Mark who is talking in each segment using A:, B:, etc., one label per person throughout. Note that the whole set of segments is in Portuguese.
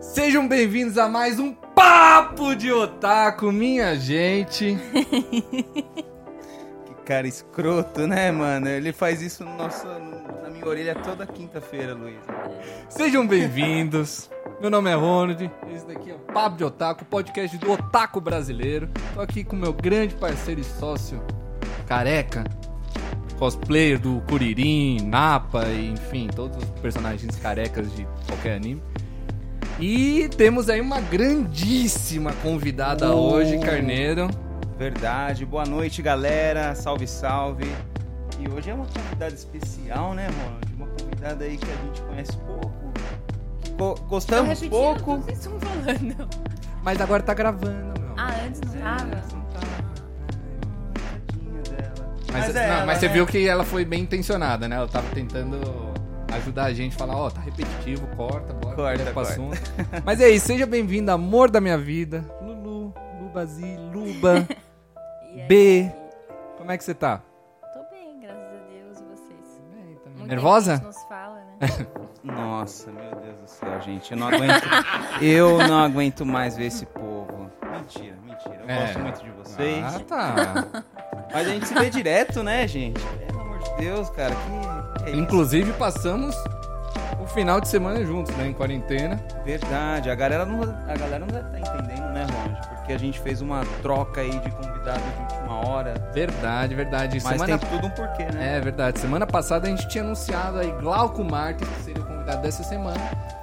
A: Sejam bem-vindos a mais um Papo de Otaku, minha gente.
B: Que cara escroto, né, mano? Ele faz isso no nosso, no- na minha orelha toda quinta-feira, Luiz. É.
A: Sejam bem-vindos. Meu nome é Ronald. Esse daqui é o Papo de Otaku, podcast do Otaku brasileiro. Tô aqui com meu grande parceiro e sócio, Careca. Cosplayer do Kuririn, Napa e enfim, todos os personagens carecas de qualquer anime. E temos aí uma grandíssima convidada
B: Oh.
A: hoje, Carneiro.
B: Verdade. Boa noite, galera. Salve, salve. E hoje é uma convidada especial, né, Ronald? Uma convidada aí que a gente conhece pouco. que go-
C: Tô
B: gostamos
C: repetindo
B: Tá um pouco.
C: tudo que vocês estão falando.
A: Mas agora tá gravando, meu.
C: Ah, antes não tava?
B: Tadinho dela.
A: Mas,
B: é
A: não,
B: ela,
A: mas você
B: né?
A: viu que ela foi bem intencionada, né? Ela tava tentando ajudar a gente, falar, ó, tá repetitivo, corta, bora
B: Corta,
A: direto pro
B: corta.
A: assunto. mas é isso, seja bem-vindo, amor da minha vida. Lulu, Lubazi, Luba.
C: E aí?
A: B. Como é que você tá?
C: Tô bem, graças a Deus, e vocês. Muito
A: Nervosa?
C: tempo que a gente não se fala, né?
B: Nossa, meu Deus do céu, gente. Eu não aguento. eu não aguento mais ver esse povo. Mentira, mentira. Eu
A: É.
B: gosto muito de vocês.
A: Ah, tá.
B: Mas a gente se vê direto, né, gente? Pelo amor de Deus, cara. Que, que é isso?
A: Inclusive, passamos o final de semana juntos, né? Em quarentena.
B: Verdade. A galera, não, a galera não deve tá entendendo, né, Ronald? Porque a gente fez uma troca aí de convidado de última hora.
A: Verdade, verdade.
B: Mas
A: semana
B: tem tudo um porquê, né?
A: É verdade. Semana passada a gente tinha anunciado aí Glauco Marques, que seria o convidado dessa semana.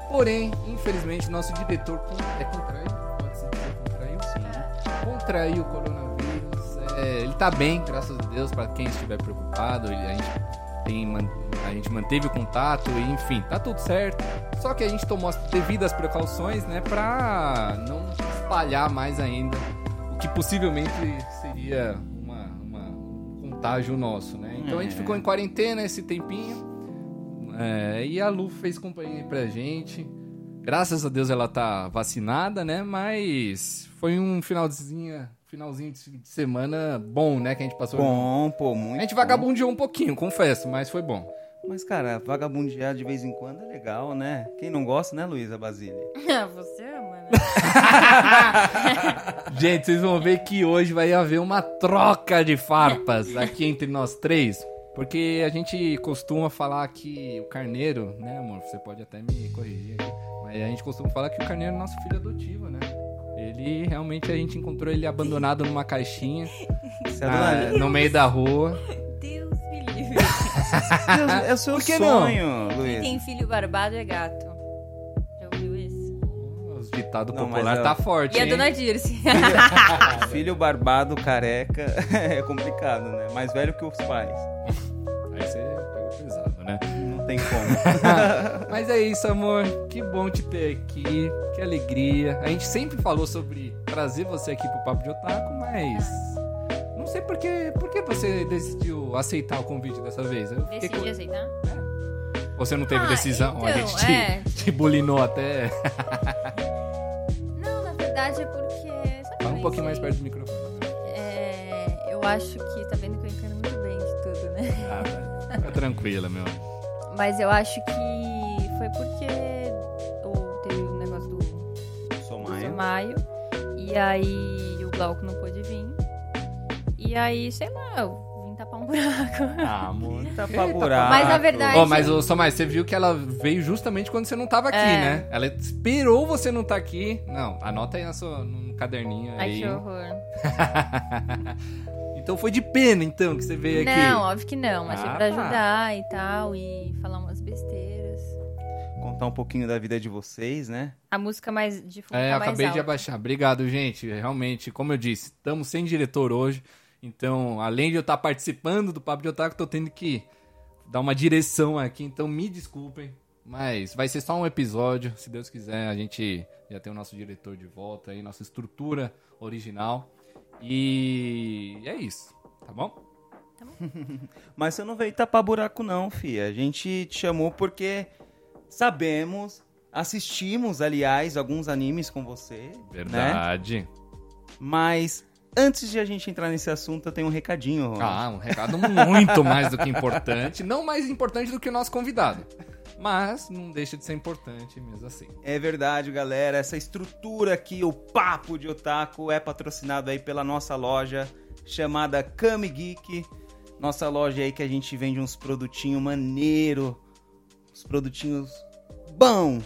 A: Porém, infelizmente, nosso diretor con- é contraído. Pode-se dizer contraiu? Sim. Contraiu o coronavírus. É, ele tá bem, graças a Deus, pra quem estiver preocupado. Ele- a, gente tem man- a gente manteve o contato e, enfim, tá tudo certo. Só que a gente tomou as devidas precauções, né, pra não espalhar mais ainda o que possivelmente seria uma, uma- um contágio nosso, né? Então a gente
B: É.
A: ficou em quarentena esse tempinho. é, e a Lu fez companhia pra gente. Graças a Deus ela tá vacinada, né? Mas foi um finalzinho, finalzinho de de semana bom, né? Que a gente passou.
B: Bom, pô,
A: A
B: muito.
A: gente
B: bom.
A: vagabundeou um pouquinho, confesso, mas foi bom.
B: Mas, cara, vagabundear de vez em quando é legal, né? Quem não gosta, né, Luísa Basile?
C: Ah, Você ama, né?
A: Gente, vocês vão ver que hoje vai haver uma troca de farpas aqui entre nós três. Porque a gente costuma falar que o carneiro, né, amor? Você pode até me corrigir aqui. Mas a gente costuma falar que o carneiro é nosso filho adotivo, né? Ele realmente a gente encontrou ele abandonado numa caixinha
B: Você
A: na-
B: adora-
A: no meio da rua.
C: Deus me livre.
B: Deus, é o seu
A: Por que não?
B: sonho, Luiz.
C: né? Quem tem filho barbado é gato. Já ouviu isso?
A: Os ditado
B: Não, mas
A: popular
B: eu-
A: tá forte,
C: E a
A: hein?
C: dona Dirce.
B: Filho barbado, careca, é complicado, né? Mais velho que os pais.
A: Aí você pegou pesado, né?
B: Não tem como.
A: Mas é isso, amor. Que bom te ter aqui. Que alegria. A gente sempre falou sobre trazer você aqui pro Papo de Otaku, mas. Não sei por que, por que você decidiu aceitar o convite dessa vez. Eu fiquei
C: Decidi aceitar?
A: com- Você não teve
C: Ah,
A: decisão, a
C: então,
A: gente te,
C: é.
A: te bulinou até.
C: Não, na verdade é porque. sabe
A: Fala um
C: eu
A: pouquinho mais
C: pensei?
A: perto do microfone.
C: É, eu acho que tá vendo que eu entendo muito bem de tudo, né?
A: Ah, tá. Fica tranquila, meu.
B: Ah.
C: Mas eu acho que foi porque ou teve o negócio do
B: Sou
C: do
B: maio.
C: Maio. E aí o Glauco não pôde vir. E aí, sei lá, eu vim tapar um buraco.
A: Ah, amor.
B: Tá pra buraco.
C: Mas na verdade-
A: Ó, mas ô, só mais, você viu que ela veio justamente quando você não tava aqui,
C: É.
A: né? Ela esperou você não tá aqui. Não, anota aí na sua, no caderninho
C: Ai,
A: aí.
C: que horror.
A: então foi de pena, então, que você veio aqui.
C: Não, óbvio que não. Mas
A: Ah,
C: foi pra
A: tá.
C: ajudar e tal, e falar umas besteiras.
B: Contar um pouquinho da vida de vocês, né?
C: A música mais de fundo
A: É,
C: tá mais
A: acabei de
C: alta.
A: abaixar. Obrigado, gente. Realmente, como eu disse, estamos sem diretor hoje. Então, além de eu estar participando do Papo de Otaku, tô tendo que dar uma direção aqui. Então, me desculpem. Mas vai ser só um episódio. Se Deus quiser, a gente já tem o nosso diretor de volta aí, nossa estrutura original. E é isso, tá bom?
B: Mas você não veio tapar buraco, não, fia. A gente te chamou porque sabemos, assistimos, aliás, alguns animes com você. Né?
A: Verdade.
B: Mas antes de a gente entrar nesse assunto, eu tenho um recadinho, Ronald.
A: um Ah, um recado muito mais do que importante. Não mais importante do que o nosso convidado. Mas não deixa de ser importante mesmo assim.
B: É verdade, galera. Essa estrutura aqui, o Papo de Otaku, é patrocinado aí pela nossa loja chamada Kami Geek. Nossa loja aí que a gente vende uns produtinhos maneiro, uns produtinhos bom,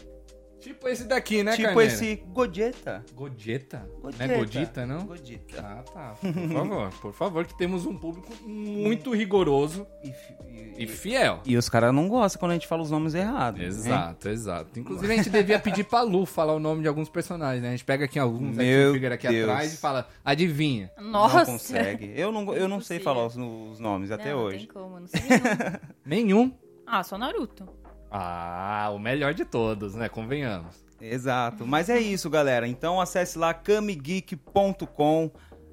A: Tipo esse daqui, né,
B: tipo
A: Carneiro?
B: esse Godeta.
A: Godeta? Não é
B: Godeta.
A: Godita, não?
B: Godeta.
A: Ah, tá. Por favor, por favor, que temos um público muito rigoroso
B: E, fi- e-
A: e fiel.
B: e os caras não gostam quando a gente fala os nomes errados. hein?
A: Exato, exato. Inclusive, a gente devia pedir pra Lu falar o nome de alguns personagens, né? A gente pega aqui alguns
B: Meu
A: action figure aqui
B: Deus.
A: atrás e fala, adivinha.
C: Nossa.
B: Não consegue. Eu não, eu não sei
C: Impossível.
B: falar os, os nomes até
C: Não,
B: hoje.
C: Não tem como, não sei tá. nenhum.
A: Nenhum.
C: Ah, só Naruto.
A: Ah, o melhor de todos, né? Convenhamos.
B: Exato. Mas é isso, galera. Então acesse lá camigeek.com.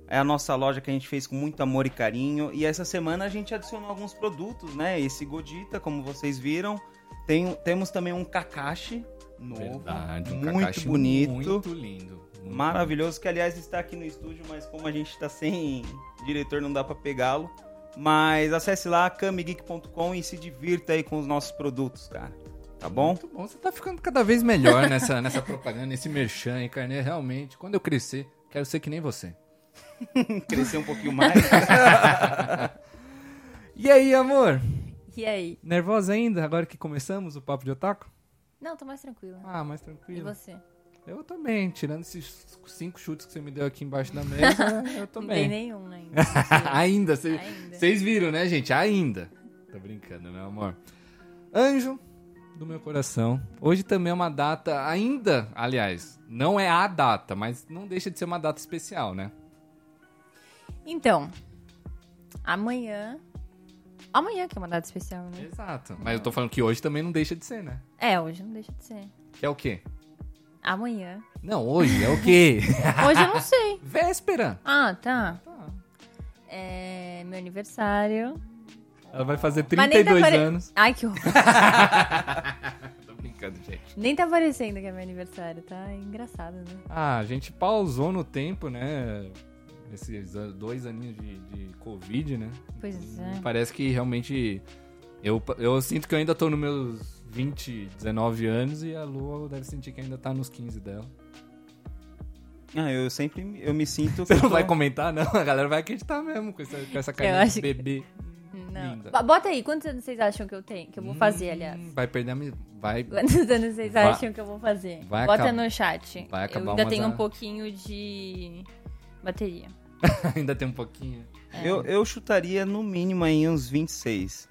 B: É a nossa loja que a gente fez com muito amor e carinho. E essa semana a gente adicionou alguns produtos, né? Esse Godita, como vocês viram. Tem, temos também um Kakashi novo.
A: Verdade, um
B: muito
A: Kakashi
B: bonito.
A: Muito lindo. muito
B: Maravilhoso, que aliás está aqui no estúdio, mas como a gente tá sem diretor, não dá pra pegá-lo. Mas acesse lá camigeek.com e se divirta aí com os nossos produtos, cara. Tá bom?
A: Muito bom, você tá ficando cada vez melhor nessa, nessa propaganda, nesse merchan, hein, Carneiro? Realmente, quando eu crescer, quero ser que nem você.
B: Crescer um pouquinho mais.
A: E aí, amor?
C: E aí?
A: Nervosa ainda, agora que começamos o papo de otaku?
C: Não, tô mais tranquila.
A: Ah, mais
C: E
A: tranquilo.
C: você?
A: Eu tô bem, tirando esses né? cinco chutes que você me deu aqui embaixo da mesa, eu tô
C: não tem
A: bem.
C: nenhum ainda.
A: Ainda, cê-
C: Ainda.
A: vocês viram, né, gente? Ainda. Tô brincando, meu amor. Anjo do meu coração. Hoje também é uma data, ainda, aliás, não é a data, mas não deixa de ser uma data especial, né?
C: Então, amanhã. Amanhã que é uma data especial, né?
A: Exato. Mas eu tô falando que hoje também não deixa de ser, né?
C: É, hoje não deixa de ser.
A: Que é o quê?
C: Amanhã.
A: Não, hoje é o quê?
C: Hoje eu não sei.
A: Véspera.
C: Ah, tá.
A: Tá.
C: É meu aniversário.
A: Ela vai fazer
C: Mas nem tá
A: 32
C: pare-
A: anos.
C: Ai, que horror.
A: Tô brincando, gente.
C: Nem tá parecendo que é meu aniversário, tá? É engraçado, né?
A: Ah, a gente pausou no tempo, né? Esses an- dois aninhos de, de Covid, né?
C: Pois
A: E
C: é.
A: Parece que realmente. Eu, eu sinto que eu ainda tô nos meus 20, 19 anos e a Lu deve sentir que ainda tá nos 15 dela.
B: ah, eu sempre me- eu me sinto.
A: Você
B: que eu
A: não vai
B: tô-
A: comentar, não? A galera vai acreditar mesmo com essa, com essa
C: Eu
A: carinha
C: acho
A: de
C: que-
A: bebê.
C: Não.
A: Linda.
C: Ba- Bota aí, quantos anos vocês acham que eu tenho? Que eu vou fazer,
A: Hum,
C: aliás.
A: Vai perder a. mi- Vai.
C: Quantos anos vocês
A: Vai-
C: acham que eu vou fazer?
A: vai
C: Bota
A: acabar-
C: no chat.
A: vai acabar
C: eu ainda
A: umas
C: tenho
A: a-
C: um pouquinho de bateria.
A: Ainda tem um pouquinho.
C: É.
B: Eu, eu chutaria no mínimo aí uns 26.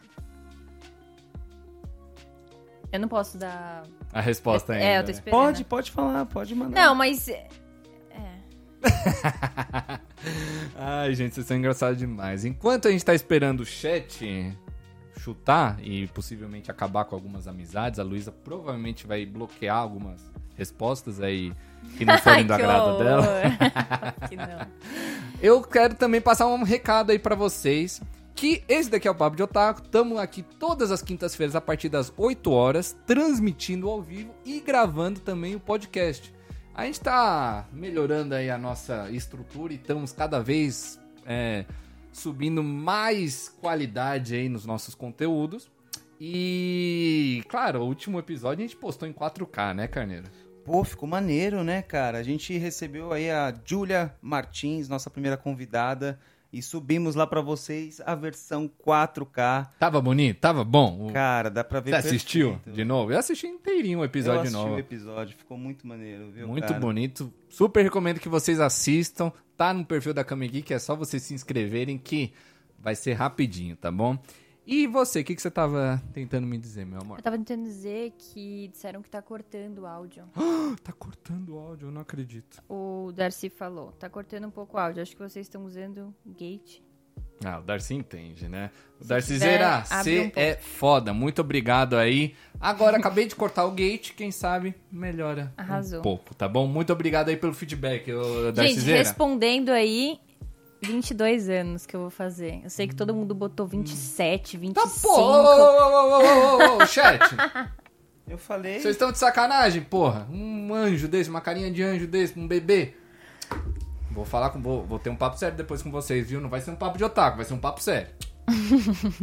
C: Eu não posso dar.
A: A resposta ainda.
C: é, eu tô
A: né?
C: esperando.
B: Pode, pode falar, pode mandar.
C: Não, mas. É.
A: Ai, gente, vocês são engraçados demais. Enquanto a gente tá esperando o chat chutar e possivelmente acabar com algumas amizades, a Luísa provavelmente vai bloquear algumas respostas aí que não forem do
C: Que
A: agrado
C: horror.
A: dela.
C: que não.
A: Eu quero também passar um recado aí pra vocês. Que esse daqui é o Papo de Otaku. Tamo aqui todas as quintas-feiras a partir das 8 horas, transmitindo ao vivo e gravando também o podcast. A gente tá melhorando aí a nossa estrutura e estamos cada vez é, subindo mais qualidade aí nos nossos conteúdos. E, claro, o último episódio a gente postou em 4K, né, Carneiro?
B: Pô, ficou maneiro, né, cara? A gente recebeu aí a Julia Martins, nossa primeira convidada, e subimos lá pra vocês a versão 4K.
A: Tava bonito? Tava bom? O-
B: Cara, dá pra ver
A: Você assistiu
B: perfeito.
A: de novo? Eu assisti inteirinho o
B: Eu
A: episódio
B: assisti
A: novo.
B: o episódio, ficou muito maneiro, viu,
A: Muito
B: cara?
A: bonito. Super recomendo que vocês assistam. Tá no perfil da Kame Geek, é só vocês se inscreverem que vai ser rapidinho, tá bom? E você, o que, que você tava tentando me dizer, meu amor?
C: Eu tava tentando dizer que disseram que tá cortando o áudio.
A: Tá cortando o áudio, eu não acredito.
C: O Darcy falou. Tá cortando um pouco o áudio. Acho que vocês estão usando gate.
A: Ah, o Darcy entende, né? O
C: Se
A: Darcy
C: tiver,
A: Zera,
C: abre um
A: você
C: pouco.
A: é foda. Muito obrigado aí. Agora, acabei de cortar o gate, quem sabe melhora um
C: Arrasou.
A: pouco, tá bom? Muito obrigado aí pelo feedback, ô Darcy
C: Gente,
A: Zera.
C: respondendo aí, 22 anos que eu vou fazer. Eu sei que todo mundo botou 27, 25.
A: Tá, pô! Ô, ô, ô, ô, ô, ô, ô, chat!
B: Eu falei,
A: Vocês estão de sacanagem, porra? Um anjo desse, uma carinha de anjo desse, um bebê. Vou falar com. Vou, vou ter um papo sério depois com vocês, viu? Não vai ser um papo de otaku, vai ser um papo sério.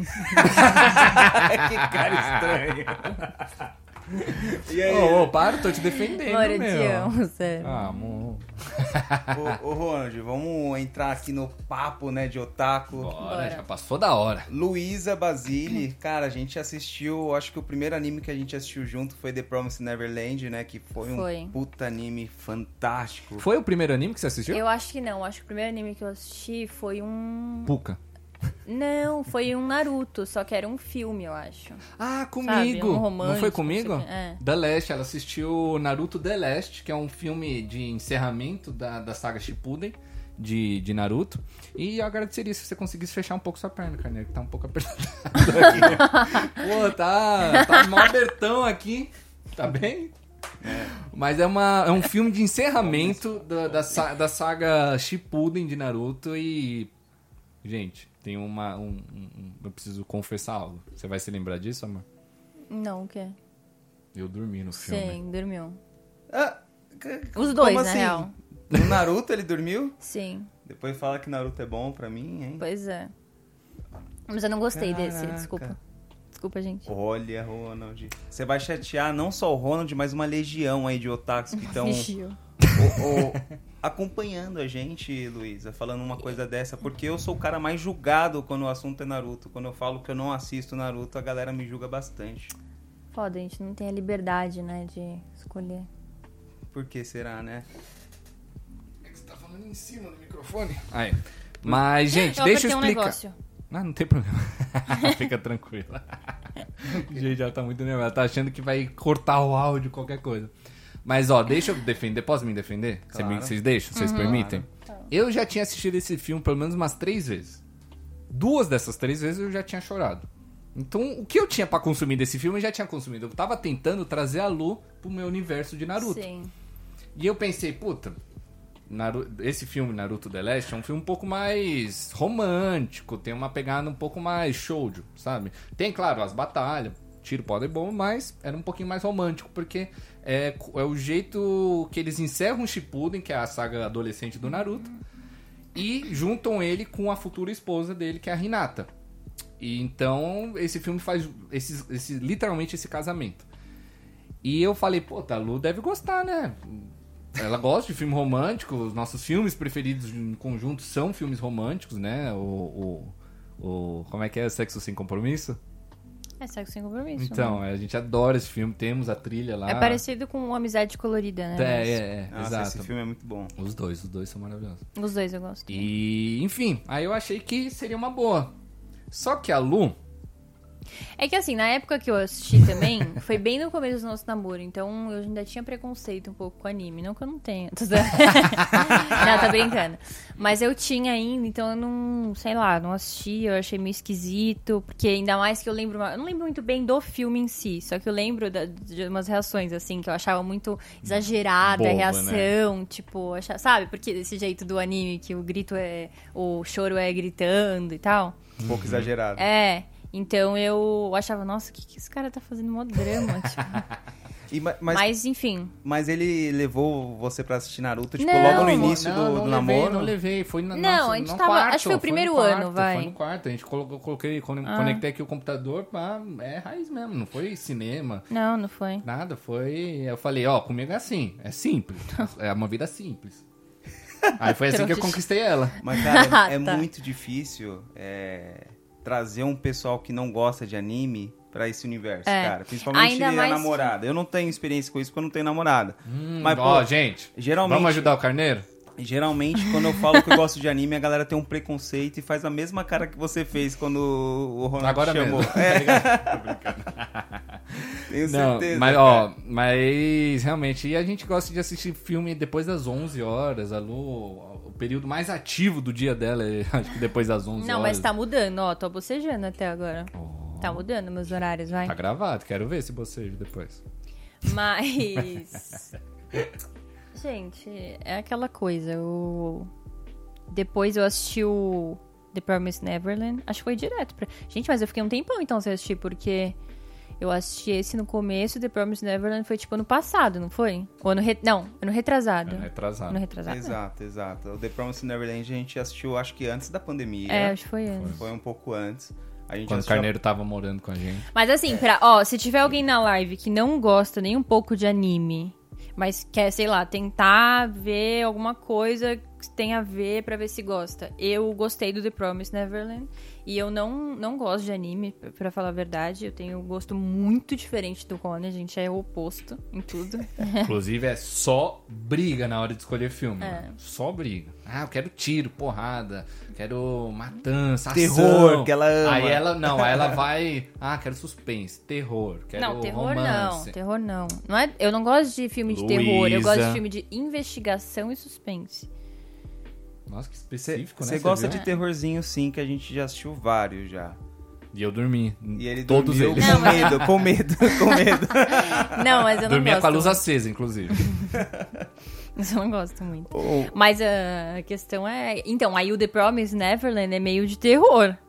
B: que cara estranho. e aí,
A: Ô, ô, para, tô te defendendo,
C: Amor, eu te
A: meu.
C: amo, sério.
A: Ah, amor.
B: ô, ô, Ronald, vamos entrar aqui no papo, né, de otaku.
A: Bora,
C: Bora.
A: já passou da hora.
B: Luísa Basile, cara, a gente assistiu, acho que o primeiro anime que a gente assistiu junto foi The Promised Neverland, né? Que foi um
C: Foi.
B: puta anime fantástico.
A: Foi o primeiro anime que você assistiu?
C: Eu acho que não. Acho que o primeiro anime que eu assisti foi um.
A: Puka.
C: Não, foi um Naruto, só que era um filme, eu acho.
A: Ah, comigo.
C: Sabe, um romântico,
A: não foi comigo?
C: não sei o quê. É.
A: The Last, ela assistiu Naruto The Last, que é um filme de encerramento da, da saga Shippuden de, de Naruto. E eu agradeceria se você conseguisse fechar um pouco sua perna, Carneiro, que tá um pouco apertado aqui. Pô, tá, tá mó abertão aqui. Tá bem? Mas é, uma, é um filme de encerramento da, da, sa- da saga Shippuden de Naruto e... Gente, tem uma... um- um- um- eu preciso confessar algo. Você vai se lembrar disso, amor?
C: Não, o quê?
A: Eu dormi no filme.
C: Sim, dormiu.
B: Ah, c- c-
C: Os dois,
B: como
C: na
B: assim?
C: real.
B: O Naruto, ele dormiu?
C: Sim,
B: Depois fala que Naruto é bom pra mim, hein?
C: pois é. Mas eu não gostei desse,
B: Caraca.
C: desculpa. Desculpa, gente.
B: Olha, Ronald. Você vai chatear não só o Ronald, mas uma legião aí de otakus que estão
C: Vigiu.
B: acompanhando a gente, Luísa, falando uma coisa dessa. Porque eu sou o cara mais julgado quando o assunto é Naruto. Quando eu falo que eu não assisto Naruto, a galera me julga bastante.
C: Foda, a gente não tem a liberdade, né, de escolher.
B: Por que será, né?
A: É que você tá falando em cima do microfone. Aí. Mas, gente,
C: eu
A: deixa
C: apertei
A: eu
C: um
A: explicar.
C: negócio.
A: Ah, não tem problema. Fica tranquila. gente, ela tá muito nervosa. Ela tá achando que vai cortar o áudio, qualquer coisa. Mas, ó, deixa eu defender. Posso me defender? Cê me-
B: Claro.
A: Vocês deixam?
C: Uhum.
A: Vocês permitem? Eu já tinha assistido esse filme pelo menos umas três vezes. Duas dessas três vezes eu já tinha chorado. Então, o que eu tinha pra consumir desse filme, eu já tinha consumido. Eu tava tentando trazer a Lu pro meu universo de Naruto.
C: Sim.
A: E eu pensei, puta, Naru- esse filme Naruto The Last é um filme um pouco mais romântico, tem uma pegada um pouco mais shoujo, sabe? Tem, claro, as batalhas, tiro, poder bom, mas era um pouquinho mais romântico, porque é, co- é o jeito que eles encerram Shippuden, que é a saga adolescente do Naruto, e juntam ele com a futura esposa dele, que é a Hinata. E então, esse filme faz esse, esse, literalmente esse casamento. E eu falei, pô, a Lu deve gostar, né? Ela gosta de filme romântico, os nossos filmes preferidos em conjunto são filmes românticos, né? O, o, o- como é que é? Sexo Sem Compromisso?
C: É sexo sem compromisso.
A: Então, a gente adora esse filme, temos a trilha lá.
C: né? É parecido com Amizade Colorida, né?
A: É, é, é,
B: Nossa,
A: exato.
B: esse filme é muito bom.
A: Os dois, os dois são maravilhosos.
C: Mas Os dois eu gosto.
A: E, enfim, aí eu achei que seria uma boa. Só que a Lu,
C: É que assim, na época que eu assisti também, foi bem no começo do nosso namoro, então eu ainda tinha preconceito um pouco com anime. Não que eu não tenha. Tô zoando. não, tá brincando. Mas eu tinha ainda, então eu não, sei lá, não assisti, eu achei meio esquisito, porque ainda mais que eu lembro. uma- Eu não lembro muito bem do filme em si, só que eu lembro da- de umas reações, assim, que eu achava muito exagerada
A: Boba,
C: a
A: né?
C: reação, tipo, acha- sabe? Porque desse jeito do anime que o grito é. o choro é gritando e tal.
B: Um pouco
A: Uhum.
B: exagerado.
C: É. Então eu achava, nossa, o que, que esse cara tá fazendo mó drama? tipo.
B: E ma- mas,
C: mas,
B: mas...
C: enfim.
B: ele levou você pra assistir Naruto, tipo,
C: Não,
B: logo no
C: não,
B: início do,
A: não,
B: do
A: não levei,
B: namoro? né?
A: Não levei, foi na,
C: Não,
A: nossa,
C: a gente
A: no
C: tava-
A: quarto,
C: acho que foi o primeiro
A: no
C: ano,
A: quarto,
C: vai.
A: Foi no quarto, a gente colocou, coloquei, con-
C: Ah.
A: conectei aqui o computador, pá, é raiz mesmo, não foi cinema,
C: Não, não foi.
A: nada, foi... Eu falei, ó, comigo é assim, é simples, é uma vida simples. Aí foi assim que eu
C: Trouxa.
A: conquistei ela.
B: Mas, cara, é
C: Tá.
B: muito difícil é, trazer um pessoal que não gosta de anime pra esse universo,
C: É.
B: cara. Principalmente
C: Ainda
B: a
C: mais-
B: namorada. Eu não tenho experiência com isso porque eu não tenho namorada.
A: Hum,
B: Mas,
A: ó,
B: pô,
A: gente,
B: Geralmente,
A: vamos ajudar o carneiro?
B: geralmente, quando eu falo que eu gosto de anime, a galera tem um preconceito e faz a mesma cara que você fez quando o Ronaldo
A: Agora
B: te chamou.
A: mesmo.
B: É,
A: tá ligado?
B: tenho
A: Não,
B: certeza.
A: mas,
B: cara.
A: ó, mas realmente, e a gente gosta de assistir filme depois das 11 horas, a Lu, o período mais ativo do dia dela é acho que depois das 11
C: Não,
A: horas.
C: mas tá mudando, ó. Tô bocejando até agora. Tá mudando meus horários, vai.
A: Oh. Tá gravado, quero ver se bocejo depois.
C: Mas. Gente, é aquela coisa. Eu... Depois eu assisti o The Promised Neverland. Acho que foi direto pra. Gente, mas eu fiquei um tempão então sem assistir, porque Eu assisti esse no começo, The Promised Neverland foi tipo ano passado, não foi? Ou ano re... Não, ano retrasado.
A: Ano retrasado.
C: Ano retrasado. é.
B: Exato, exato. O The Promised Neverland a gente assistiu, acho que antes da pandemia.
C: É, acho que foi ano.
B: Foi um pouco antes. A gente
A: Quando o
B: assistiu a-
A: Carneiro tava morando com a gente.
C: Mas assim, pra, ó, se tiver alguém na live que não gosta nem um pouco de anime, mas quer, sei lá, tentar ver alguma coisa que tem a ver pra ver se gosta. Eu gostei do The Promised Neverland e eu não, não gosto de anime, pra- pra falar a verdade. Eu tenho um gosto muito diferente do Rony, a gente é o oposto em tudo.
A: Inclusive, é só briga na hora de escolher filme.
C: É.
A: né? Só briga. Ah, eu quero tiro, porrada. Quero matança,
B: Terror,
A: ação.
B: que ela ama.
A: Aí ela, não, aí ela vai... Ah, quero suspense, terror, quero
C: não, terror
A: romance.
C: não, terror não. não é, eu não gosto de filme de terror, eu
A: Luísa.
C: gosto de filme de investigação e suspense.
A: Nossa, que específico, né?
B: Você gosta
A: viu?
B: de terrorzinho, sim, que a gente já assistiu vários já.
A: E eu dormi.
B: E ele
A: Todos
B: dormiu
A: eles.
B: com medo, com medo, com medo.
C: Não, mas eu não
A: Dormia
C: gosto.
A: com a luz acesa, inclusive.
C: Mas eu não gosto muito.
B: Ou-
C: Mas ah, a questão é. Então, aí o The Promise Neverland é meio de terror.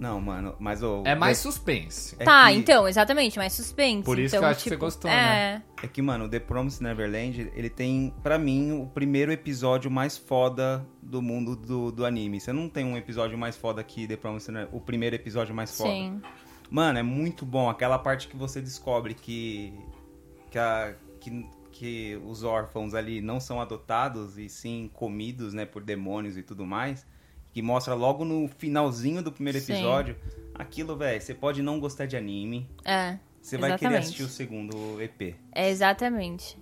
B: Não, mano, mas o.
A: É mais suspense.
B: É
C: tá,
B: que-
C: então, exatamente, mais suspense.
A: Por isso
C: então,
A: que eu acho que
C: tipo,
A: você gostou,
C: é,
A: né?
B: É que, mano, o The Promised Neverland, ele tem, pra mim, o primeiro episódio mais foda do mundo do, do anime. Você não tem um episódio mais foda que The Promised Neverland, o primeiro episódio mais foda.
C: Sim.
B: Mano, é muito bom. Aquela parte que você descobre que. que, a- que, que os órfãos ali não são adotados e sim comidos, né, por demônios e tudo mais. Que mostra logo no finalzinho do primeiro
C: Sim.
B: episódio. Aquilo, velho, você pode não gostar de anime.
C: É.
B: Você vai querer
C: Exatamente.
B: assistir o segundo EP.
C: É exatamente.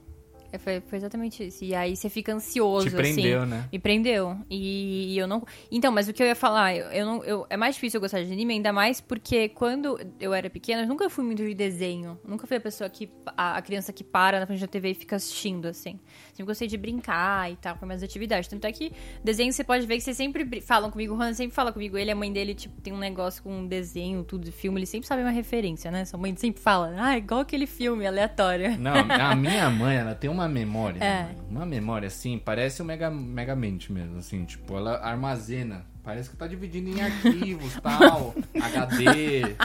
C: É, foi, foi exatamente isso. E aí você fica ansioso,
A: Te prendeu,
C: assim.
A: né?
C: Me prendeu. E, eu não. Então, mas o que eu ia falar, eu, eu não. eu- é mais difícil eu gostar de anime, ainda mais porque quando eu era pequena, eu nunca fui muito de desenho. Nunca fui a pessoa que. A, a criança que para na frente da TV e fica assistindo, assim. Sempre gostei de brincar e tal, com minhas atividades. Tanto é que desenho você pode ver que vocês sempre bri- falam comigo, o Han sempre fala comigo, ele, a mãe dele, tipo, tem um negócio com desenho, tudo de filme, ele sempre sabe uma referência, né? Sua mãe sempre fala, ah, é igual aquele filme aleatório.
A: Não, a minha mãe, ela tem uma memória.
C: É.
A: mano. Uma memória, assim, parece o Mega, Megamente mesmo, assim. Tipo, ela armazena. Parece que tá dividindo em arquivos, tal, HD,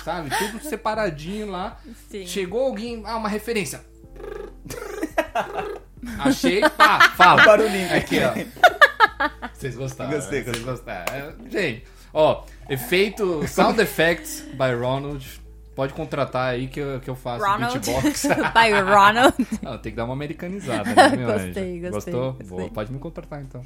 A: sabe? Tudo separadinho lá.
C: Sim.
A: Chegou alguém... Ah, uma referência. Achei, pá, fala. É
B: Barulhinho
A: Aqui, ó. Vocês gostaram.
B: Gostei,
A: né? Vocês gostaram. É, Gente, ó, efeito Sound Effects by Ronald. Pode contratar aí que eu, que eu faço
C: Ronald.
A: beatbox.
C: By Ronald.
A: Ah, tem que dar uma americanizada, né, meu anjo?
C: Gostei, gostei,
A: Gostou?
C: gostei.
A: Boa, pode me contratar, então.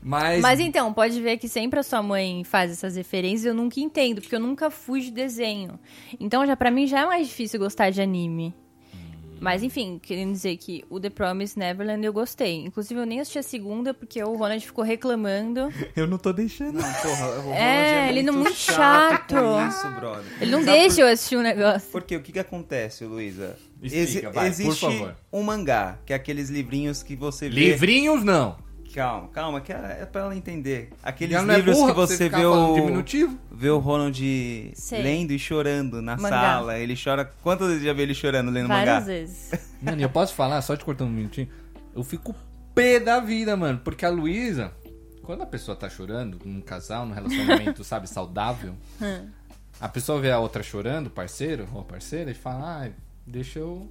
A: Mas,
C: Mas então, pode ver que sempre a sua mãe faz essas referências, eu nunca entendo, porque eu nunca fui de desenho. Então, já para mim já é mais difícil gostar de anime.
A: Hum.
C: Mas enfim, querendo dizer que o The Promised Neverland eu gostei. Inclusive, eu nem assisti a segunda porque o Ronald ficou reclamando.
A: eu não tô deixando.
B: Não, porra, o Ronald
C: É, ele não é muito
B: com
C: chato.
B: Isso, brother.
C: Ele não
B: Sabe
C: deixa eu assistir o negócio.
B: Porque o que, que acontece, Luísa?
A: Explica, vai, por
B: existe
A: favor.
B: um mangá, que é aqueles livrinhos que você vê.
A: Livrinhos, não.
B: Calma, calma, que é é pra ela entender. Aqueles
A: Ela não é
B: livros
A: burra
B: que
A: pra
B: você
A: ficar
B: vê
A: falando
B: o,
A: diminutivo.
B: vê o Ronald
C: Sei.
B: lendo e chorando na
C: Mangá.
B: sala. Ele chora. Quantas vezes já vê ele chorando lendo
C: Várias
B: mangá?
C: vezes.
A: Mano, e eu posso falar, só te cortando um minutinho? Eu fico pé da vida, mano. Porque a Luísa, quando a pessoa tá chorando, num casal, num relacionamento, sabe, saudável,
C: Hum.
A: a pessoa vê a outra chorando, parceiro ou parceira, e fala, ah, deixa eu.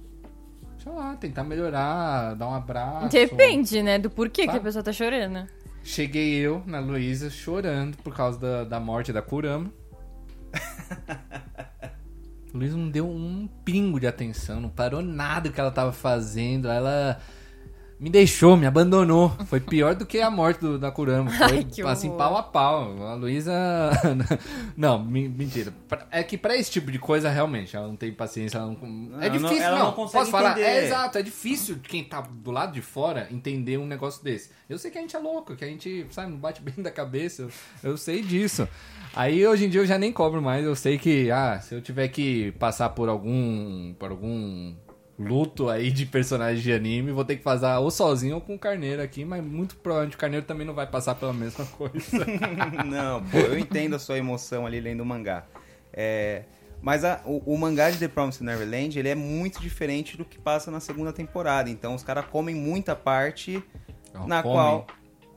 A: Sei lá, tentar melhorar, dar um abraço.
C: Depende, né, do porquê que
A: Sabe?
C: a pessoa tá chorando.
A: Cheguei eu na Luísa chorando por causa da, da morte da Kurama. Luísa não deu um pingo de atenção, não parou nada que ela tava fazendo. Ela me deixou, me abandonou. Foi pior do que a morte do- da Kurama. Foi
C: Ai, que
A: assim,
C: horror.
A: pau a pau. A Luísa. não, me- mentira. Pra- É que pra esse tipo de coisa, realmente, ela não tem paciência. Ela não... é
B: não-
A: difícil, não.
B: ela não consegue
A: Posso falar?
B: entender.
A: É exato. Exato, é difícil de quem tá do lado de fora entender um negócio desse. Eu sei que a gente é louco, que a gente, sabe, não bate bem da cabeça, eu, eu sei disso. Aí hoje em dia eu já nem cobro mais, eu sei que, ah, se eu tiver que passar por algum. por algum luto aí de personagem de anime, vou ter que fazer ou sozinho ou com o carneiro aqui, mas muito provavelmente o carneiro também não vai passar pela mesma coisa.
B: não, pô, eu entendo a sua emoção ali lendo o mangá. É, mas a- o, o mangá de The Promised Neverland, ele é muito diferente do que passa na segunda temporada. Então os caras comem muita parte
A: Não,
B: na
A: comem.
B: qual...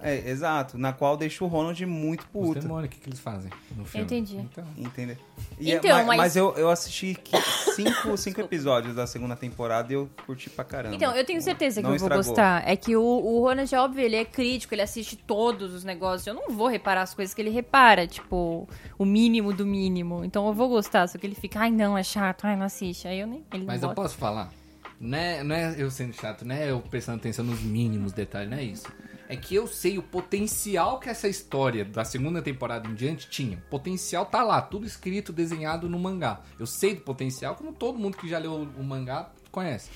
B: É, exato. Na qual deixa o Ronald muito
A: Os
B: puto.
A: demônios, o que, que eles fazem no filme?
C: entendi.
A: Então,
B: Entendeu? E
C: Então,
B: é- ma- mas
C: mas-
B: eu, eu assisti que- cinco, cinco episódios da segunda temporada e eu curti pra caramba.
C: Então, eu tenho certeza que
B: Não
C: eu vou
B: estragou.
C: gostar. É que o, o Ronald, é óbvio, ele é crítico, ele assiste todos os negócios. Eu não vou reparar as coisas que ele repara, tipo, o mínimo do mínimo. Então eu vou gostar, só que ele fica, ai não, é chato, ai não assiste. Aí eu nem. Ele
A: mas
C: não
A: eu
C: bota.
A: posso falar? Não é, não é eu sendo chato, não é eu prestando atenção nos mínimos detalhes, não é isso. É que eu sei o potencial que essa história da segunda temporada em diante tinha. O potencial tá lá, tudo escrito, desenhado no mangá. Eu sei do potencial, como todo mundo que já leu o mangá conhece.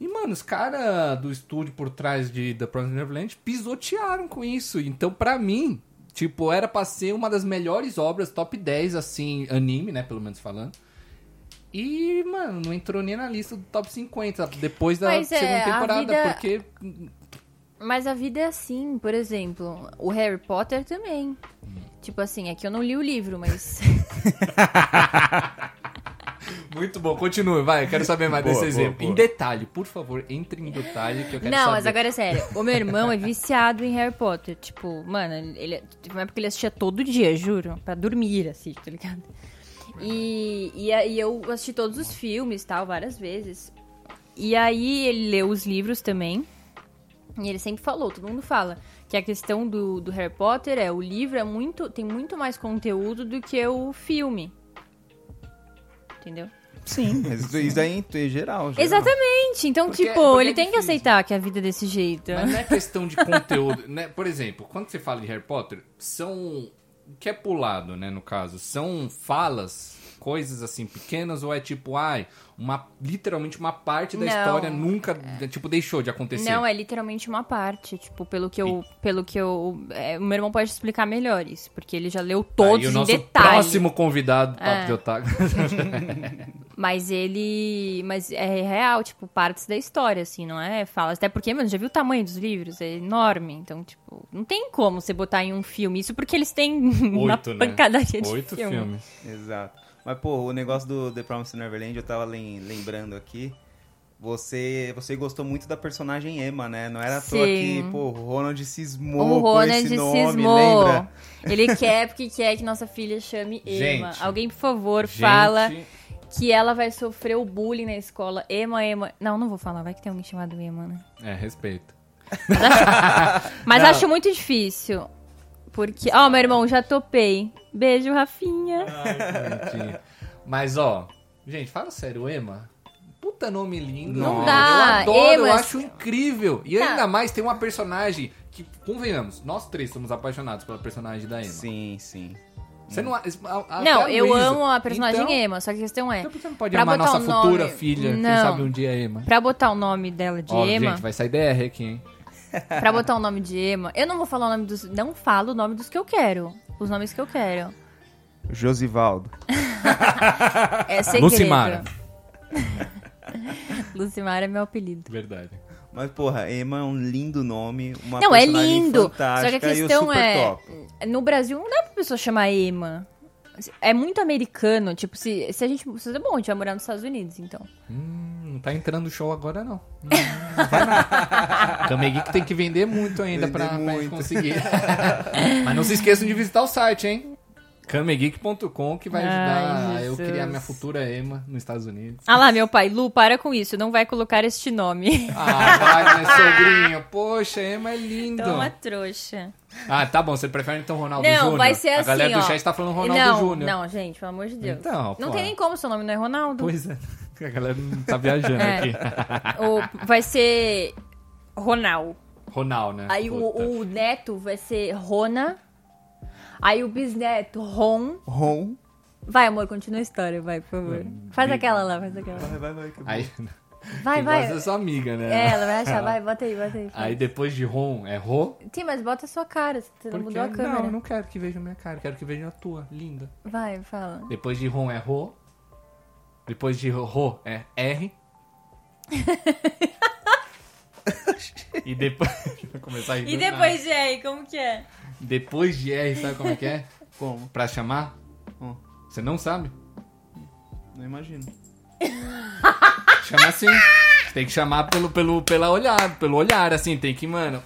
A: E, mano, os caras do estúdio por trás de The Promised Neverland pisotearam com isso. Então, pra mim, tipo, era pra ser uma das melhores obras, top 10, assim, anime, né, pelo menos falando. E, mano, não entrou nem na lista do top 50 depois da
C: Mas é,
A: segunda
C: a
A: temporada,
C: vida-
A: porque...
C: Mas a vida é assim, por exemplo, o Harry Potter também.
A: Hum.
C: Tipo assim, é que eu não li o livro, mas.
A: Muito bom, continue, vai, quero saber mais
B: Boa,
A: desse
B: boa,
A: exemplo.
B: boa.
A: Em detalhe, por favor, entre em detalhe que eu quero
C: Não,
A: saber.
C: mas agora é sério. O meu irmão é viciado em Harry Potter. Tipo, mano, ele, teve uma época que ele assistia todo dia, juro. Pra dormir, assim, tá ligado? E, e, a- e eu assisti todos os filmes tal, várias vezes. E aí ele leu os livros também. E ele sempre falou, todo mundo fala, que a questão do, do Harry Potter é o livro é muito. tem muito mais conteúdo do que o filme. Entendeu?
B: Sim, mas isso aí é em- em geral. geral.
C: Exatamente. Então,
A: Porque-
C: tipo,
A: porque é
C: ele tem que
A: difícil.
C: aceitar que a vida é desse jeito.
A: Mas não é questão de conteúdo, né? Por exemplo, quando você fala de Harry Potter, são que é pulado, né, no caso, são falas, coisas assim pequenas ou é tipo, ai, uma literalmente uma parte da
C: Não. É.
A: história nunca tipo deixou de acontecer.
C: Não, é literalmente uma parte, tipo, pelo que eu, pelo que eu, é, o meu irmão pode explicar melhor isso, porque ele já leu todos
A: Aí Tá, o
C: em
A: nosso
C: detalhe. É.
A: próximo convidado, Papo de Otaku.
C: Mas ele, mas é real, tipo, partes da história assim, não é? Fala, até porque, mano, já viu o tamanho dos livros? É enorme, então, tipo, não tem como você botar em um filme isso porque eles têm uma
A: Oito, né?
C: pancadaria de
A: Oito
C: filme.
A: filmes.
B: Exato. Mas, pô, o negócio do The Promised Neverland, eu tava lem- lembrando aqui. Você, você gostou muito da personagem Emma, né? Não era à toa
C: Sim.
B: que, pô, o Ronald cismou com
C: O Ronald
B: esse nome,
C: cismou.
B: lembra?
C: né, Ele quer porque quer que nossa filha chame Emma.
A: Gente.
C: Alguém, por favor, fala
A: Gente,
C: que ela vai sofrer o bullying na escola. Ema, Ema. Não, não vou falar, vai que tem alguém chamado Ema, né?
A: é respeito.
C: Mas
A: Não.
C: acho muito difícil. Porque. Ó, meu irmão, já topei. Beijo, Rafinha.
A: Bonitinho. Mas ó, gente, fala sério, Ema. Puta nome lindo.
B: Não
A: velho.
C: dá,
A: Eu adoro, eu
C: Ema-
A: acho incrível. E
C: Tá.
A: ainda mais tem uma personagem que, convenhamos, nós três somos apaixonados pela personagem da Ema.
B: Sim, sim.
A: Você não, a- a- até
C: não,
A: a
C: eu
A: Luísa.
C: amo a personagem
A: então,
C: Ema, só que a questão é.
A: Então por que você não pode
C: Pra
A: amar
C: botar
A: nossa
C: o nome-
A: futura filha? Quem
C: Não.
A: sabe um dia é Ema.
C: Pra botar o nome dela de
A: Ó,
C: Ema.
A: gente, vai sair DR aqui, hein?
C: Pra botar o nome de Ema. Eu não vou falar o nome dos. Não falo o nome dos que eu quero. Os nomes que eu quero.
B: Josivaldo.
C: É segredo.
A: Lucimara.
C: Lucimara é meu apelido.
A: Verdade.
B: Mas, porra, Emma é um lindo nome, uma
C: Não, é
B: personagem
C: lindo. Só
B: fantástica
C: que
B: e
C: a
B: o
C: questão
B: super
C: é.
B: top.
C: No Brasil não dá pra pessoa chamar Emma. É muito americano. Tipo, se, se a gente. Se é bom, a gente vai morar nos Estados Unidos, então.
A: Hum, não tá entrando show agora, não. Hum, vai não. Kamei Geek tem que vender muito ainda
B: Vender
A: pra, pra
B: muito.
A: conseguir. Mas não se esqueçam de visitar o site, hein? Kamegeek.com que vai ajudar
C: Ai,
A: eu
C: Jesus.
A: criar minha futura Ema nos Estados Unidos.
C: Ah lá, meu pai, Lu, para com isso. Não vai colocar este nome.
A: Ah, vai, né, sogrinho? Poxa, Ema é lindo.
B: Então,
C: Toma trouxa.
A: Ah, tá bom, você prefere então Ronaldo
C: não,
A: Júnior?
C: vai ser assim.
A: A galera
C: ó.
A: do chat tá falando Ronaldo
C: não,
A: Júnior.
C: Não, gente, pelo amor de Deus.
A: Então,
C: não
A: pô.
C: tem nem como seu nome não é Ronaldo.
A: Pois é, a galera não tá viajando
C: É.
A: aqui.
C: O- vai ser Ronal.
A: Ronaldo, né?
C: Aí o,
A: Puta.
C: o neto vai ser Rona. Aí o bisneto, Ron.
B: Ron.
C: Vai, amor, continua a história, vai, por favor.
A: Hum,
C: Faz aquela lá, faz aquela.
B: Vai, vai, vai. que bom.
A: Aí,
C: Vai,
A: quem
C: vai.
A: gosta é sua amiga, né?
C: É, ela vai achar, vai, bota aí, bota aí.
A: Aí depois de Ron é Ro.
C: Sim, mas bota a sua cara, você não mudou a câmera.
A: Não, não quero que vejam minha cara, quero que vejam a tua, linda.
C: Vai, fala.
A: Depois de Ron é Ro. Depois de Ro é R. e depois. Vou começar aí
C: E
A: do nada. Né?
C: depois de aí, como que é?
A: Depois de R, sabe como é que é?
B: Como?
A: Pra chamar?
B: Hum.
A: Você não sabe?
B: Não imagino.
A: Chama assim. Tem que chamar pelo, pelo, pela olhar, pelo olhar, assim, tem que, mano.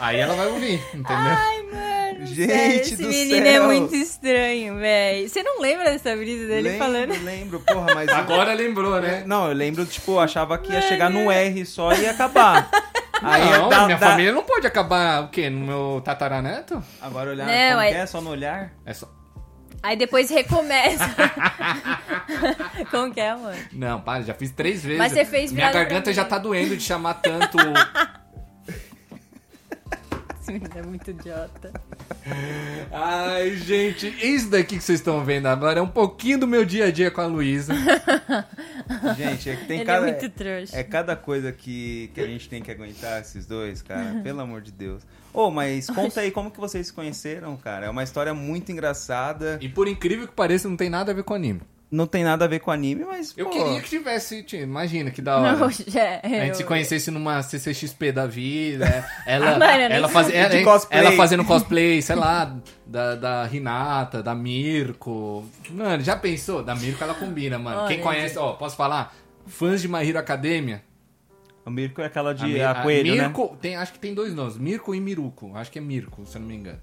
A: Aí ela vai ouvir, entendeu?
B: Gente
C: Sério,
B: do
C: Esse
B: céu.
C: menino é muito estranho, velho. Você não lembra dessa brisa dele
B: lembro,
C: falando?
B: Lembro, porra, mas... eu-
A: Agora lembrou, né?
B: Não, eu lembro, tipo, eu achava que ia chegar no R só e ia acabar. Aí
A: não,
B: dá-
A: minha
B: dá-
A: família não pode acabar o quê? No meu tataraneto?
B: Agora olhar,
C: Não,
B: como
C: é-
B: que é? Só no olhar?
A: É só...
C: Aí depois recomeça. Como que é, amor?
A: Não, para, já fiz três vezes.
C: Mas você fez
A: Minha
C: virada pra
A: garganta
C: mim.
A: já tá doendo de chamar tanto.
C: Esse menino é muito idiota.
A: Ai, gente, isso daqui que vocês estão vendo agora é um pouquinho do meu dia a dia com a Luísa.
B: Gente, é que tem
C: Ele
B: cada...
C: é muito trouxa.
B: É cada coisa que, que a gente tem que aguentar, esses dois, cara. Pelo amor de Deus. Ô, mas conta aí como que vocês se conheceram, cara. É uma história muito engraçada.
A: E por incrível que pareça, não tem nada a ver com anime.
B: Não tem nada a ver com anime, mas.
A: Eu
B: pô,
A: queria que tivesse, tio, imagina que da hora.
C: Não, já, é.
A: A gente
C: eu-
A: se conhecesse numa CCXP da vida, né? ela,
C: Ah, mano, eu nem
A: ela, faz,
C: sabia.
A: ela,
B: De cosplay.
A: ela fazendo cosplay, sei lá, da, da Renata, da Mirko. Mano, já pensou? Da Mirko ela combina, mano.
C: Olha,
A: Quem conhece, ó, posso falar? Fãs de My Hero Academia.
B: O Mirko é aquela de
A: Mi-
B: a coelho, né?
A: Mirko, é tem, acho que tem dois nomes, Mirko e Miruko. Acho que é Mirko, se eu não me engano.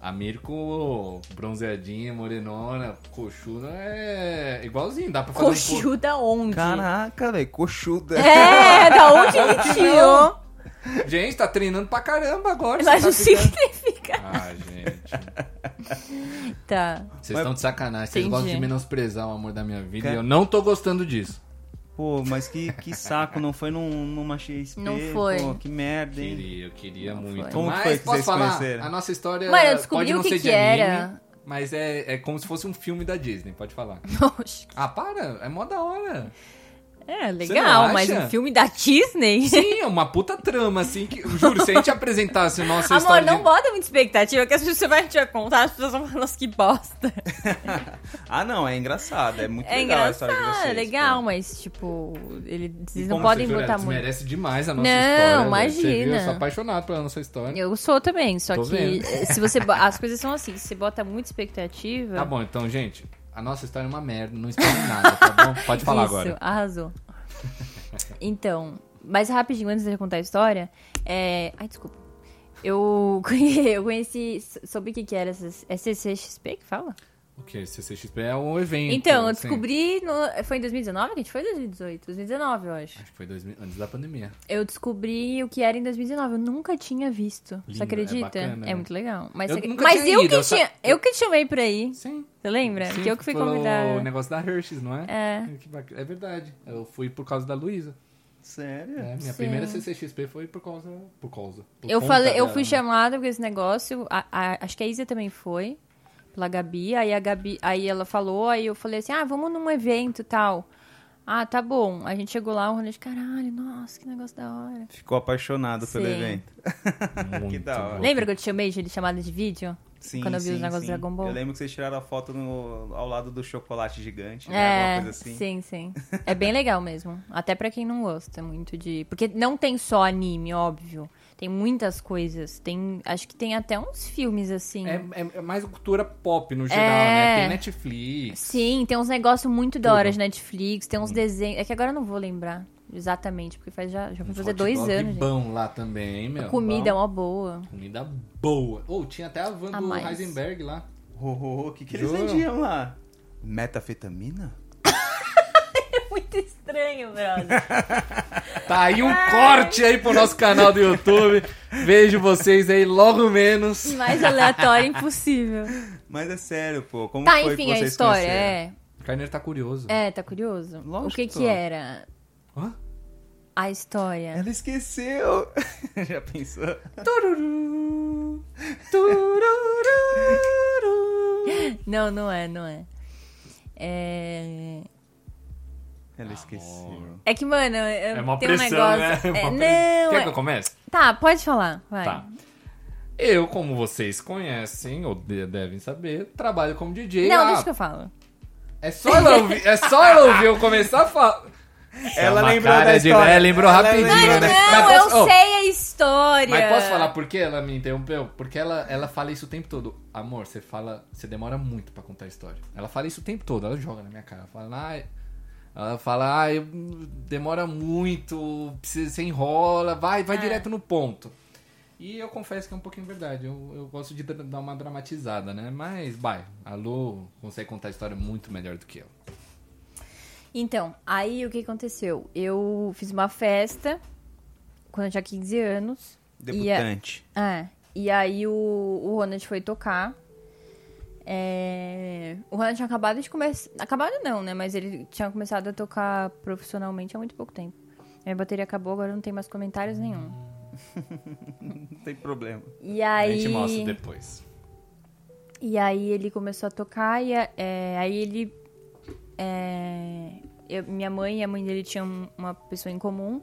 A: A Mirko, bronzeadinha, morenona, coxuda, é igualzinho, dá pra fazer um pouco.
C: Coxu da onde?
B: Caraca, velho, coxuda.
C: É, da onde ele tirou?
A: Gente, tá treinando pra caramba agora.
C: Mas
A: você
C: o
A: tá ficando-
C: significa.
A: Ah, gente.
C: Tá.
A: Vocês estão de sacanagem, vocês
C: Entendi.
A: gostam de menosprezar o amor da minha vida
B: Quer-
A: e eu não tô gostando disso.
B: Pô, mas que, que saco, não foi num, numa XP.
C: Não foi.
B: Pô, que merda, hein?
A: Queria, eu queria muito.
B: Como que
A: mas
B: foi que
A: posso
B: vocês
A: falar,
B: conheceram?
A: a nossa história
C: Mano, eu
A: pode
C: descobri
A: não
C: o que
A: ser de
C: que
A: anime,
C: era.
A: mas é, é como se fosse um filme da Disney, pode falar.
C: Poxa.
A: Ah, para, é mó da hora.
C: É,
A: não
C: legal,
A: acha?
C: mas um filme da Disney?
A: Sim, é uma puta trama, assim, que, juro, se a gente apresentasse o nosso
C: Amor,
A: história
C: não
A: de...
C: bota muita expectativa, que as pessoas vai te contar, as pessoas vão falar, nossa, que bosta.
B: Ah, não, é engraçado. É muito
C: É
B: legal a
C: engraçado,
B: história de vocês. tá.
C: é legal,
B: pô.
C: mas, tipo, ele,
B: E
C: vocês não
B: como
C: podem
A: Jura,
C: botar muito.
A: desmerece demais a nossa
C: Não,
A: história. velho. Você viu?
C: imagina.
A: Eu sou apaixonado pela nossa história.
C: Eu sou também, só
A: Tô
C: que
A: vendo.
C: eh, se você bo- as coisas são assim, se você bota muita expectativa.
A: Tá bom, então, gente, a nossa história é uma merda, não espere nada, tá bom? Pode falar
C: Isso,
A: agora.
C: arrasou. Então, mas rapidinho, antes de eu contar a história, é... Ai, desculpa. Eu conhe- eu conheci, soube o que que era essas... É CCXP que fala?
A: O que? CCXP é um evento.
C: Então, eu
A: assim.
C: descobri... no- Foi em 2019 que a gente foi? 2018? 2019, eu acho.
A: Acho que foi 2000, antes da pandemia.
C: Eu descobri o que era em 2019. Eu nunca tinha visto.
A: Lindo,
C: você
A: é
C: acredita?
A: bacana, né?
C: muito legal. Mas,
A: Eu
C: você-
A: nunca
C: mas
A: tinha
C: eu,
A: ido,
C: que
A: eu só-
C: tinha... eu que te chamei pra ir.
A: Sim.
C: Você lembra?
A: Sim,
C: É, que eu que fui
A: pelo
C: convidada.
A: negócio da Hershey's, não é?
C: É.
A: Que bacana. É verdade. Eu fui por causa da Luísa.
B: Sério?
A: É,
C: Sim.
A: minha primeira CCXP foi por causa. Por causa. por
C: Eu
A: conta
C: falei, eu
A: dela,
C: fui
A: né?
C: chamada por esse negócio. a- a- acho que a Isa também foi pela Gabi. Aí a Gabi, aí ela falou, aí eu falei assim, ah, vamos num evento e tal. Ah, tá bom. A gente chegou lá, o Ronald, caralho, nossa, que negócio da hora.
B: Ficou apaixonado pelo
C: Sim.
B: evento.
A: Muito
B: Que da hora.
A: bom.
C: Lembra que eu te chamei de chamada de vídeo?
B: Sim,
C: Quando eu vi os
B: sim,
C: negócios
B: sim.
C: do Dragon Ball.
B: Eu lembro que vocês tiraram a foto no- ao lado do chocolate gigante, né?
C: É,
B: Alguma coisa assim.
C: sim, sim. É bem legal mesmo. Até pra quem não gosta muito de. Porque não tem só anime, óbvio. Tem muitas coisas. Tem. Acho que tem até uns filmes assim.
A: É, é- é mais cultura pop no geral,
C: É.
A: né? Tem Netflix.
C: Sim, tem uns negócios muito da hora
A: Tudo.
C: de Netflix, tem uns desenhos. É que agora eu não vou lembrar exatamente, porque faz já, já vai
A: Uns
C: fazer
A: hot
C: dois
A: dog
C: anos. gente.
A: bom lá também, hein, meu.
C: Comida é
A: Bom.
C: mó boa.
A: Comida boa. Ou tinha até a van
C: A
A: do
C: mais.
A: Heisenberg lá.
B: Ho, ho, ho, o que, que eles
A: Juro.
B: vendiam lá? Metafetamina?
C: É muito estranho, brother.
A: Tá aí um corte aí pro nosso canal do YouTube. Vejo vocês aí logo menos.
C: Mais aleatório impossível.
B: Mas é sério, pô. Como
C: tá,
B: foi que
C: enfim, a
B: vocês
C: história.
B: conheceram?
C: É,
A: O Carneiro tá curioso.
C: é, tá curioso?
B: Lógico.
C: o que que era
A: Hã?
C: a história?
B: Ela esqueceu. Já pensou?
A: Tururu, tururu.
C: Não, não é, não é. É,
B: Ela esqueceu.
C: é que, mano, eu
A: É uma
C: tem um
A: pressão,
C: negócio.
A: né? É
C: É,
A: uma pressão.
C: não,
A: Quer
C: é-
A: que eu comece?
C: tá, pode falar. Vai.
A: Tá. Eu, como vocês conhecem, ou de- devem saber, trabalho como DJ.
C: Não,
A: Ah,
C: deixa que eu falo.
A: é, só ela ouvir, é só ela ouvir eu começar a falar.
B: Ela
A: Chama a
B: lembrou
A: cara
B: da
A: de-
B: história.
A: é, lembrou
B: Ela
A: rapidinho,
B: lembrou
A: né?
B: da-
A: Mas
C: Não,
A: posso-
C: eu
A: oh.
C: sei a história.
A: Mas posso falar por que ela me interrompeu? Porque ela, ela fala isso o tempo todo. Amor, você fala. Você demora muito pra contar a história. Ela fala isso o tempo todo, ela joga na minha cara. Ela fala, ah, ela fala, ah, eu- demora muito, precisa- você enrola, vai, vai direto no ponto. E eu confesso que é um pouquinho verdade. Eu, eu gosto de dra- dar uma dramatizada, né? Mas, vai, a Lu consegue contar a história muito melhor do que eu.
C: Então, aí o que aconteceu? Eu fiz uma festa quando eu tinha 15 anos. E a-
B: Debutante.
C: É. E aí o, o Ronald foi tocar. É, O Ronald tinha acabado de começar. Acabado não, né? Mas ele tinha começado a tocar profissionalmente há muito pouco tempo. Minha bateria acabou, agora não tem mais comentários nenhum.
B: Não tem problema.
C: E aí.
A: A gente mostra depois.
C: E aí ele começou a tocar e a- é, aí ele. é, eu- minha mãe e a mãe dele tinham uma pessoa em comum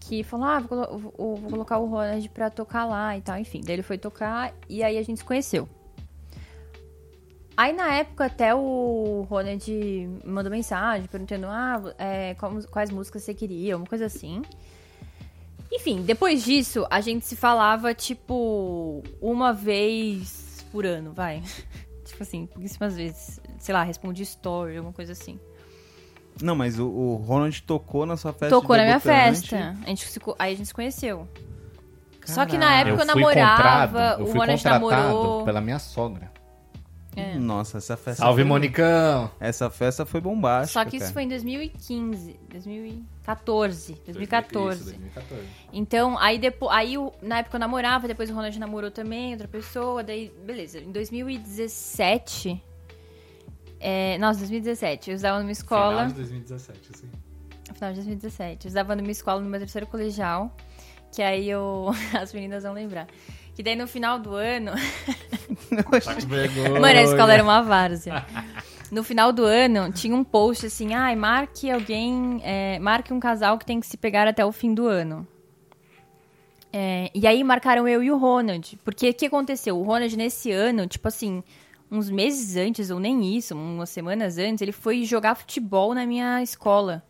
C: que falou: Ah, vou, colo- vou- vou colocar o Ronald pra tocar lá e tal. Enfim, daí ele foi tocar e aí a gente se conheceu. Aí na época até o Ronald mandou mensagem perguntando ah, é, como- quais músicas você queria, uma coisa assim. Enfim, depois disso, a gente se falava, tipo, uma vez por ano, vai. tipo assim, pouquíssimas vezes. Sei lá, respondi story, alguma coisa assim.
B: Não, mas o, o Ronald tocou na sua festa.
C: Tocou
B: de
C: na minha
B: debutante.
C: festa. A gente se co- aí a gente se conheceu. Só que na
B: Caralho.
C: época eu,
A: fui
C: namorava,
A: contratado- eu
C: o
A: fui
C: Ronald
A: contratado
C: namorou. É.
A: pela minha sogra.
B: Nossa, essa festa.
A: Salve,
B: foi...
A: Monicão!
B: Essa festa foi bombástica.
C: Só que isso
B: cara.
C: foi em 2015, 2014, 2014.
A: Isso, 2014.
C: Então, aí depois, aí o- na época eu namorava, depois o Ronald namorou também, outra pessoa, daí, beleza. Em 2017, é, nossa, 2017, eu estudava numa escola,
A: Final de 2017, assim.
C: final, de 2017, eu estudava numa escola no meu terceiro colegial, que aí eu, as meninas vão lembrar, que daí no final do ano,
A: Tá com vergonha.
C: Mano, a escola era uma várzea. No final do ano, tinha um post assim, ai, marque alguém, é, marque um casal que tem que se pegar até o fim do ano. É, e aí marcaram eu e o Ronald, porque o que aconteceu? O Ronald, nesse ano, tipo assim, uns meses antes, ou nem isso, umas semanas antes, ele foi jogar futebol na minha escola.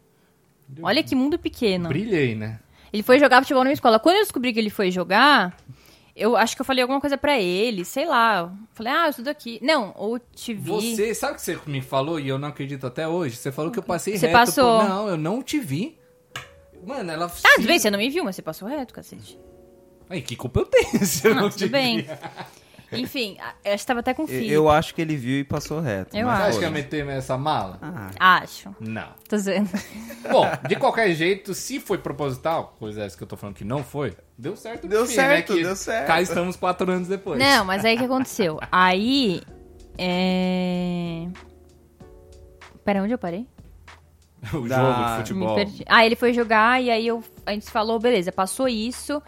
C: Olha que mundo pequeno.
A: Brilhei, né?
C: Ele foi jogar futebol na escola. Quando eu descobri que ele foi jogar, eu acho que eu falei alguma coisa pra ele, sei lá. Eu Falei, ah, eu estudo aqui. Não, ou te vi.
A: Você, sabe o que você me falou e eu não acredito até hoje? Você falou que eu passei
C: Você
A: reto. por-
C: passou.
A: Não, eu não te vi. Mano, ela...
C: Ah, tudo bem, você não me viu, mas você passou reto, cacete.
A: Ai, que culpa eu tenho se eu não,
C: Não,
A: te
C: tudo bem.
A: vi?
C: Enfim, a- eu estava até com
B: Eu,
C: fio.
B: eu acho que ele viu e passou reto.
C: Eu
A: Você
B: mas
A: acha que
B: foi.
A: ia meter nessa mala?
B: Ah,
C: Acho.
A: Não.
C: Tô zoando.
A: Bom, de qualquer jeito, se foi proposital, coisa essa que eu tô falando que não foi, deu certo. no
B: Deu
A: fim,
B: certo,
A: né? Que
B: deu certo.
A: Cá estamos quatro anos depois.
C: Não, mas aí o que aconteceu? Aí. É. Pera, onde eu parei?
A: O jogo
B: Dá.
A: de futebol.
C: Me perdi. Ah, ele foi jogar e aí eu, a gente falou, beleza, passou isso.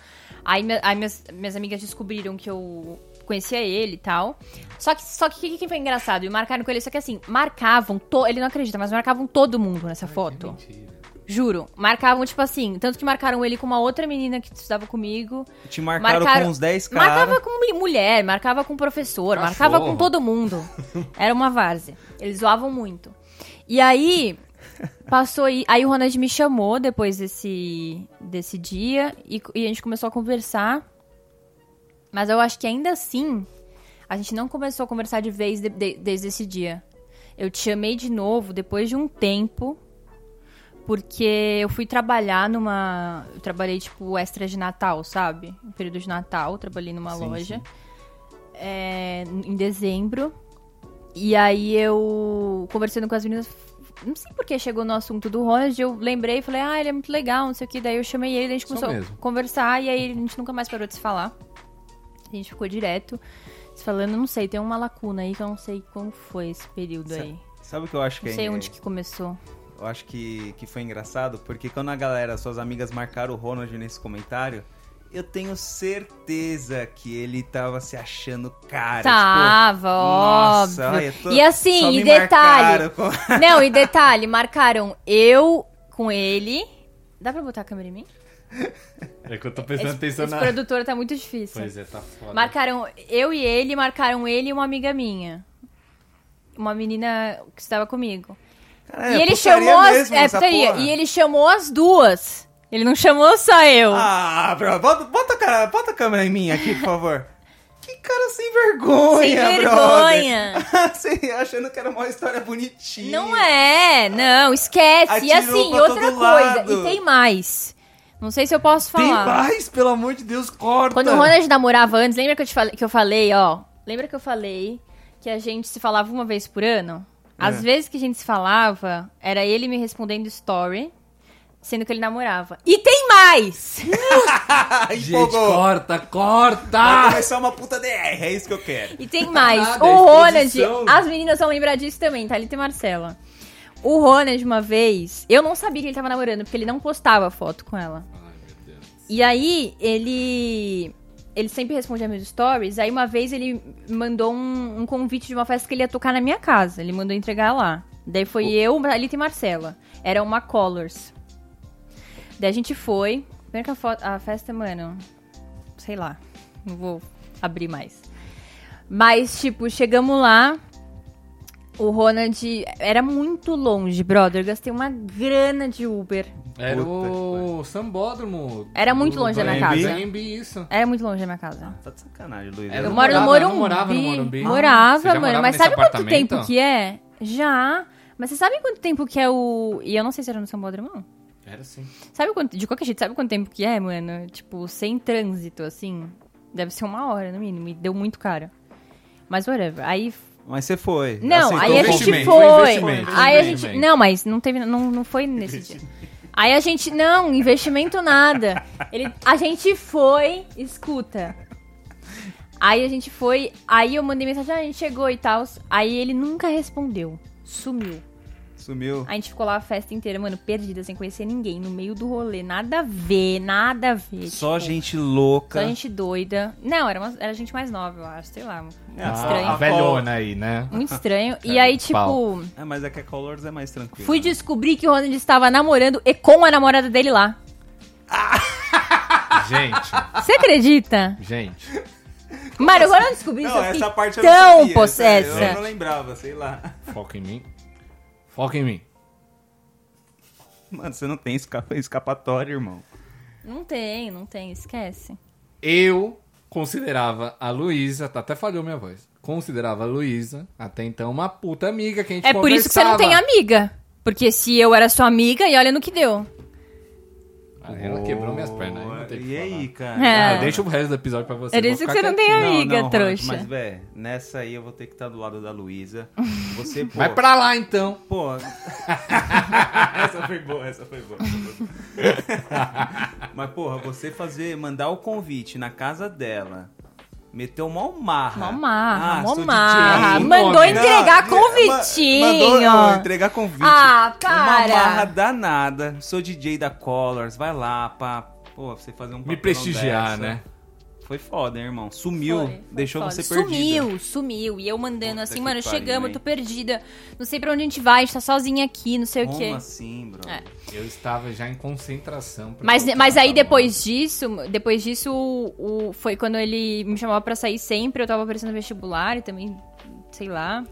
C: Aí, me- aí minhas, minhas amigas descobriram que eu conhecia ele e tal. Só que só que, que, que foi engraçado? E marcaram com ele, só que assim, marcavam, to, ele não acredita, mas marcavam todo mundo nessa foto.
A: Mentira.
C: Juro. Marcavam, tipo assim, tanto que marcaram ele com uma outra menina que estudava comigo.
B: te marcaram,
C: Marcaram-
B: com uns 10
C: Marcava
B: caras.
C: com mi- mulher, marcava com professor,
A: Cachorro.
C: marcava com todo mundo. Era uma várzea. Eles zoavam muito. E aí, passou aí. Aí o Ronald me chamou depois desse, desse dia e, co- e a gente começou a conversar. Mas eu acho que ainda assim, a gente não começou a conversar de vez de- de- desde esse dia. Eu te chamei de novo depois de um tempo. Porque eu fui trabalhar numa. Eu trabalhei, tipo, extra de Natal, sabe? No período de Natal, trabalhei numa
B: Sim,
C: loja.
B: sim.
C: É, em dezembro. E aí eu, conversando com as meninas, não sei porque chegou no assunto do Ronald, eu lembrei e falei, ah, ele é muito legal, não sei o que. Daí eu chamei ele, a gente
A: Isso
C: começou
A: mesmo.
C: a conversar, e aí a gente nunca mais parou de se falar. A gente ficou direto, se falando, não sei, tem uma lacuna aí que eu não sei como foi esse período
B: Certo.
C: aí.
B: Sabe o que eu acho que
C: Não
B: é-
C: sei onde que começou.
B: Eu acho que, que foi engraçado, porque quando a galera, suas amigas marcaram o Ronald nesse comentário, eu tenho certeza que ele tava se achando cara.
C: Tá, Tava,
B: tipo,
C: óbvio.
B: Nossa, ai, eu tô-
C: e assim,
B: só
C: e
B: me
C: detalhe.
B: marcaram com-
C: Não, e detalhe, marcaram eu com ele. Dá pra botar a câmera em mim?
A: É que eu tô prestando
C: esse
A: atenção
C: esse
A: na.
C: produtor tá muito difícil.
A: Pois é, tá foda.
C: Marcaram eu e ele, marcaram ele e uma amiga minha. Uma menina que estava comigo.
B: Caralho, é
C: e
B: putaria
C: ele chamou as,
B: mesmo
C: é,
B: essa
C: putaria.
B: porra.
C: E ele chamou as duas. Ele não chamou só eu.
B: Ah, bro, bota, bota, a cara- bota a câmera em mim aqui, por favor. Que cara sem vergonha,
C: Sem vergonha.
B: brother. Sem- achando que era uma história bonitinha.
C: Não é, não, esquece. E
B: Atirou
C: assim,
B: pra
C: outra
B: todo
C: coisa,
B: lado.
C: e tem mais. Não sei se eu posso
A: Tem
C: falar.
A: mais, pelo amor de Deus, corta.
C: Quando o Ronald namorava antes, lembra que eu, te falei, que eu falei, ó? Lembra que eu falei que a gente se falava uma vez por ano?
A: É.
C: Às vezes que a gente se falava, era ele me respondendo story, sendo que ele namorava. E tem mais!
A: Gente, corta, corta!
B: Vai começar uma puta DR, é isso que eu quero.
C: E tem mais.
A: Nada,
C: o
B: é
C: Ronald.
B: exposição.
C: As meninas vão lembrar disso também, Thalita e Marcela. O Ronald, uma vez, eu não sabia que ele tava namorando, porque ele não postava foto com ela. E aí, ele. Ele sempre respondia meus stories. Aí, uma vez, ele mandou um, um convite de uma festa que ele ia tocar na minha casa. Ele mandou entregar lá. Daí foi eu, Thalita e Marcela. Era uma Colors. Daí a gente foi. Primeiro que a, fo- a festa, mano. Sei lá. Não vou abrir mais. Mas, tipo, chegamos lá. O Ronald era muito longe, brother. Gastei uma grana de Uber.
A: Era
B: Puta que
A: o sambódromo.
C: Era muito
A: do-
C: longe da
A: do
C: minha
A: Airbnb.
C: casa.
A: Airbnb, isso.
C: Era muito longe da minha casa.
B: Tá de sacanagem, Luiz.
A: Era
C: Eu
A: Não
C: moro no
A: morava-
C: Morumbi.
A: não morava no Morumbi?
C: Morava,
A: Você já
C: mano.
A: morava
C: Mas
A: nesse
C: sabe quanto
A: apartamento?
C: tempo que é? Já. Mas você sabe quanto tempo que é o. E eu não sei se era no São Bodrum, não.
A: Era sim.
C: Sabe quanto. De qualquer jeito, sabe quanto tempo que é, mano? Tipo, sem trânsito, assim. Deve ser uma hora, no mínimo. E deu muito caro. Mas whatever. Aí
B: Mas você foi.
C: Não,
B: aceitou o
C: aí a
B: um
A: investimento,
C: gente
A: foi
C: foi.
A: investimento.
C: Aí a
A: Investimento.
C: gente. Não, mas não teve. Não, não foi nesse dia. Aí a gente. Não, investimento nada. Ele, a gente foi. Escuta. Aí a gente foi. Aí eu mandei mensagem, ah, a gente chegou e tal. Aí ele nunca respondeu. Sumiu.
B: Sumiu.
C: A gente ficou lá a festa inteira, mano, perdida, sem conhecer ninguém, no meio do rolê. Nada a ver, nada a ver.
B: Só
C: tipo,
B: gente
C: Só
B: louca.
C: gente doida. Não, era, uma- era gente mais nova, eu acho. Sei lá.
B: É, a-
C: estranho.
A: A velhona aí, né?
C: Muito estranho. E aí, tipo.
A: Pau.
B: É, mas é que a Colors é mais tranquilo.
C: Fui descobrir que o Ronald estava namorando e com a namorada dele lá.
A: Gente,
C: Você acredita?
A: gente.
C: Mano, quando eu descobri
B: assim?
C: isso,
B: Não, é.
C: eu fiquei
B: essa parte eu não
C: tão
B: sabia.
C: possessa.
B: Eu não lembrava, sei lá.
A: Foca em mim. Foca em mim.
B: Mano, você não tem escapa- escapatória, irmão.
C: Não tem, não tem, esquece.
A: Eu considerava a Luísa, tá, até falhou minha voz. Considerava a Luísa, até então, uma puta amiga que a gente
C: É por isso que você não tem
A: conversava.
C: amiga. Porque se eu era sua amiga, e olha no que deu.
A: Ah, Ela quebrou minhas pernas. Aí não tem o que
B: E aí,
A: falar.
B: cara?
C: É.
A: Ah, deixa o resto do episódio pra você.
C: É
A: vou
C: isso que
A: ficar
C: você não tem
A: quietinho.
C: amiga.
B: Não, não, Ronald,
C: trouxa.
B: Mas, véi, nessa aí eu vou ter que estar do lado da Luísa. Você, pô...
A: Vai pra lá, então.
B: Pô... essa foi boa, essa foi boa. essa foi boa. mas, porra, você fazer... Mandar o convite na casa dela... Meteu mó marra.
C: Mó marra,
B: ah,
C: mó
B: sou
C: marra.
B: DJ,
C: Mandou
B: nome.
C: entregar
B: Não,
C: convitinho.
B: Mandou ó, entregar convite.
C: Ah,
B: Uma
C: para.
B: marra danada. Sou DJ da Colors, vai lá, pá. Pô, você fazer um
A: Me
B: papelão
A: prestigiar,
B: dessa.
A: né?
B: Foi foda, hein, irmão. Sumiu,
C: Foi, foi
B: deixou
C: foda.
B: você perdido.
C: Sumiu, sumiu. E eu mandando
B: Puta
C: assim,
B: que
C: mano,
B: pariu,
C: chegamos,
B: hein?
C: eu tô perdida. Não sei pra onde a gente vai, a gente tá sozinha aqui, não sei o quê.
B: Como assim, bro?
C: É.
A: Eu estava já em concentração. pra
C: Mas,
A: voltar
C: mas aí
A: pra
B: tá
C: depois disso, depois disso, o, o- foi quando ele me chamava pra sair sempre, eu tava aparecendo vestibular e também, sei lá,
A: lá.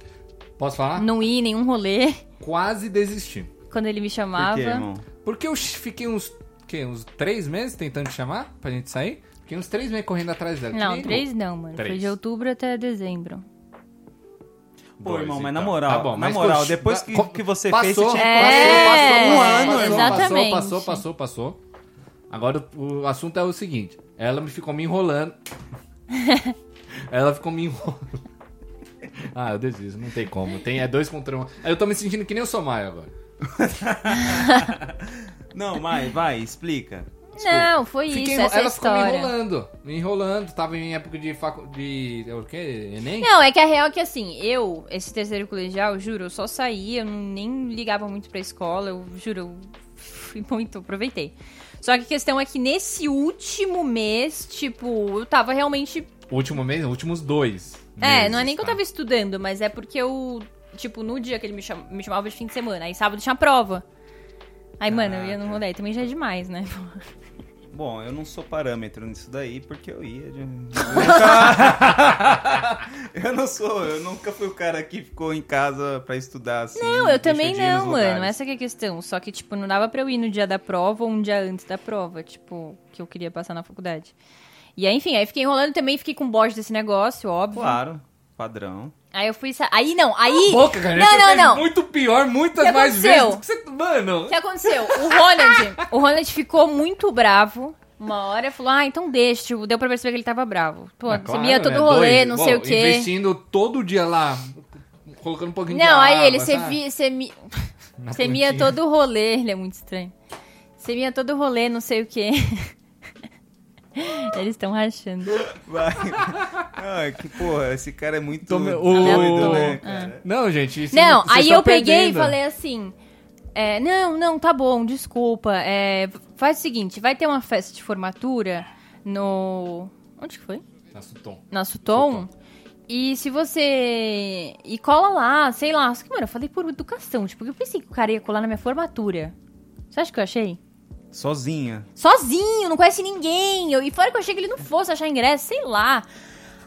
A: Posso
B: Ah.
A: falar?
C: não ia em nenhum rolê
A: Quase desisti.
C: quando ele me
B: Por
C: chamava.
B: quê, irmão?
A: Porque eu fiquei uns. Que, uns três meses tentando te chamar pra gente sair? Fiquei uns três meses correndo atrás dela. que
C: Não,
A: nem
C: três não, mano. Foi
A: Três.
C: de outubro até dezembro.
B: Pô,
A: Dois,
B: irmão, mas na
A: então.
B: moral,
A: Tá bom,
B: na
A: mas
B: moral,
A: quando-
B: depois
A: da-
B: que,
A: co-
B: que você
A: passou,
B: fez, você tinha
C: É,
A: passou,
B: um
A: passou,
B: ano,
A: passou,
B: irmão.
C: exatamente.
A: Passou, passou, passou, passou. Agora o o assunto é o seguinte. Ela me ficou me enrolando. ela ficou me enrolando. Ah, eu desisto, não tem como. Tem, é dois contra um. Aí Eu tô me sentindo que nem o Somaio agora.
B: Não, vai, vai, explica.
C: Não, foi
A: Fiquei
C: isso,
A: enro-
C: essa é
A: ela ficou me
C: história.
A: enrolando. Me enrolando. Tava em época de facu... de... é o quê? Enem?
C: Não, é que a real é que assim, eu, esse terceiro colegial, juro, eu só saía, eu não- nem ligava muito pra escola, eu juro, eu fui muito, aproveitei. Só que a questão é que nesse último mês, tipo, eu tava realmente
A: Último mês? Últimos dois.
C: É,
A: meses,
C: não é nem que eu
A: tá?
C: tava estudando, mas é porque eu, tipo, no dia que ele me, cham- me chamava de fim de semana, aí sábado tinha prova. Aí, mano, eu ia no
B: Caraca.
C: rolê, também já é demais, né?
B: Bom, eu não sou parâmetro nisso daí, porque eu ia. De... Eu, nunca- Eu não sou, eu nunca fui o cara que ficou em casa pra estudar assim.
C: Não, eu também
B: deixa de ir nos
C: não, mano,
B: lugares.
C: essa que é a questão. Só que, tipo, não dava pra eu ir no dia da prova ou um dia antes da prova, tipo, que eu queria passar na faculdade. E aí, enfim, aí fiquei enrolando também, fiquei com bode desse negócio, óbvio.
B: Claro, padrão.
C: Aí eu fui. sa- Aí não, aí.
A: Boca, cara.
C: Não,
A: você
C: não,
A: fez
C: não.
A: Muito pior, muitas
C: Que
A: mais
C: aconteceu?
A: vezes. do que Você, mano.
C: O que aconteceu? O Ronald, o Ronald ficou muito bravo. Uma hora falou, ah, então deixa, tipo, deu pra perceber que ele tava bravo. Pô,
A: Ah,
C: você
A: claro,
C: via todo
A: né?
C: rolê,
A: Dois.
C: não
A: Bom,
C: sei o quê.
A: Investindo todo dia lá, colocando um pouquinho de
C: Não, aí
A: água,
C: ele, você
A: sabe?
C: via, você mi-
A: Na
C: você mia
A: plantinha.
C: todo o rolê, ele é muito estranho. Você mia todo o rolê, não sei o quê. Eles estão rachando.
B: Vai. Ai, que porra, esse cara é muito
A: Tome-
B: doido,
A: o-
B: né, cara?
A: Ah. Não, gente. isso-
C: Não,
A: vocês
C: aí
A: estão
C: eu peguei
A: perdendo.
C: e falei assim: é, não, não, tá bom, desculpa. é, faz o seguinte, vai ter uma festa de formatura no. Onde que foi?
A: Nossa, o Tom.
C: nosso tom. E se você. E cola lá, sei lá. Só que, Mano, eu falei por educação. Tipo, eu pensei que o cara ia colar na minha formatura. Você acha que eu achei?
B: Sozinha.
C: Sozinho, não conhece ninguém. Eu... E fora que eu achei que ele não fosse achar ingresso, sei lá.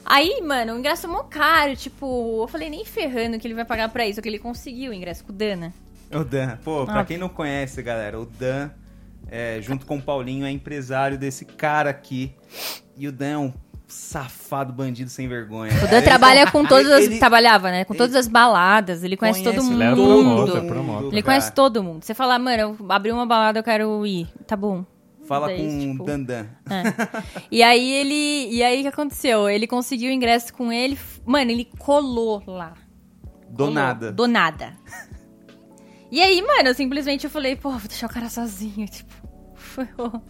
C: Aí, mano, o ingresso é mó caro. Tipo, eu falei nem ferrando que ele vai pagar pra isso. Só que ele conseguiu o ingresso com o né? Dana.
B: O Dan. Pô, pra
C: Ah.
B: quem não conhece, galera, o Dan, é, junto com o Paulinho, é empresário desse cara aqui. E o Dan é um safado bandido sem vergonha.
C: O Dan trabalha com todas as.
B: É, tá- ele-
C: trabalhava, né? Com todas as baladas. Ele conhece, todo mundo.
D: Ele era promotor, promotor.
C: Ele conhece todo mundo. Você fala, mano, eu abri uma balada, eu quero ir. Tá bom.
B: Fala
C: Daí,
B: com
C: tipo, é.
B: o Dan Dan.
C: E aí ele. E aí o que aconteceu? Ele conseguiu o ingresso com ele. f- Mano, ele colou lá.
B: Do
C: Colou.
B: nada.
C: Do nada. E aí, mano, eu simplesmente eu falei, pô, vou deixar o cara sozinho, tipo. Ferrou.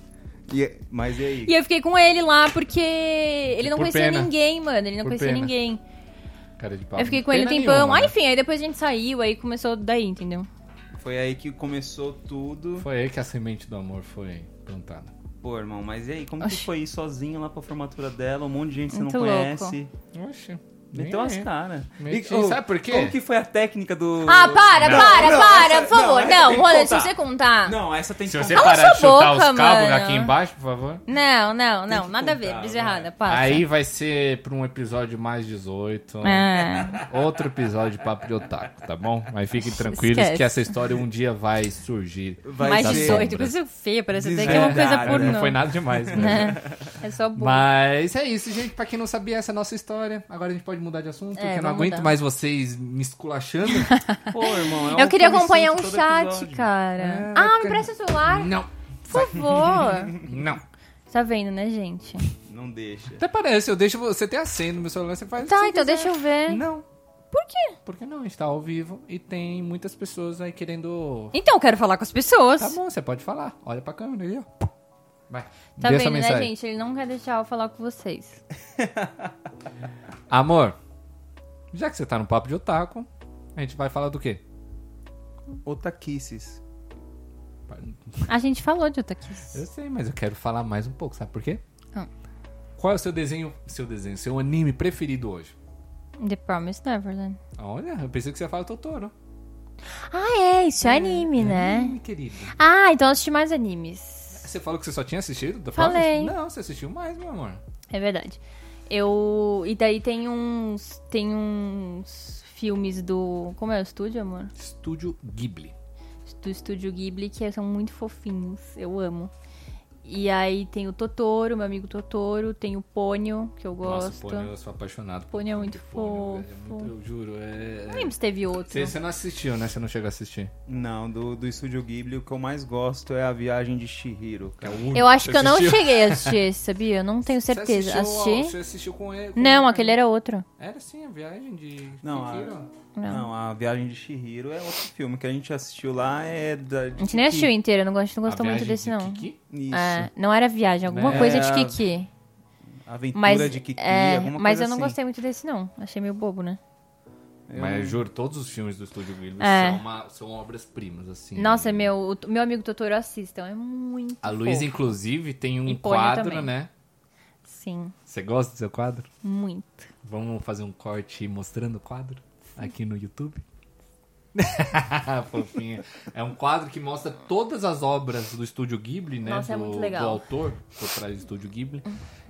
B: E- é, mas e aí?
C: E eu fiquei com ele lá porque ele não
A: Por
C: conhecia
A: pena.
C: ninguém, mano. Ele não
A: Por
C: conhecia
A: pena.
C: ninguém.
A: Cara de pau.
C: eu fiquei com
A: Pena
C: ele um tempão.
A: nenhuma,
C: ah,
A: né?
C: enfim, aí depois a gente saiu, aí começou daí, entendeu?
B: Foi aí que começou tudo.
A: Foi aí que a semente do amor foi plantada.
B: Pô, irmão, mas e aí? Como que
C: Oxi.
B: foi ir sozinho lá pra formatura dela? Um monte de gente que você não
C: Muito louco.
B: conhece.
A: Oxi.
B: Meteu as caras.
A: Meti- sabe por quê?
B: Como que foi a técnica do...
C: Ah, para,
D: Não,
C: para,
B: não,
C: para,
B: essa-
C: por favor.
B: não, essa
C: Não,
B: tem que
C: Ronald, se
B: contar.
C: você contar.
B: Não, essa tem que
D: Se você
B: contar.
D: parar de
C: sua
D: chutar
C: boca,
D: os cabos
C: mano.
D: aqui embaixo, por favor.
C: Não, não,
B: Tem
C: não,
B: que
C: nada a
B: contar,
C: ver, brisa
B: vai.
C: errada, passa.
A: Aí vai ser pra um episódio mais 18.
C: Ah.
A: Outro episódio de Papo de Otaku, tá bom? Mas fiquem tranquilos
C: Esquece.
A: que essa história um dia vai surgir.
B: Vai
C: Mais
A: ser-
C: 18, coisa feia, parece até que é uma coisa
B: Desvendada,
C: por
A: não
C: não.
A: foi nada demais, né?
C: É, é só burro.
A: Mas é isso, gente. Pra quem não sabia, essa é a nossa história. Agora a gente pode mudar de assunto, porque eu não
C: É, vamos
A: aguento
C: mudar.
A: mais vocês me esculachando.
B: Pô, irmão, é
C: Eu
B: um
C: queria
B: filme
C: acompanhar um
B: santo todo
C: chat,
B: episódio.
C: cara.
A: É,
C: ah,
A: cara.
C: me presta o celular,
A: não,
C: por favor.
A: não.
C: tá vendo, né, gente?
B: Não deixa.
A: Até parece, eu deixo você ter acendo no meu celular, você faz o que
C: Tá,
A: você
C: então
A: quiser.
C: deixa eu ver.
A: Não.
C: Por quê?
A: Porque não, a gente tá ao vivo e tem muitas pessoas aí querendo.
C: Então eu quero falar com as pessoas.
A: Tá
C: Tá,
A: bom, você pode falar. Olha pra câmera aí, ó. Vai. dê essa
C: vendo, né,
A: mensagem.
C: gente? Ele não quer deixar eu falar com vocês.
A: Amor, já que você tá no papo de otaku, a gente vai falar do quê?
B: Otaquices.
C: A gente falou de Otakis.
A: Eu sei, mas eu quero falar mais um pouco, sabe por quê?
C: Ah.
A: Qual é o seu desenho, seu desenho, seu anime preferido hoje?
C: The Promised Neverland.
A: Olha, eu pensei que você ia falar Totoro.
C: Ah, é, isso é anime, né?
A: Anime, querido.
C: Ah, então eu assisti mais animes.
A: Você falou que você só tinha assistido? da
C: Falei.
A: Não, você assistiu mais, meu amor.
C: É verdade. Eu. E daí tem uns. Tem uns filmes do. Como é o estúdio, amor?
A: Estúdio Ghibli.
C: Do estúdio Ghibli que são muito fofinhos. Eu amo. E aí tem o Totoro, meu amigo Totoro, tem o Pônio, que eu
A: Nossa,
C: gosto.
A: Pônio, eu sou apaixonado. por
C: Pônio é muito
A: Pônio, velho, é
C: fofo.
A: muito- eu juro, é...
C: Não lembro se teve outro.
A: Você, você não assistiu, né? Você não chegou a assistir.
B: Não, do, do Estúdio Ghibli, o que eu mais gosto é a viagem de Shihiro.
A: É o
B: Cara.
A: único
C: Eu acho que eu não
A: assistiu.
C: cheguei a assistir esse, sabia? Eu não tenho certeza.
A: Você assistiu,
C: Assisti?
A: Você assistiu com ele? com
C: Não,
A: ele.
C: aquele era outro.
A: Era sim, a viagem de.
B: Não,
A: de
B: a-
A: Kiro.
C: Não.
B: Não, a viagem de Shihiro é outro filme que a gente assistiu lá, é da...
C: A gente nem assistiu inteiro, eu não gosto, não gosto
A: A
C: muito
A: viagem
C: desse,
A: de
C: não.
A: Kiki?
B: Isso,
C: É, não era viagem, alguma
A: Né?
C: coisa de
B: É,
C: Kiki.
B: Aventura
C: Mas,
B: de Kiki,
C: é,
B: alguma
C: mas
B: coisa
C: eu não
B: assim.
C: gostei muito desse, não. Achei meio bobo, né?
B: Eu
A: Mas
B: não-
A: juro, todos os filmes do Estúdio Ghibli
C: É.
A: são, uma- são obras-primas, assim.
C: Nossa, é meu, o t- meu amigo Totoro assistam. É muito.
A: A Luísa,
C: fofo.
A: inclusive, tem um
C: E Pônio
A: quadro,
C: também.
A: né?
C: Sim,
A: Você gosta do seu quadro?
C: muito.
A: Vamos fazer um corte mostrando o quadro aqui no YouTube? Fofinha. É um quadro que mostra todas as obras do Estúdio Ghibli, né?
C: Nossa, é
A: do,
C: muito
A: do
C: legal. Uhum.
A: autor por trás do Estúdio Ghibli.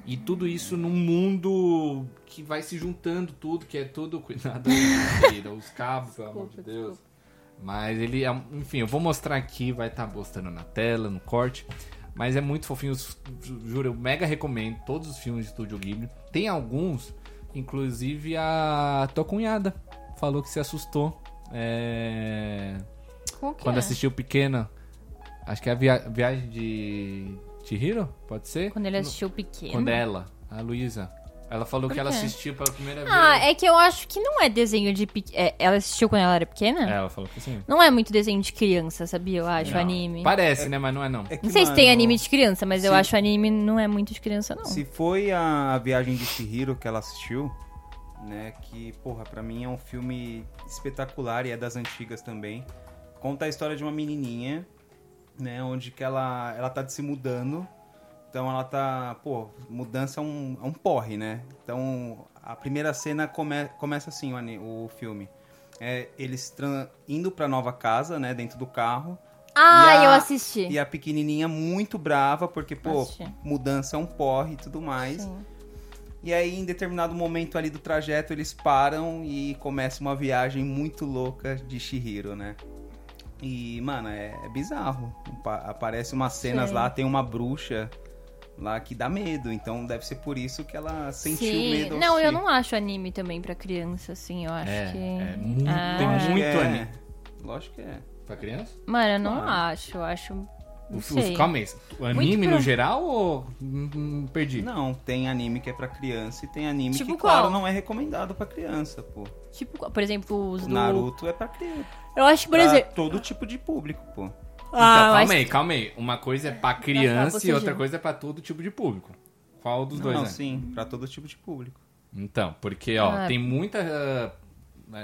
A: E tudo isso num mundo que vai se juntando tudo, que é tudo cuidado, querida, os cabos, pelo amor de
C: Desculpa,
A: Deus. Mas ele, é um- enfim, eu vou mostrar aqui, vai estar postando na tela, no corte. Mas é muito fofinho, os- juro, eu mega recomendo todos os filmes de Estúdio Ghibli. Tem alguns Inclusive a tua cunhada falou que se assustou é,
C: Qual que
A: quando
C: é?
A: assistiu Pequena. Acho que é a via- viagem de Chihiro, pode ser?
C: Quando ele assistiu pequeno.
A: Quando é ela, a Luísa. Ela falou
C: Por
A: que ela
C: quê?
A: assistiu pela primeira
C: Ah,
A: vez.
C: é que eu acho que não é desenho de pequeno. ela assistiu quando ela era pequena?
A: Ela falou que sim.
C: Não é muito desenho de criança, sabia? Eu acho,
A: Não,
C: anime.
A: Parece, né? Mas não é não.
B: É que,
C: Não sei se tem
B: mano,
C: anime de criança, mas eu
B: se-
C: acho anime não é muito de criança, não.
B: Se foi a viagem de Shihiro que ela assistiu, né? Que, porra, pra mim é um filme espetacular e é das antigas também. Conta a história de uma menininha, né? Onde que ela, ela tá se mudando. Então ela tá. Pô, mudança é um, é um porre, né? Então a primeira cena come- começa assim o, ani- o filme. É, eles tran- indo pra nova casa, né? Dentro do carro.
C: Ah,
B: E a-
C: eu assisti.
B: E a pequenininha muito brava, porque, pô,
C: Assisti.
B: mudança é um porre e tudo mais.
C: Sim.
B: E aí, em determinado momento ali do trajeto, eles param e começa uma viagem muito louca de Shihiro, né? E, mano, é, é bizarro. Pa- Aparece umas cenas
C: Sim.
B: lá, tem uma bruxa lá que dá medo. Então deve ser por isso que ela sentiu
C: Sim.
B: medo. ao
C: Não, eu
B: Shihiro.
C: não acho anime também pra criança, assim. Eu acho
A: É,
C: que.
A: é muito-
C: Ah.
A: tem
B: Lógico que
A: muito
B: é.
A: anime.
B: Lógico que é. Ah,
A: Pra criança?
C: Mano, eu não
B: Claro.
C: acho. Eu acho. Não
A: Os,
C: sei.
A: os, calma aí. O anime
C: Muito
A: no
C: pro-
A: geral ou. Hum, hum, Perdi.
B: Não, tem anime que é pra criança e tem anime
C: Tipo
B: que,
C: qual?
B: claro, não é recomendado pra criança, pô.
C: Tipo, por exemplo, os
B: O
C: do.
B: Naruto é pra criança.
C: Eu acho que, por
B: pra
C: exemplo.
B: todo tipo de público, pô.
A: então, calma
C: Ah, mas-
A: aí, calma aí. Uma coisa é pra
C: falar,
A: criança
C: você
A: e outra
C: diga.
A: coisa é pra todo tipo de público. Qual dos dois
B: não,
A: é?
B: sim, pra todo tipo de público.
A: Então, porque, ó,
C: Ah.
A: tem muita. ah,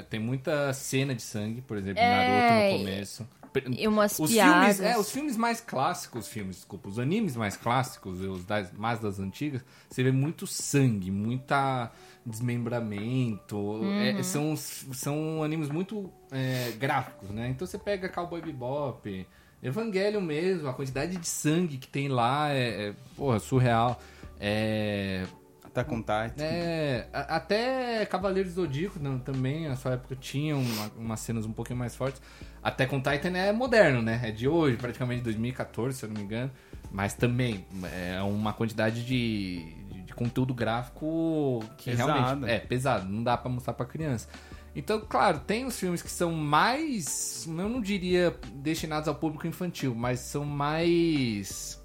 A: Tem muita cena de sangue, por exemplo,
C: É,
A: Naruto no começo.
C: E umas
A: Os
C: piadas.
A: filmes, é, os filmes mais clássicos, os filmes, desculpa, os animes mais clássicos, os das, mais das antigas, você vê muito sangue, muita desmembramento.
C: Uhum.
A: é, são, os- são animes muito é, gráficos, né? Então você pega Cowboy Bebop, Evangelho mesmo, a quantidade de sangue que tem lá é, é, porra, surreal. É,
B: Attack on Titan.
A: é, a- até Cavaleiros do Zodíaco não, também, na sua época, tinha uma- umas cenas um pouquinho mais fortes. Até com Titan é moderno, né? É de hoje, praticamente 2014, se eu não me engano. Mas também é uma quantidade de, de, de conteúdo gráfico que
B: Pesado.
A: realmente é pesado, não dá pra mostrar pra criança. Então, claro, tem os filmes que são mais, eu não diria destinados ao público infantil, mas são mais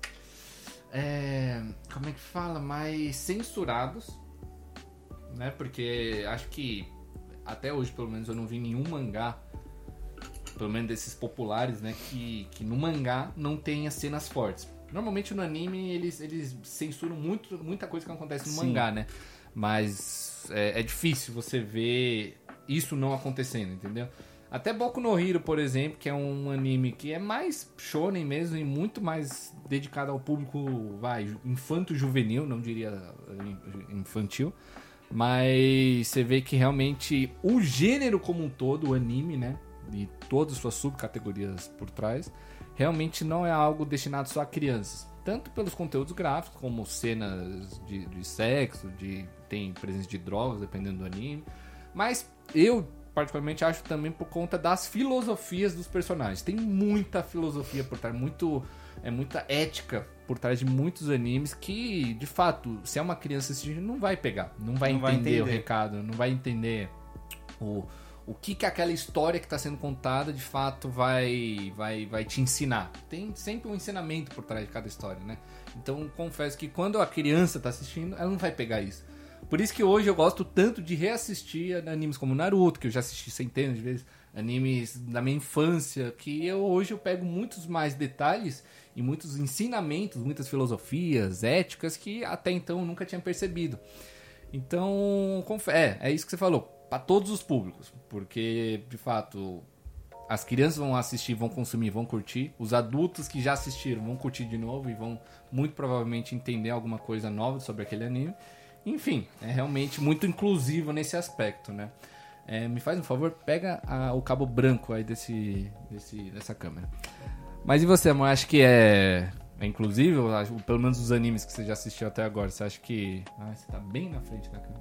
A: é, como é que fala? Mais censurados, né? Porque acho que até hoje, pelo menos, eu não vi nenhum mangá, pelo menos desses populares, né? Que, que no mangá não tenha cenas fortes. Normalmente no anime eles, eles censuram muito, muita coisa que acontece no
B: Sim.
A: mangá, né? Mas é, é difícil você ver isso não acontecendo, entendeu? Até Boku no Hero, por exemplo, que é um anime que é mais shonen mesmo e muito mais dedicado ao público, vai, ju- infanto-juvenil, não diria eh, infantil. Mas você vê que realmente o gênero como um todo, o anime, né? E todas as suas subcategorias por trás, realmente não é algo destinado só a crianças. Tanto pelos conteúdos gráficos, como cenas de, de sexo, de tem presença de drogas, dependendo do anime. Mas eu, particularmente, acho também por conta das filosofias dos personagens. Tem muita filosofia por trás, muito, é muita ética por trás de muitos animes que, de fato, se é uma criança assistindo, não vai pegar, não vai,
B: Não vai
A: entender, o
B: entender.
A: recado, não vai entender o, o que, que aquela história que está sendo contada, de fato, vai, vai, vai te ensinar. Tem sempre um ensinamento por trás de cada história, né? Então, confesso que quando a criança tá assistindo, ela não vai pegar isso. Por isso que hoje eu gosto tanto de reassistir animes como Naruto, que eu já assisti centenas de vezes, animes da minha infância, que eu hoje eu pego muitos mais detalhes e muitos ensinamentos, muitas filosofias, éticas que até então eu nunca tinha percebido. Então, conf- é, é isso que você falou, para todos os públicos, porque de fato as crianças vão assistir, vão consumir, vão curtir, os adultos que já assistiram vão curtir de novo e vão muito provavelmente entender alguma coisa nova sobre aquele anime. Enfim, é realmente muito inclusivo nesse aspecto, né? É, me faz um favor, pega a- o cabo branco aí desse, desse, dessa câmera. Mas e você, amor? Acho que é, é inclusível? Acho- Pelo menos os animes que você já assistiu até agora. Você acha que. Ah, você tá bem na frente da câmera.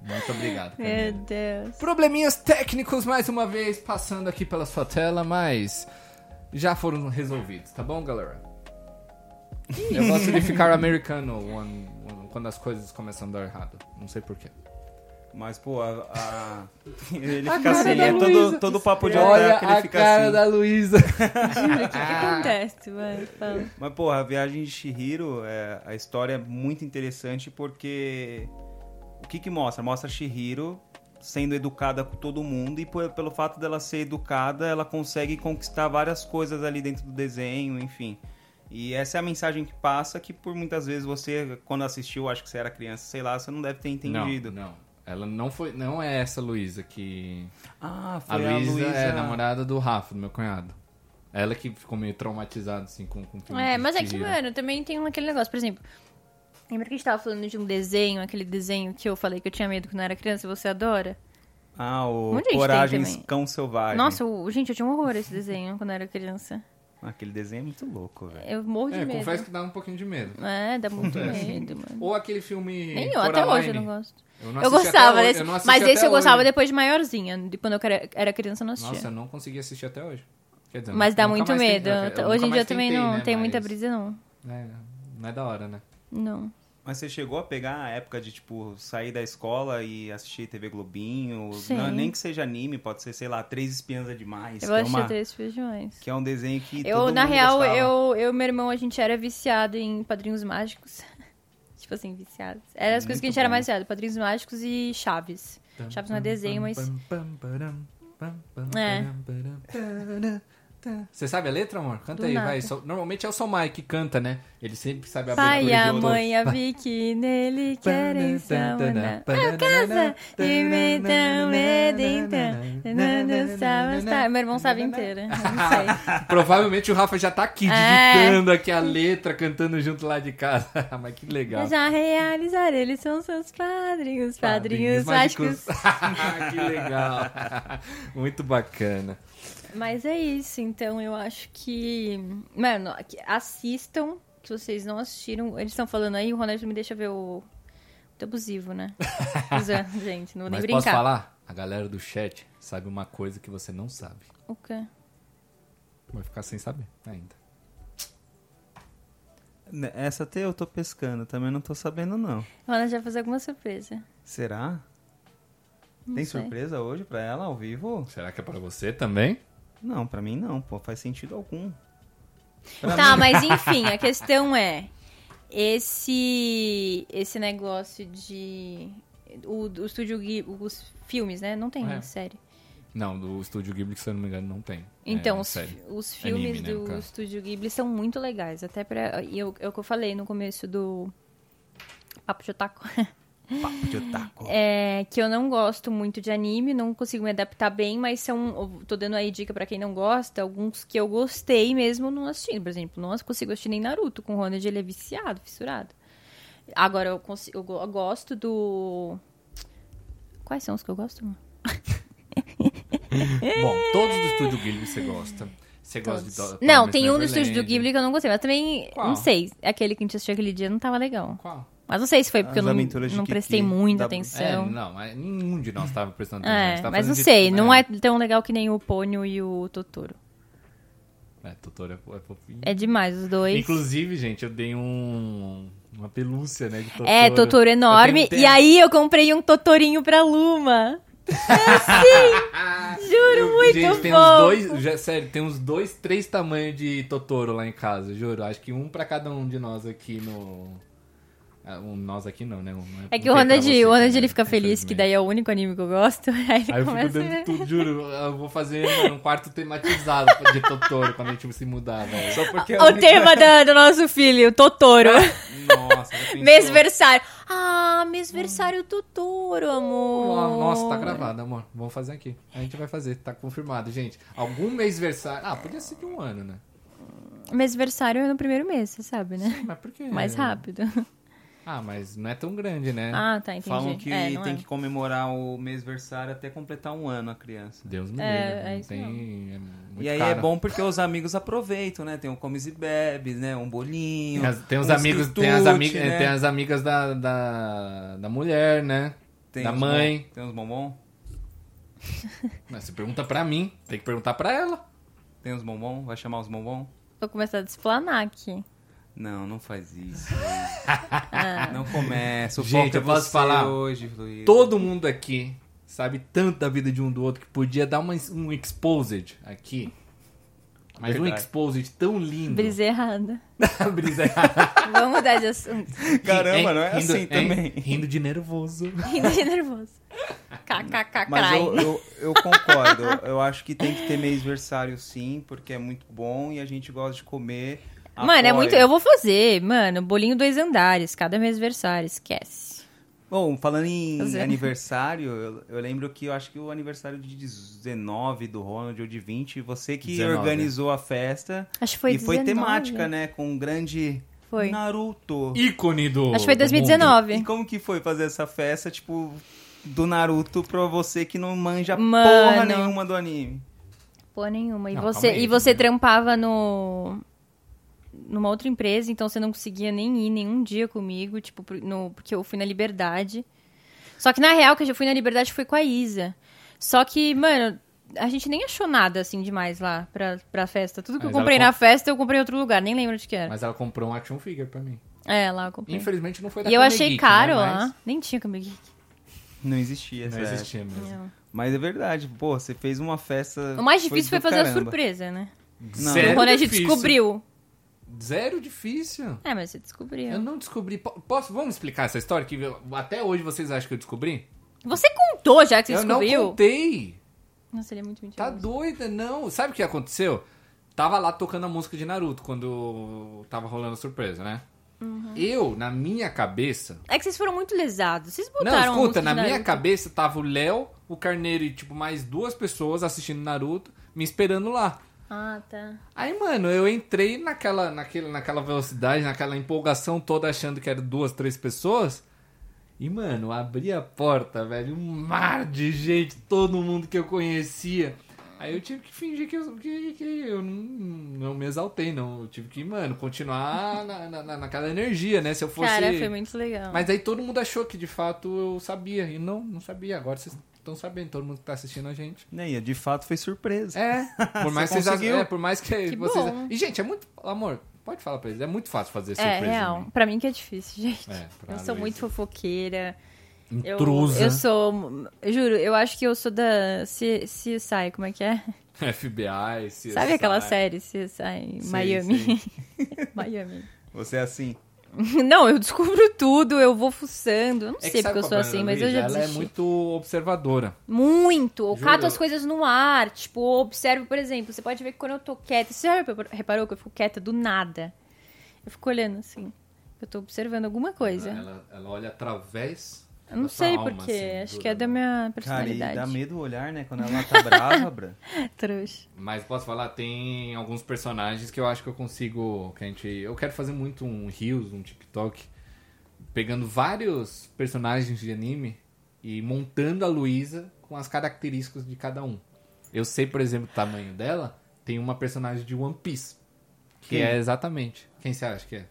A: muito obrigado.
B: né?
C: Meu
A: Camila.
C: Deus.
A: Probleminhas técnicos mais uma vez passando aqui pela sua tela, mas já foram resolvidos, tá bom, galera? Eu gosto de ficar americano one, one, quando as coisas começam a dar errado. Não sei porquê.
B: Mas, pô, a, a- ele fica
A: cara
B: assim,
A: da
B: é
A: Luísa.
B: todo, todo papo de
A: Olha
B: otaku, ele
A: a
B: fica
A: cara
B: assim.
A: da Luísa.
C: O que, que acontece? Vai, fala.
B: Mas, porra, a viagem de Shihiro, é, a história é muito interessante porque o que que mostra? Mostra Shihiro sendo educada com todo mundo e por- pelo fato dela ser educada, ela consegue conquistar várias coisas ali dentro do desenho, enfim. E essa é a mensagem que passa que por muitas vezes você, quando assistiu, acho que você era criança, sei lá, você não deve ter entendido.
A: Não, não. Ela não foi. Não é essa Luísa que.
B: Ah,
A: A
B: foi a
A: Luísa
B: Luísa...
A: é a namorada do Rafa, do meu cunhado. Ela que ficou meio traumatizada, assim, com, com o filme.
C: É,
A: de
C: mas é que,
A: Shihiro.
B: né?
C: mano, também tem um- aquele negócio, por exemplo. Lembra que a gente tava falando de um desenho, aquele desenho que eu falei que eu tinha medo quando eu era criança, você adora?
B: Ah, o
C: Muita gente tem
B: Coragem
C: também.
B: Cão Selvagem.
C: Nossa, o- gente, eu tinha um horror a esse desenho quando eu era criança.
B: Aquele desenho é muito louco, velho.
C: Eu morro de
A: É,
C: medo.
A: confesso que dá um pouquinho de medo.
C: É, dá muito
A: Acontece.
C: medo, mano.
A: Ou aquele filme.
C: Nem eu, até hoje eu não
A: Coraline.
C: gosto.
A: Eu, não
C: eu
A: assisti até
C: gostava
A: hoje,
C: desse,
A: eu não assisti
C: mas esse
A: até
C: eu gostava
A: hoje.
C: depois de maiorzinha. De quando eu era- era criança, eu não assistia.
A: Nossa, eu não consegui assistir até hoje. Quer dizer,
C: mas dá
A: nunca
C: muito
A: mais
C: medo.
A: tentei, eu- eu
C: hoje
A: nunca
C: em dia eu
A: mais
C: também
A: tentei,
C: não
A: né,
C: tem muita
A: mas-
C: brisa, não.
A: É, não é da hora, né?
C: Não.
B: Mas você chegou a pegar a época de, tipo, sair da escola e assistir TV Globinho?
C: Sim.
B: Não, nem que seja anime, pode ser, sei lá, Três Espiãs é Demais.
C: Eu
B: que, é
C: assisti
B: uma-
C: três filmes demais.
B: que é um desenho que
C: Eu,
B: todo
C: na
B: mundo
C: real,
B: gostava.
C: eu, eu e meu irmão, a gente era viciado em padrinhos mágicos. tipo assim, viciados. Era as coisas que a
B: Muito
C: gente era
B: bom.
C: mais viciado, padrinhos mágicos e Chaves. Chaves não é desenho, mas. É.
A: Você sabe a letra, amor? Canta
C: Do
A: aí,
C: nada.
A: vai. Só- Normalmente é o Somai que canta, né? Ele sempre sabe a
C: Pai,
A: abertura
C: a
A: de
C: mãe, e a Vicky, nele querem se amar. A casa e me dão medo, então. Nando sabe estar. Meu irmão sabe inteira. Não sei.
A: Provavelmente o Rafa já tá aqui
C: É.
A: digitando aqui a letra, cantando junto lá de casa. Mas que legal. Ah,
C: Eu já realizar, eles são seus padrinhos, padrinhos mágicos.
A: que legal. Muito bacana.
C: Mas é isso, então eu acho que. Mano, que- assistam. Se vocês não assistiram, eles estão falando aí, o Ronaldo me deixa ver o. Muito abusivo, né? Usando, gente, não vou nem
A: Mas
C: brincar.
A: posso falar? A galera do chat sabe uma coisa que você não sabe.
C: O quê?
A: Vai ficar sem saber ainda.
B: N- Né, Essa até eu tô pescando, também não tô sabendo, não.
C: O Ronaldo já fez alguma surpresa.
B: Será? Tem
C: sei.
B: surpresa hoje pra ela, ao vivo?
A: Será que é pra você também?
B: Não, pra mim não, pô, faz sentido algum.
C: Tá, mas enfim, a questão é esse esse negócio de o, o estúdio Ghibli, os filmes, né? Não tem
A: É.
C: série.
A: Não, do Estúdio Ghibli, se eu não me engano, não tem.
C: Então,
A: é,
C: os,
A: sério.
C: os
A: Anime,
C: filmes
A: né, no
C: do
A: caso.
C: estúdio Ghibli são muito legais, até para e eu, é o que eu falei no começo do Papo de Otaku.
B: Papo de otaku.
C: É, que eu não gosto muito de anime, não consigo me adaptar bem, mas são. eu Tô dando aí dica pra quem não gosta, alguns que eu gostei mesmo não assistindo. Por exemplo, não consigo assistir nem Naruto com o Ronald, ele é viciado, fissurado. Agora eu, consigo, eu, go- eu gosto do. Quais são os que eu gosto? mano?
A: Bom, todos do Estúdio Ghibli você gosta. Você gosta de... Do-
C: não,
A: Promised
C: tem um do estúdio do
A: Neverland.
C: Ghibli que eu não gostei, mas também.
A: Qual?
C: Não sei. É Aquele que a gente assistiu aquele dia não tava legal.
A: Qual?
C: Mas não sei se foi porque
B: As
C: eu
B: Aventuras
C: não,
B: de
C: não
B: Kiki,
C: prestei muita
B: da-
A: É,
C: atenção.
A: não, mas nenhum de nós tava prestando atenção. a
C: É,
A: gente tá
C: mas
A: fazendo
C: não
A: de-
C: sei, não é tão legal que nem o Pônio e o Totoro.
A: É, Totoro é, fo- é fofinho.
C: É demais os dois.
A: Inclusive, gente, eu dei um... Uma pelúcia, né, de Totoro.
C: É, Totoro enorme.
A: Eu tenho
C: E aí eu comprei um Totorinho pra Luma. É sim! Juro, muito
A: Gente,
C: bom.
A: tem uns dois, já- sério, tem uns dois, três tamanhos de Totoro lá em casa, juro. Acho que um pra cada um de nós aqui no. ah, Um nós aqui não, né? Um-
C: É
A: um
C: que o
A: tem pra
C: Ronald,
A: você
C: o Ronald
A: também,
C: ele fica feliz, que daí é o único anime que eu gosto. Aí ele
A: Aí eu fico
C: começa a
A: dando
C: ver.
A: tudo, juro. Eu vou fazer mano, um quarto tematizado de Totoro quando a gente se mudar, velho.
B: Só porque é
C: O tema da- do nosso filho, o Totoro.
B: Nossa, já pensou?
C: Mesversário. Ah, mesversário Totoro,
B: Ah,
C: amor.
A: Nossa, tá gravado, amor. Vamos fazer aqui. A gente vai fazer, tá confirmado, gente. Algum mês versário. Ah, podia ser de um ano, né?
C: Mesversário é no primeiro mês, você sabe, né?
A: Mas por quê?
C: Mais rápido.
A: Ah, mas não é tão grande, né?
C: Ah, tá, entendi.
B: Falam que
C: É, não
B: tem
C: é.
B: que comemorar o mêsversário até completar um ano a criança.
A: Deus me livre.
C: É, é
A: não
C: isso
A: tem. é muito
B: E aí é
A: caro.
B: bom porque os amigos aproveitam, né? Tem um comes e bebes, né? Um bolinho.
A: Tem, as, tem os
B: um
A: amigos, tem as,
B: quitute,
A: amigas, é,
B: né?
A: tem as amigas da, da, da mulher, né?
B: Tem
A: da
B: uns
A: mãe.
B: bom- tem uns bombom?
A: Mas você pergunta pra mim, tem que perguntar pra ela.
B: Tem uns bombom? Vai chamar os bombom?
C: Vou começar a desplanar aqui.
B: Não, não faz isso.
C: Ah.
B: não começa. O
A: Gente,
B: foco é
A: eu posso
B: você
A: falar?
B: hoje, Luiz.
A: Todo mundo aqui sabe tanto da vida de um do outro que podia dar uma- um exposed aqui. Mas um
B: Verdade.
A: exposed tão lindo.
C: Brisa errada.
A: Brisa.
C: Vamos mudar de assunto.
B: Caramba,
A: Hein?
B: não é
A: Rindo-
B: assim
A: hein?
B: também.
A: Rindo de nervoso.
C: Ainda de nervoso. KKK,
B: Mas
C: crai.
B: eu, eu, eu concordo. Eu, eu acho que tem que ter mêsversário sim, porque é muito bom e a gente gosta de comer.
C: Mano, é
B: apoia.
C: muito. Eu vou fazer, mano. Bolinho dois andares, cada mês versário, esquece.
B: Bom, falando em
C: Fazer.
B: aniversário, eu, eu lembro que eu acho que o aniversário de 19 do Ronald ou de 20, você que
A: 19.
B: organizou a festa.
C: Acho que foi
B: e foi
C: 19.
B: temática, né? Com um grande
C: Foi.
B: Naruto.
A: Ícone do.
C: Acho que foi
A: do
C: 2019.
B: E como que foi fazer essa festa, tipo, do Naruto pra você que não manja porra
C: Mano.
B: nenhuma do anime?
C: Pô, nenhuma. E
A: Não,
C: você,
A: calma aí,
C: e você
A: né?
C: trampava no numa outra empresa, então você não conseguia nem ir nenhum dia comigo, tipo, pro- no, porque eu fui na Liberdade. Só que na real, que eu já fui na Liberdade foi com a Isa. Só que, mano, a gente nem achou nada assim demais lá pra, pra festa. Tudo que
A: Mas
C: eu comprei
A: ela
C: na festa, eu comprei em outro lugar, nem lembro de que
A: mundo.
C: era.
A: Mas ela comprou um action figure pra mim.
C: É, lá eu comprei.
A: Infelizmente não foi da
C: E eu
A: Kame
C: achei
A: Geek,
C: caro
A: né?
C: lá.
A: Mas
C: Nem tinha comigo.
B: Não existia,
A: Não
B: essa
A: existia mesmo.
B: Mas é verdade, pô, você fez uma festa.
C: O mais difícil foi
B: do
C: fazer a
B: caramba.
C: surpresa, né?
B: Não.
A: Zero
C: o Ronald
A: difícil.
C: descobriu.
A: Zero difícil.
C: É, mas você descobriu.
A: Eu não descobri. Po- Posso? Vamos explicar essa história que eu- até hoje vocês acham que eu descobri?
C: Você contou já que você
A: eu
C: descobriu?
A: não contei.
C: Nossa, ele é muito mentiroso.
A: Tá doida, não. Sabe o que aconteceu? Tava lá tocando a música de Naruto quando tava rolando a surpresa, né?
C: Uhum.
A: Eu, na minha cabeça.
C: É que vocês foram muito lesados. Vocês botaram
A: Não,
C: a
A: escuta,
C: música
A: na
C: de
A: minha
C: Naruto.
A: cabeça tava o Léo, o Carneiro e, tipo, mais duas pessoas assistindo Naruto, me esperando lá.
C: Ah, tá.
A: Aí, mano, eu entrei naquela, naquela, naquela velocidade, naquela empolgação toda, achando que eram duas, três pessoas. E, mano, abri a porta, velho, um mar de gente, todo mundo que eu conhecia. Aí eu tive que fingir que eu, que, que eu não, não me exaltei, não. Eu tive que, mano, continuar Ah, na, na- na- naquela energia, né? Se eu fosse.
C: Cara, foi muito legal.
A: Mas aí todo mundo achou que de fato eu sabia. E não, não sabia. Agora vocês estão sabendo, todo mundo que tá assistindo a gente.
B: Né, de fato foi surpresa.
A: É, por mais que
B: Você
A: vocês
B: conseguiu?
A: é, por mais que,
C: Que
A: vocês.
C: bom.
A: E, gente, é muito. Amor, pode falar pra eles. É muito fácil fazer
C: É,
A: surpresa.
C: real.
A: né?
C: Pra mim que é difícil, gente.
A: É, pra
C: eu sou
A: Luísa.
C: muito fofoqueira. Eu,
A: Intrusa.
C: eu sou... eu Juro, eu acho que eu sou da C- CSI, como é que é?
A: FBI, CSI.
C: Sabe aquela série CSI Miami? Miami.
B: Você é assim.
C: Não, eu descubro tudo, eu vou fuçando. Eu não sei
A: É sabe
C: porque eu
A: qual
C: sou
A: é o problema,
C: assim, mas eu
A: Luísa?
C: já desisti.
A: Ela é muito observadora.
C: Muito. Eu
A: Juro.
C: cato as coisas no ar. Tipo, eu observo, por exemplo, você pode ver que quando eu tô quieta. Você já reparou que eu fico quieta do nada? Eu fico olhando assim. Eu tô observando alguma coisa.
A: Ela, ela olha através.
C: é. eu não
A: da
C: sei
A: sua alma,
C: porquê.
A: assim,
C: Acho
A: do-
C: que é da minha
B: Cara, e
C: personalidade.
B: dá medo o olhar, né? Quando ela tá brava, bra.
C: Trouxa.
A: Mas posso falar, tem alguns personagens que eu acho que eu consigo. Que a gente, eu quero fazer muito um Reels, um TikTok, pegando vários personagens de anime e montando a Luísa com as características de cada um. Eu sei, por exemplo, o tamanho dela, tem uma personagem de One Piece. Que
B: Quem?
A: é exatamente. Quem você acha que é?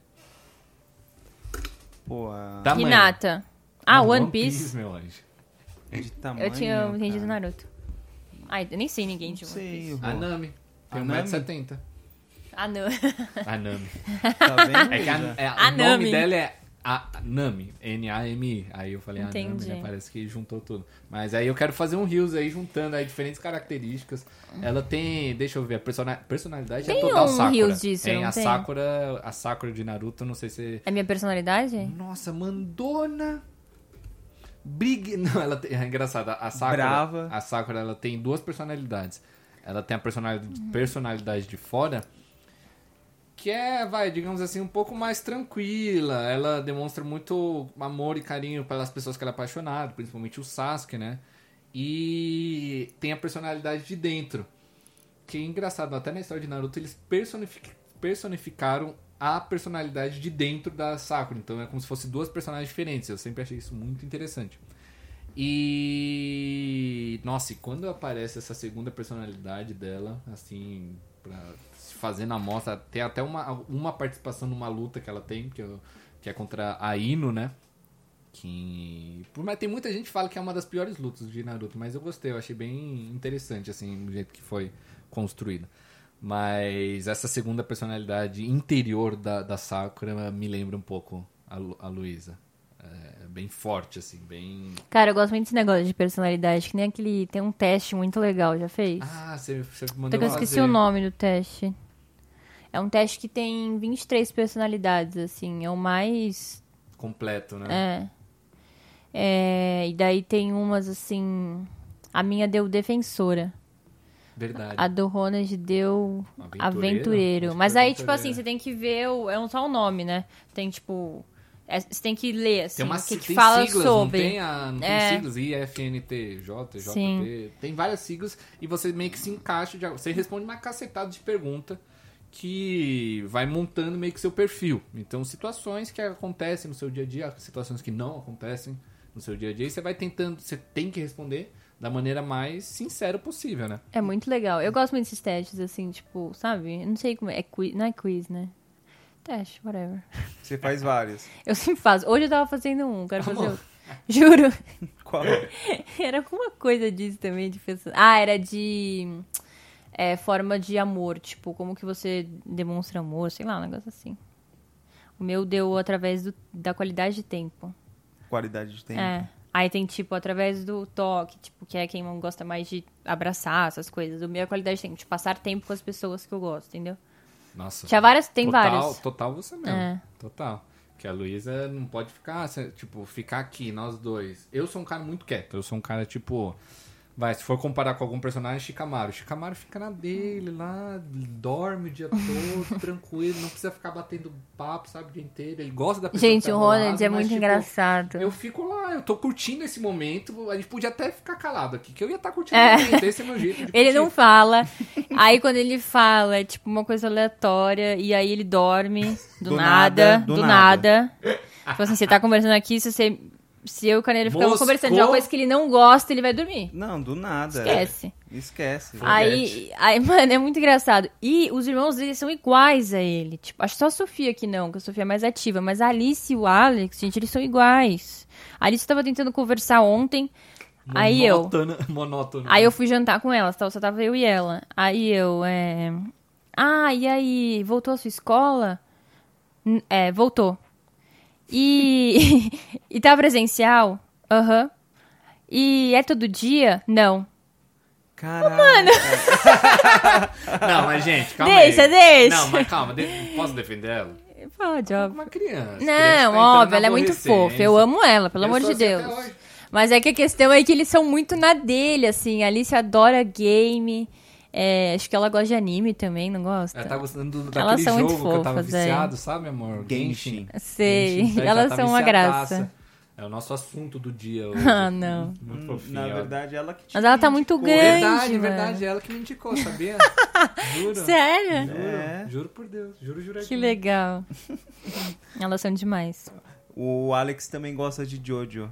B: Pô, a-
A: Tamanho.
C: Hinata. Ah,
A: Não,
C: One Piece.
A: meu anjo.
B: de tamanho.
C: Eu tinha entendido
B: cara.
C: Naruto. Ai, eu nem sei ninguém de
B: Não
C: One
B: sei,
C: Piece.
B: eu vou-
A: A Nami. Tem
B: A Nami?
A: 1,70m.
C: Ah, não.
A: A Nami.
B: Tá vendo?
A: É que a,
B: Isa?
A: é,
C: A
A: o nome
C: Nami.
A: dela é a Nami, N-A-M-I. Aí eu falei a Nami,
C: Entendi.
A: né? Parece que juntou tudo. Mas aí eu quero fazer um Reels aí, juntando aí diferentes características. Ela tem, deixa eu ver, a persona- personalidade é
C: Tem
A: total
C: um
A: Sakura.
C: Reels disso,
A: tem
C: não
A: a
C: tem?
A: Sakura, a Sakura de Naruto, não sei se...
C: É minha personalidade?
A: Nossa, mandona! Big... Não, ela tem... É engraçado, a Sakura...
B: Brava.
A: A Sakura, ela tem duas personalidades. Ela tem a personalidade, personalidade de fora, que é, vai, digamos assim, um pouco mais tranquila. Ela demonstra muito amor e carinho pelas pessoas que ela é apaixonada, principalmente o Sasuke, né? E tem a personalidade de dentro. Que é engraçado, até na história de Naruto eles personific- personificaram a personalidade de dentro da Sakura. Então é como se fossem duas personagens diferentes. Eu sempre achei isso muito interessante. E. Nossa, e quando aparece essa segunda personalidade dela, assim, pra, se fazendo a mostra, tem até uma, uma participação numa luta que ela tem, que, eu- que é contra a Ino, né? Que. por mais- tem muita gente que fala que é uma das piores lutas de Naruto, mas eu gostei, eu achei bem interessante, assim, o jeito que foi construída. Mas essa segunda personalidade interior da, da Sakura me lembra um pouco a, Lu- a Luísa. É bem forte, assim, bem.
C: Cara, eu gosto muito desse negócio de personalidade, que nem aquele. Tem um teste muito legal, já fez?
A: Ah, você, você
C: Até
A: mandou
C: que eu esqueci
A: fazer.
C: o nome do teste. É um teste que tem 23 personalidades, assim. É o mais
A: Completo, né?
C: É. É, E daí tem umas assim. A minha deu defensora.
A: Verdade. Um
C: A do Ronald deu
A: Aventureiro? Acho
C: aventureiro.
A: que
C: Mas
A: foi
C: aí, tipo
A: aventureiro.
C: assim, você tem que ver. O... É um só o nome, né? Tem, tipo. é- Você tem que ler, assim,
A: tem uma
C: o que, que
A: tem
C: fala
A: siglas,
C: sobre.
A: Não tem, a, não
C: É.
A: tem siglas, IFNT, J, JP.
C: Sim.
A: Tem várias siglas e você meio que se encaixa. De, você responde uma cacetada de pergunta que vai montando meio que seu perfil. Então, situações que acontecem no seu dia a dia, situações que não acontecem no seu dia a dia, e você vai tentando, você tem que responder da maneira mais sincera possível, né?
C: É muito legal. Eu gosto muito desses testes, assim, tipo, sabe? Eu Não sei como é. é quiz... Não é quiz, né? Teste, whatever.
B: Você faz vários.
C: Eu sempre faço. Hoje eu tava fazendo um, quero fazer outro. Juro.
B: Qual?
A: É.
C: Era alguma coisa disso também de pessoa. Ah, era de é, forma de amor, tipo, como que você demonstra amor, sei lá, um negócio assim. O meu deu através do- da qualidade de tempo.
B: Qualidade de tempo.
C: É. Aí tem, tipo, através do toque, tipo, que é quem gosta mais de abraçar, essas coisas. O meu é qualidade de tempo, de passar tempo com as pessoas que eu gosto, entendeu?
A: Nossa.
C: Tinha várias, tem
A: total,
C: várias.
A: Total você mesmo.
C: É.
A: Total. Que a Luísa não pode ficar, se- tipo, ficar aqui, nós dois. Eu sou um cara muito quieto. Eu sou um cara, tipo. Vai, se for comparar com algum personagem, Shikamaru. Shikamaru fica na dele lá, dorme o dia todo, tranquilo, não precisa ficar batendo papo, sabe, o dia inteiro. Ele gosta da pessoa. que
C: Gente,
A: tá
C: o
A: do lado,
C: Ronald é
A: mas,
C: muito
A: tipo,
C: engraçado.
A: Eu fico lá, eu tô curtindo esse momento. A gente podia até ficar calado aqui, que eu ia estar curtindo
C: É.
A: o momento. Esse é meu jeito. de
C: Ele
A: curtir.
C: não fala. Aí quando ele fala, é tipo uma coisa aleatória. E aí ele dorme do,
B: Do
C: nada,
B: nada, do
C: do nada. Tipo assim, você tá conversando aqui, se você. Se eu e o Caneiro ficamos
A: Moscou.
C: conversando de uma coisa que ele não gosta, ele vai dormir.
B: Não, do nada.
C: Esquece.
B: Esquece.
C: Aí, aí, mano, é muito engraçado. E os irmãos dele são iguais a ele. Tipo, acho que só a Sofia que não, que a Sofia é mais ativa. Mas a Alice e o Alex, gente, eles são iguais. A Alice tava tentando conversar ontem. Aí eu.
A: Monótono- Monótono.
C: Aí eu fui jantar com elas, tal, só tava eu e ela. Aí eu, é. Ah, e aí, voltou à sua escola? N- É, voltou. E. e tá presencial? Aham. E é todo dia? Não.
E: Ah,
B: Caralho.
A: Não, mas gente, calma
C: Deixa,
A: aí.
C: deixa.
A: Não, mas calma, de- posso defender ela?
C: Fala, Job.
A: Uma criança. criança tá
C: Não,
A: entrando
C: óbvio,
A: na
C: ela é muito fofa.
A: adolescência.
C: Eu amo ela, pelo
A: Eu
C: amor
A: sou
C: de
A: assim até
C: Deus.
A: hoje.
C: Mas é que a questão é que eles são muito na dele, assim. A Alice adora game. é, acho que ela gosta de anime também, não gosta?
A: Ela tá gostando do,
C: Elas
A: daquele
C: são
A: jogo
C: muito
A: que eu tava
C: fofas, é.
A: viciado, sabe, amor? Genshin.
C: Sei,
A: Genshin, ela
C: elas
A: tá
C: são uma
A: viciadaça.
C: graça.
A: É o nosso assunto do dia hoje.
C: Ah, não.
A: Muito fofinho.
B: Na
A: ó.
B: verdade, ela que te
C: Mas ela tá muito
B: indicou.
C: grande.
A: Verdade, é
C: mano.
A: verdade, ela que me indicou, sabia? Juro.
C: Sério?
A: Juro,
B: É.
A: juro por Deus, juro, juro.
C: Que legal. Elas são demais.
B: O Alex também gosta de Jojo.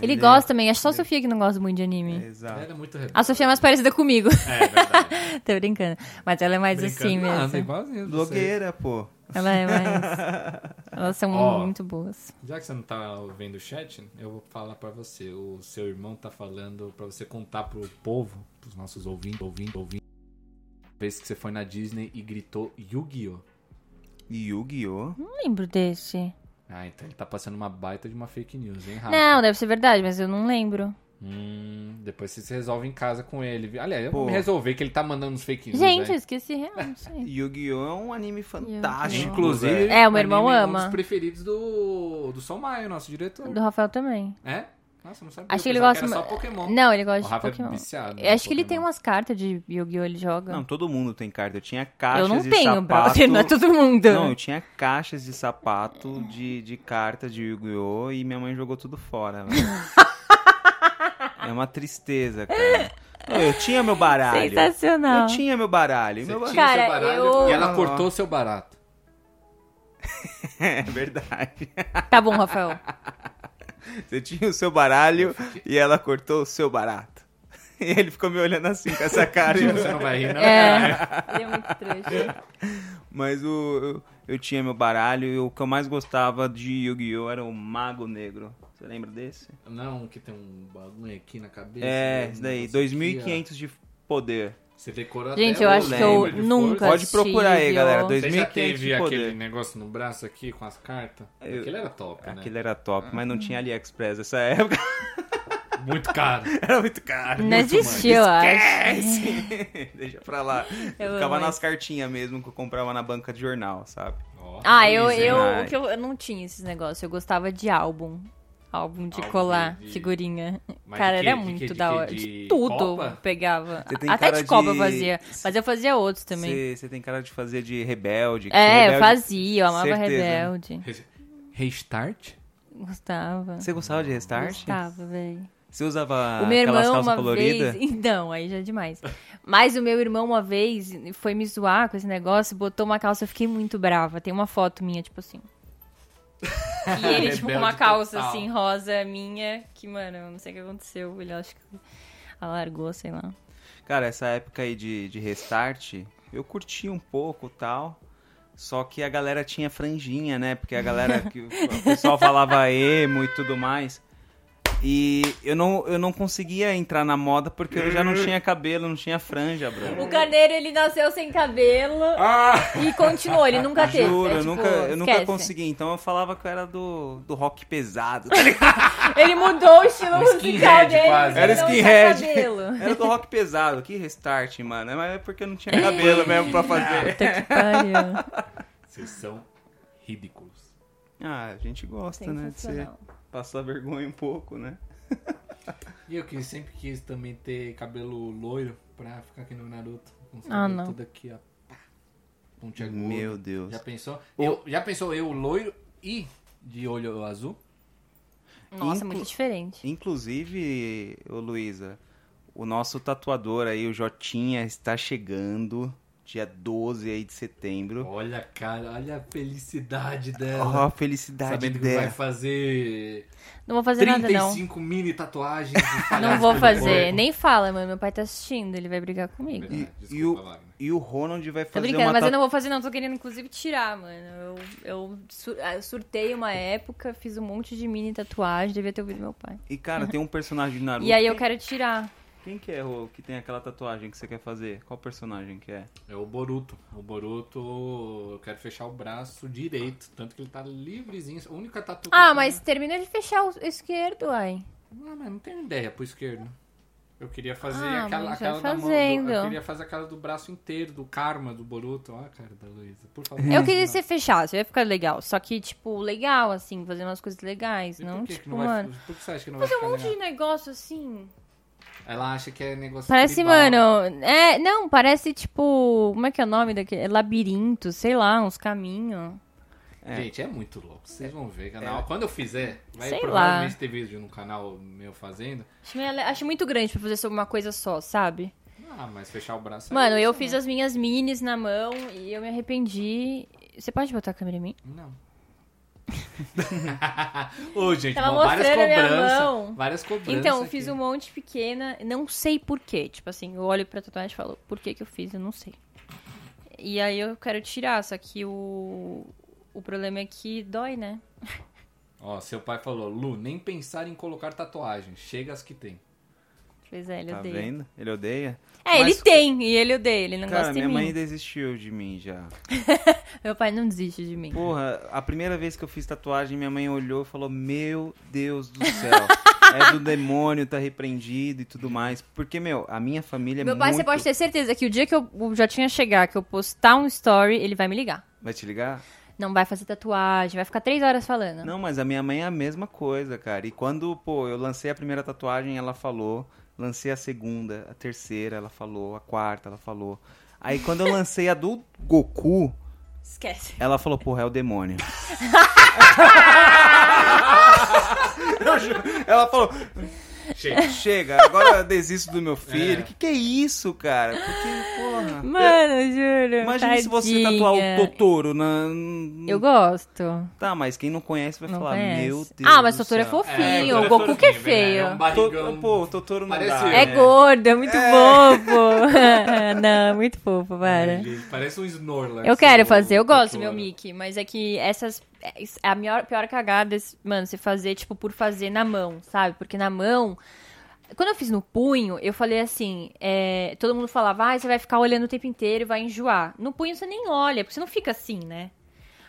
C: Ele gosta também, acho só a Sofia que não gosta muito de anime.
B: Exato.
A: Ela é muito rebelde.
C: A Sofia é mais parecida comigo.
A: É, verdade.
C: Tô brincando. Mas ela é mais
A: Brincando Ah,
C: assim
A: nada,
C: mesmo.
A: igualzinho você.
B: Blogueira, pô.
C: Ela é mais. Elas são
A: Ó.
C: muito boas.
A: Já que você não tá vendo o chat, eu vou falar pra você. O seu irmão tá falando pra você contar pro povo, pros nossos ouvintes, ouvintes, ouvintes. Vez que você foi na Disney e gritou Yu-Gi-Oh!
B: E Yu-Gi-Oh!
C: Não lembro desse.
A: Ah, então ele tá passando uma baita de uma fake news, hein, Rafa?
C: Não, deve ser verdade, mas eu não lembro.
A: Hum, depois você se resolve em casa com ele. Aliás, eu vou
B: Pô.
A: me resolver que ele tá mandando uns fake news.
C: Gente, eu
A: velho.
C: esqueci real, não sei.
B: Yu-Gi-Oh! é um anime fantástico.
C: Yu-Gi-Oh!
A: inclusive,
B: velho.
C: É, o meu irmão
A: anime,
C: ama.
A: Um dos preferidos do, do Sol Maio, nosso diretor.
C: Do Rafael também.
A: É? Nossa, eu não sabia.
C: Acho que
A: eu
C: ele
A: pensava
C: gosta.
A: era
C: ma-
A: só Pokémon.
C: Não, ele
A: o
C: gosta de
A: Rafa
C: Pokémon.
A: é viciado.
C: Eu acho que ele tem
A: uma
C: umas cartas de Yu-Gi-Oh! ele joga.
B: Não, todo mundo tem carta. Eu tinha caixas
C: eu não
B: de
C: tenho,
B: sapato.
C: brother, não é todo mundo.
B: Não, eu tinha caixas de sapato, de, de carta de Yu-Gi-Oh! e minha mãe jogou tudo fora, velho. É uma tristeza, cara. Não, eu tinha meu baralho.
C: Sensacional.
B: Eu tinha meu baralho. Meu baralho.
C: tinha- Cara, eu-
A: E ela
B: Ah.
A: cortou seu barato.
B: É verdade.
C: Tá bom, Rafael.
B: Você tinha o seu baralho e ela cortou o seu barato. E ele ficou me olhando assim com essa cara. e eu-
A: Você não vai rir, não?
C: É. Ele é muito trouxa.
B: Mas o, eu, eu tinha meu baralho e o que eu mais gostava de Yu-Gi-Oh! era o Mago Negro. Você lembra desse?
A: Não, que tem um bagulho aqui na cabeça.
B: É,
A: né?
B: isso daí.
A: Nossa, aqui, ó.
B: 2.500 de poder.
D: Você decorou
C: Gente,
D: até
C: eu
D: o
C: acho que eu
D: número de
C: nunca
D: folhas.
B: Pode procurar aí,
C: tive,
B: galera,
C: ó.
B: dois-
D: Você já
B: 2.500
D: teve
B: de poder.
D: aquele negócio no braço aqui com as cartas?
B: Eu-
D: Aquele era top, né?
B: Aquilo era top, mas não
C: Hum.
B: tinha AliExpress nessa época.
D: Muito caro.
B: Era muito caro.
C: Não existia, eu acho.
B: Esquece! Deixa pra lá. Eu
C: Eu
B: ficava
C: amo
B: nas cartinhas mesmo que eu comprava na banca de jornal, sabe?
D: Ó,
C: Ah, eu,
D: coisa, hein?
C: eu,
B: Ai.
C: o que eu, eu não tinha esses negócios. Eu gostava de álbum. Álbum de
D: Álbum
C: colar,
D: de-
C: figurinha.
D: Mas
C: cara,
D: de que-
C: era
D: de que-
C: muito
D: de
C: da
D: que-
C: hora. De,
D: de
C: tudo
D: Copa?
C: eu pegava.
B: Você tem
C: Até
B: cara
C: de Copa eu
B: de-
C: fazia. Mas eu fazia outros também.
B: Você você tem cara de fazer de rebelde. que
C: É,
B: rebelde-
C: eu fazia, eu amava
B: Certeza. né?
C: Rebelde.
A: Restart?
C: Gostava.
B: Você gostava de restart?
C: Gostava, velho.
B: Você usava
C: o meu
B: aquelas
C: irmão
B: calças
C: uma
B: coloridas?
C: vez. Não, aí já é demais. Mas o meu irmão uma vez foi me zoar com esse negócio, botou uma calça, eu fiquei muito brava. Tem uma foto minha, tipo assim. E ele, tipo, com uma
D: Rebelde
C: calça
D: total.
C: assim, rosa minha, que, mano, eu não sei o que aconteceu. Ele acho que alargou, sei lá.
B: Cara, essa época aí de, de restart, eu curti um pouco tal. Só que a galera tinha franjinha, né? Porque a galera. que o o pessoal falava emo e tudo mais. E eu não, eu não conseguia entrar na moda porque eu já não tinha cabelo, não tinha franja, Bruno.
C: O carneiro, ele nasceu sem cabelo
D: Ah!
C: e continuou, ele nunca teve.
B: Juro,
C: é,
B: eu,
C: tipo,
B: nunca, eu nunca
C: esquece.
B: consegui. Então eu falava que eu era do, do rock pesado. tá ligado? né?
C: Ele mudou o estilo
D: Um
C: musical
D: skinhead,
C: dele.
D: quase.
C: ele
B: Era
C: não tinha
B: skinhead.
C: cabelo.
B: Era do rock pesado. Que restart, mano. Mas é porque eu não tinha cabelo mesmo pra fazer.
C: Puta que pariu.
D: Vocês são ridículos.
B: Ah, a gente gosta, né? De ser.
C: Sensacional.
B: Passar vergonha um pouco, né?
A: E eu que sempre quis também ter cabelo loiro pra ficar aqui no Naruto. Com esse
C: Ah,
A: cabelo
C: não.
A: Tudo aqui, ó. Pá. Ponte aguda.
B: Meu Deus.
A: Um Já pensou? Eu, já pensou eu loiro e de olho azul?
C: Nossa,
B: Inclu-
C: muito diferente.
B: Inclusive, ô Luísa, o nosso tatuador aí, o Jotinha, está chegando dia 12 aí de setembro.
A: Olha, cara, olha a felicidade
B: Ó,
A: dela.
B: a felicidade
A: sabendo que vai
B: dela.
A: fazer
C: Não vou fazer nada, não.
A: 35 mini tatuagens.
C: Não
A: espalhadas
C: vou
A: pelo
C: fazer. né?
A: corpo.
C: Nem fala, mano. Meu pai tá assistindo, ele vai brigar comigo.
B: E-
D: Desculpa,
B: e o-
D: Wagner.
B: E o Ronald vai
C: Tô
B: fazer
C: brincando,
B: uma
C: mas eu
B: tatuagem.
C: não vou fazer, não. Tô querendo, inclusive, tirar, mano. Eu, eu, sur- ah, eu surtei uma época, fiz um monte de mini tatuagem, devia ter ouvido meu pai.
B: E cara, tem um personagem de Naruto.
C: E aí eu quero tirar.
B: Quem que é o que tem aquela tatuagem que você quer fazer? Qual personagem que é?
D: É o Boruto. O Boruto, eu quero fechar o braço direito. Tanto que ele tá livrezinho. A única tatuagem.
C: Ah, mas
B: Uhum.
C: termina de fechar o esquerdo, ai.
D: Ah, mas não tenho ideia pro esquerdo. Eu queria fazer
C: Ah,
D: aquela,
C: mas vai
D: aquela da mão. do-
C: fazendo.
D: eu queria fazer aquela do braço inteiro, do Karma, do Boruto. Olha a cara da Luísa. Por favor.
C: Eu queria que você fechasse, ia ficar legal. Só que, tipo, legal, assim, fazer umas coisas legais,
D: E
C: não
D: por que que
C: tipo,
D: não vai-
C: mano.
D: Por que você acha que não vai
C: Fazer um
D: ficar
C: monte
D: legal?
C: de negócio assim.
D: Ela acha que é negócio
C: Parece,
D: tribal.
C: mano. É, não, parece tipo. Como é que é o nome daquele? É labirinto, sei lá, uns caminhos.
B: É.
D: Gente, é muito louco. Vocês vão ver, canal. Quando eu fizer, vai
C: Sei
D: provavelmente
C: lá.
D: ter vídeo no canal meu fazendo.
C: Acho, meio ale- acho muito grande pra fazer sobre uma coisa só, sabe?
D: Ah, mas fechar o braço é
C: Mano, eu
D: isso,
C: fiz
D: né?
C: as minhas minis na mão e eu me arrependi. Você pode botar a câmera em mim?
D: Não. Ô, gente,
C: assim, Tava
D: mano, várias
C: mostrando a minha mão.
D: cobranças. Várias cobranças.
C: Então, eu fiz
D: aqui.
C: um monte pequena, não sei porquê. Tipo assim, eu olho pra tatuagem e falo, por que que eu fiz? Eu não sei. E aí eu quero tirar, só que o. O problema é que dói, né?
D: Ó, seu pai falou, Lu, nem pensar em colocar tatuagem. Chega as que tem.
C: Pois é, ele
B: Tá
C: odeia.
B: vendo? Ele odeia?
C: É, ele
B: Mas-
C: tem, e ele odeia, ele não
B: Cara,
C: gosta de
B: minha
C: mim.
B: mãe desistiu de mim já.
C: Meu pai não desiste de mim.
B: Porra, a primeira vez que eu fiz tatuagem, minha mãe olhou e falou: Meu Deus do céu, é do demônio, tá repreendido e tudo mais. Porque, meu, a minha família é
C: Meu pai,
B: muito...
C: você pode ter certeza que o dia que eu eu já tinha chegar, que eu postar um story, ele vai me ligar.
B: Vai te ligar?
C: Não vai fazer tatuagem, vai ficar três horas falando.
B: Não, mas a minha mãe é a mesma coisa, cara. E quando, pô, eu lancei a primeira tatuagem, ela falou. Lancei a segunda, a terceira, ela falou. A quarta, ela falou. Aí quando eu lancei a do Goku,
C: Esquece.
B: ela falou, porra, é o demônio. Eu juro. Ela falou,
D: Chega.
B: Chega, agora eu desisto do meu filho.
D: É.
B: Que que é isso, cara? Porque, porra.
C: Mano, juro.
B: É. Imagina
C: tadinha.
B: se você tatuar um o Totoro na. n-
C: Eu gosto.
B: Tá, mas quem não conhece vai
C: Não
B: falar,
C: conhece.
B: meu Deus.
C: ah, mas o
B: do
C: Totoro é
B: céu."
C: fofinho.
D: agora
C: o Goku
D: é
C: que é
D: fofinho, velho,
C: feio.
D: É um
B: To-
D: barrigão.
B: Pô, o Totoro não
D: Parece-
B: dá.
C: É
B: né?
C: gordo, é muito bobo. não, é muito fofo, para.
D: Ele Parece um Snorlax.
C: Eu quero
D: o
C: fazer, eu gosto do meu
D: Totoro.
C: Mickey, mas é que essas. é- é A maior, pior cagada, é, mano, se fazer, tipo, por fazer na mão, sabe? Porque na mão Quando eu fiz no punho, eu falei assim: é, todo mundo falava, ah, você vai ficar olhando o tempo inteiro e vai enjoar. No punho você nem olha, porque você não fica assim, né?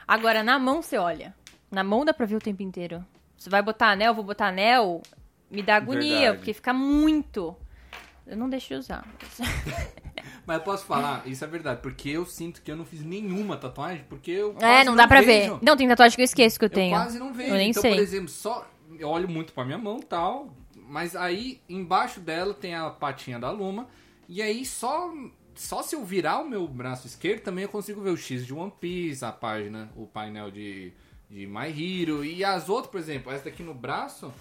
C: Agora, na mão você olha. Na mão dá pra ver o tempo inteiro. Você vai botar anel, vou botar anel, me dá agonia,
B: Verdade.
C: porque fica muito. Eu não deixo de usar.
A: Mas eu posso falar, isso é verdade, porque eu sinto que eu não fiz nenhuma tatuagem, porque eu.
C: É,
A: quase
C: não dá pra
A: vejo.
C: ver. Não, tem tatuagem que eu esqueço que eu,
A: Eu
C: tenho.
A: quase não vejo.
C: Eu nem
A: então,
C: sei.
A: por exemplo, só eu olho muito pra minha mão e tal, mas aí embaixo dela tem a patinha da Luma, e aí só só se eu virar o meu braço esquerdo também eu consigo ver o X de One Piece, a página, o painel de, de My Hero e as outras, por exemplo, essa daqui no braço,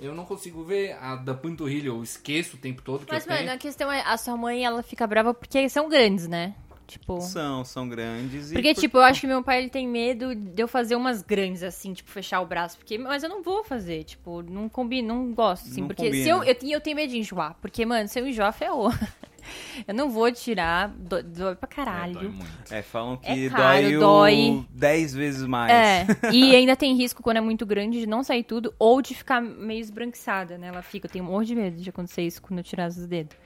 A: eu não consigo ver a da panturrilha, eu esqueço o tempo todo que
C: Mas,
A: eu tenho.
C: mano, a questão é, a sua mãe, ela fica brava porque são grandes, né? Tipo.
B: São, são grandes. e
C: Porque,
B: por-
C: tipo, eu acho que meu pai ele tem medo de eu fazer umas grandes, assim, tipo, fechar o braço. Porque, mas eu não vou fazer, tipo, não combina, não gosto, assim.
B: Não
C: porque se
B: combina.
C: eu, eu, tenho- eu tenho medo de enjoar. Porque, mano, se eu enjoar, ferrou. eu não vou tirar, dói, dói pra
A: É, dói
C: caralho.
A: muito.
B: É, falam que
C: É caro,
B: dói,
C: dói.
B: o 10 vezes mais.
C: É, e ainda tem risco quando é muito grande de não sair tudo ou de ficar meio esbranquiçada, né? Ela fica, eu tenho um horror de medo de acontecer isso quando eu tirar os dedos.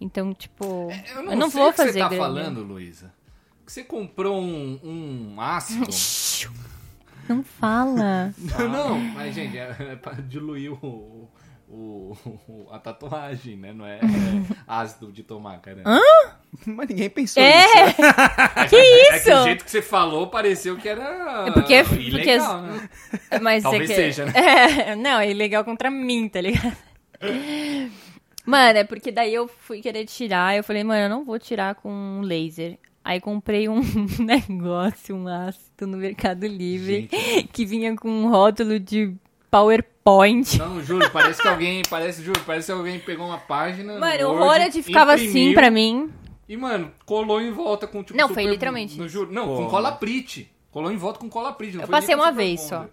C: Então, tipo, eu não,
A: sei
C: vou
A: o que
C: fazer
A: você tá
C: grande.
A: falando, Luísa. Que Você comprou um, um ácido.
C: Não fala.
A: Não, não, mas gente, é, é pra diluir o, o- o- a tatuagem, né? Não é, é ácido de tomar, cara.
B: Mas ninguém pensou nisso.
C: é! que
A: É que
C: isso?
A: o jeito que você falou pareceu que era
C: É porque- porque-
A: ilegal, né?
C: Mas
A: Talvez
C: é que...
A: seja, né?
C: É, não, é ilegal contra mim, tá ligado? Mano, é porque daí eu fui querer tirar, eu falei, mano, eu não vou tirar com um laser. Aí comprei um negócio, um ácido no Mercado Livre, que vinha com um rótulo de PowerPoint.
A: Não, juro, parece que alguém, parece, juro, parece que alguém pegou uma página.
C: Mano,
A: no
C: o
A: Word,
C: horror é de ficava
A: imprimiu,
C: assim pra mim.
A: E, mano, colou em volta com tipo.
C: Não, foi literalmente
A: No,
C: isso.
A: juro, não,
B: Pô.
A: com cola prite. Colou em volta com cola prite. não
C: Eu
A: foi nem
C: passei
A: com
C: uma
A: Super
C: vez
A: Bonder.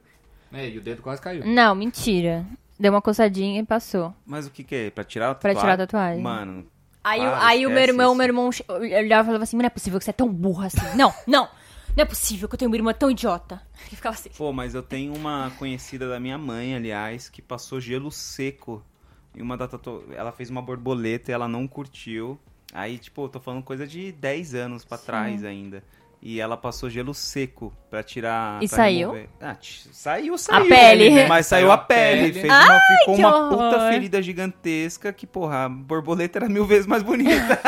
A: É, e o dedo quase caiu.
C: Não, mentira. Deu uma coçadinha e passou.
B: Mas o que que é? Pra tirar a
C: Pra
B: tatuagem?
C: tirar a tatuagem.
B: Mano,
C: Aí, o-
A: Ah,
B: Para,
C: aí o meu
B: esquece
C: irmão,
B: isso.
C: meu irmão che- olhava e falava assim, não é possível que você é tão burra assim. Não, não, não é possível que eu tenho uma irmã tão idiota. E ficava assim.
B: pô, mas eu tenho uma conhecida da minha mãe, aliás, que passou gelo seco em uma da tatu... Ela fez uma borboleta e ela não curtiu. Aí, tipo, eu tô falando coisa de 10 anos pra trás ainda. E ela passou gelo seco pra tirar.
C: E
B: pra
C: saiu?
B: remover. Ah, t- saiu, saiu.
C: pele.
B: né? Mas saiu a pele.
A: pele.
B: Fez uma, ficou
C: que
B: uma
C: horror.
B: puta ferida gigantesca que, porra, a borboleta era mil vezes mais bonita.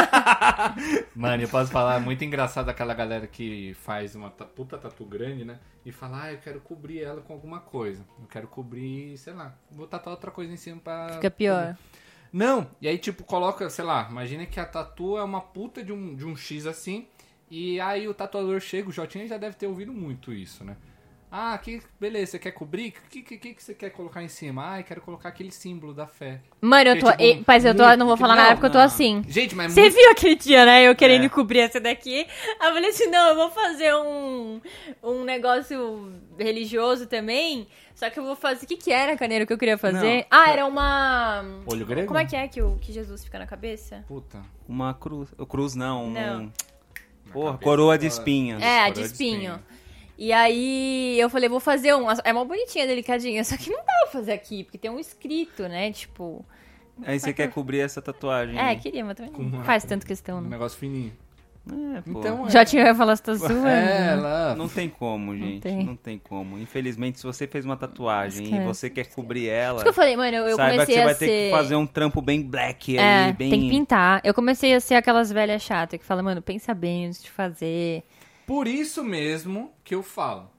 A: Mano, eu posso falar, é muito engraçado aquela galera que faz uma ta- puta tatu grande, né? E fala, ah, eu quero cobrir ela com alguma coisa. Eu quero cobrir, sei lá, vou tatuar outra coisa em cima pra.
C: Fica pior.
A: Não! E aí, tipo, coloca, sei lá, imagina que a tatu é uma puta de um, de um X assim. E aí o tatuador chega, o Jotinha já deve ter ouvido muito isso, né? Ah, que beleza, você quer cobrir? O que, que, que, que você quer colocar em cima? Ah, eu quero colocar aquele símbolo da fé.
C: Mano, eu
A: Que,
C: tô.
A: tipo,
C: e- mas eu tô,
A: muito-
C: não vou
A: que-
C: falar
A: não,
C: na época, eu tô
A: não.
C: assim.
A: Gente, mas é
C: Você
A: muito
C: viu aquele dia, né? Eu
A: É.
C: querendo cobrir essa daqui. Aí eu falei assim: não, eu vou fazer um, um negócio religioso também. Só que eu vou fazer. O que, que era, Caneiro, que eu queria fazer?
B: Não.
C: Ah, era uma.
A: Olho grego?
C: Como é que é que, o, que Jesus fica na cabeça?
A: Puta.
B: Uma cruz. Cruz não, um.
C: Não.
B: Porra,
A: cabeça,
B: coroa de
A: coroa.
B: espinhas.
C: É, a
A: Coroa
C: de
A: de
C: espinho.
A: espinho.
C: E aí eu falei, vou fazer um. É uma bonitinha, delicadinha. Só que não dá pra fazer aqui, porque tem um escrito, né? Tipo.
A: É
B: Aí você quer cobrir essa tatuagem.
C: É,
B: né?
C: queria, mas também
A: Com
C: não
A: uma-
C: faz tanto questão,
A: Um
C: né?
A: negócio fininho.
B: É, pô.
A: Então,
C: Já tinha falar se tá zoando.
A: É, ela.
B: Não tem como, gente. Não tem.
C: tem.
B: como. Infelizmente, se você fez uma tatuagem e
C: Esquece.
B: você quer cobrir ela,
C: Por isso que eu falei, mano, eu, eu
B: saiba que
C: comecei
B: você vai
C: a
B: ter
C: ser.
B: que fazer um trampo bem black
C: É,
B: aí, bem.
C: tem que pintar. Eu comecei a ser aquelas velhas chatas que falam, mano, pensa bem antes de fazer.
A: Por isso mesmo que eu falo.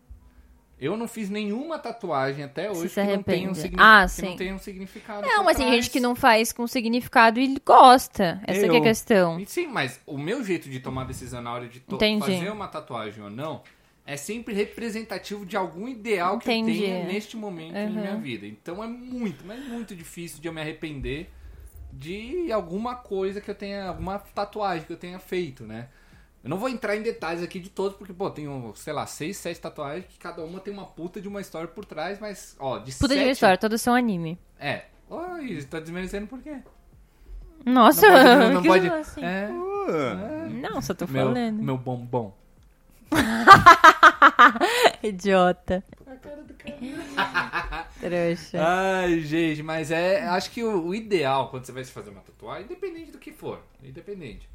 A: Eu não fiz nenhuma tatuagem até hoje
C: se
A: que não tenha um,
C: arrepende.
A: signi-
C: Ah,
A: que
C: sim.
A: não tenha um significado.
C: Não,
A: por
C: mas tem
A: trás.
C: gente que não faz com significado e gosta. Essa que é a
B: Eu.
C: questão.
A: E Sim, mas o meu jeito de tomar decisão na hora de to-
C: Entendi.
A: fazer uma tatuagem ou não é sempre representativo de algum ideal que
C: Entendi.
A: eu tenha neste momento
C: Uhum.
A: na minha vida. Então é muito, mas muito difícil de eu me arrepender de alguma coisa que eu tenha, alguma tatuagem que eu tenha feito, né? Eu não vou entrar em detalhes aqui de todos, porque, pô, tenho, sei lá, seis, sete tatuagens que cada uma tem uma puta de uma história por trás, mas, ó, de
C: Puta de
A: sete-
C: uma história, todos são anime.
A: É. Oi, tá desmerecendo por quê?
C: Nossa,
A: Não
C: que
A: pode. Não
C: assim.
A: pode é.
B: Pô,
C: Não, só tô
A: Meu,
C: falando.
A: meu bombom.
C: Idiota.
A: A cara do
C: Trouxa.
A: Ai, gente, mas é. Acho que o, o ideal quando você vai se fazer uma tatuagem, independente do que for, independente.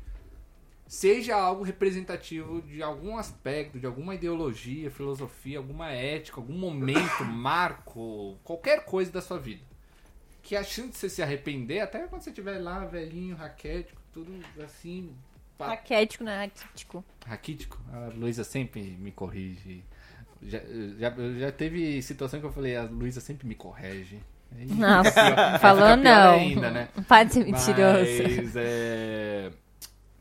A: Seja algo representativo de algum aspecto, de alguma ideologia, filosofia, alguma ética, algum momento, marco, qualquer coisa da sua vida. Que a chance de você se arrepender, até quando você estiver lá, velhinho, raquético, tudo assim. pa-
C: Raquético, não é raquítico.
A: Raquítico? A Luísa sempre me corrige. Já, já, já teve situação que eu falei, a Luísa sempre me corrige. Aí
C: Nossa,
A: fica pior- aí
C: falou
A: fica pior
C: não.
A: Ainda, né?
C: Para de ser mentiroso.
A: Mas, é...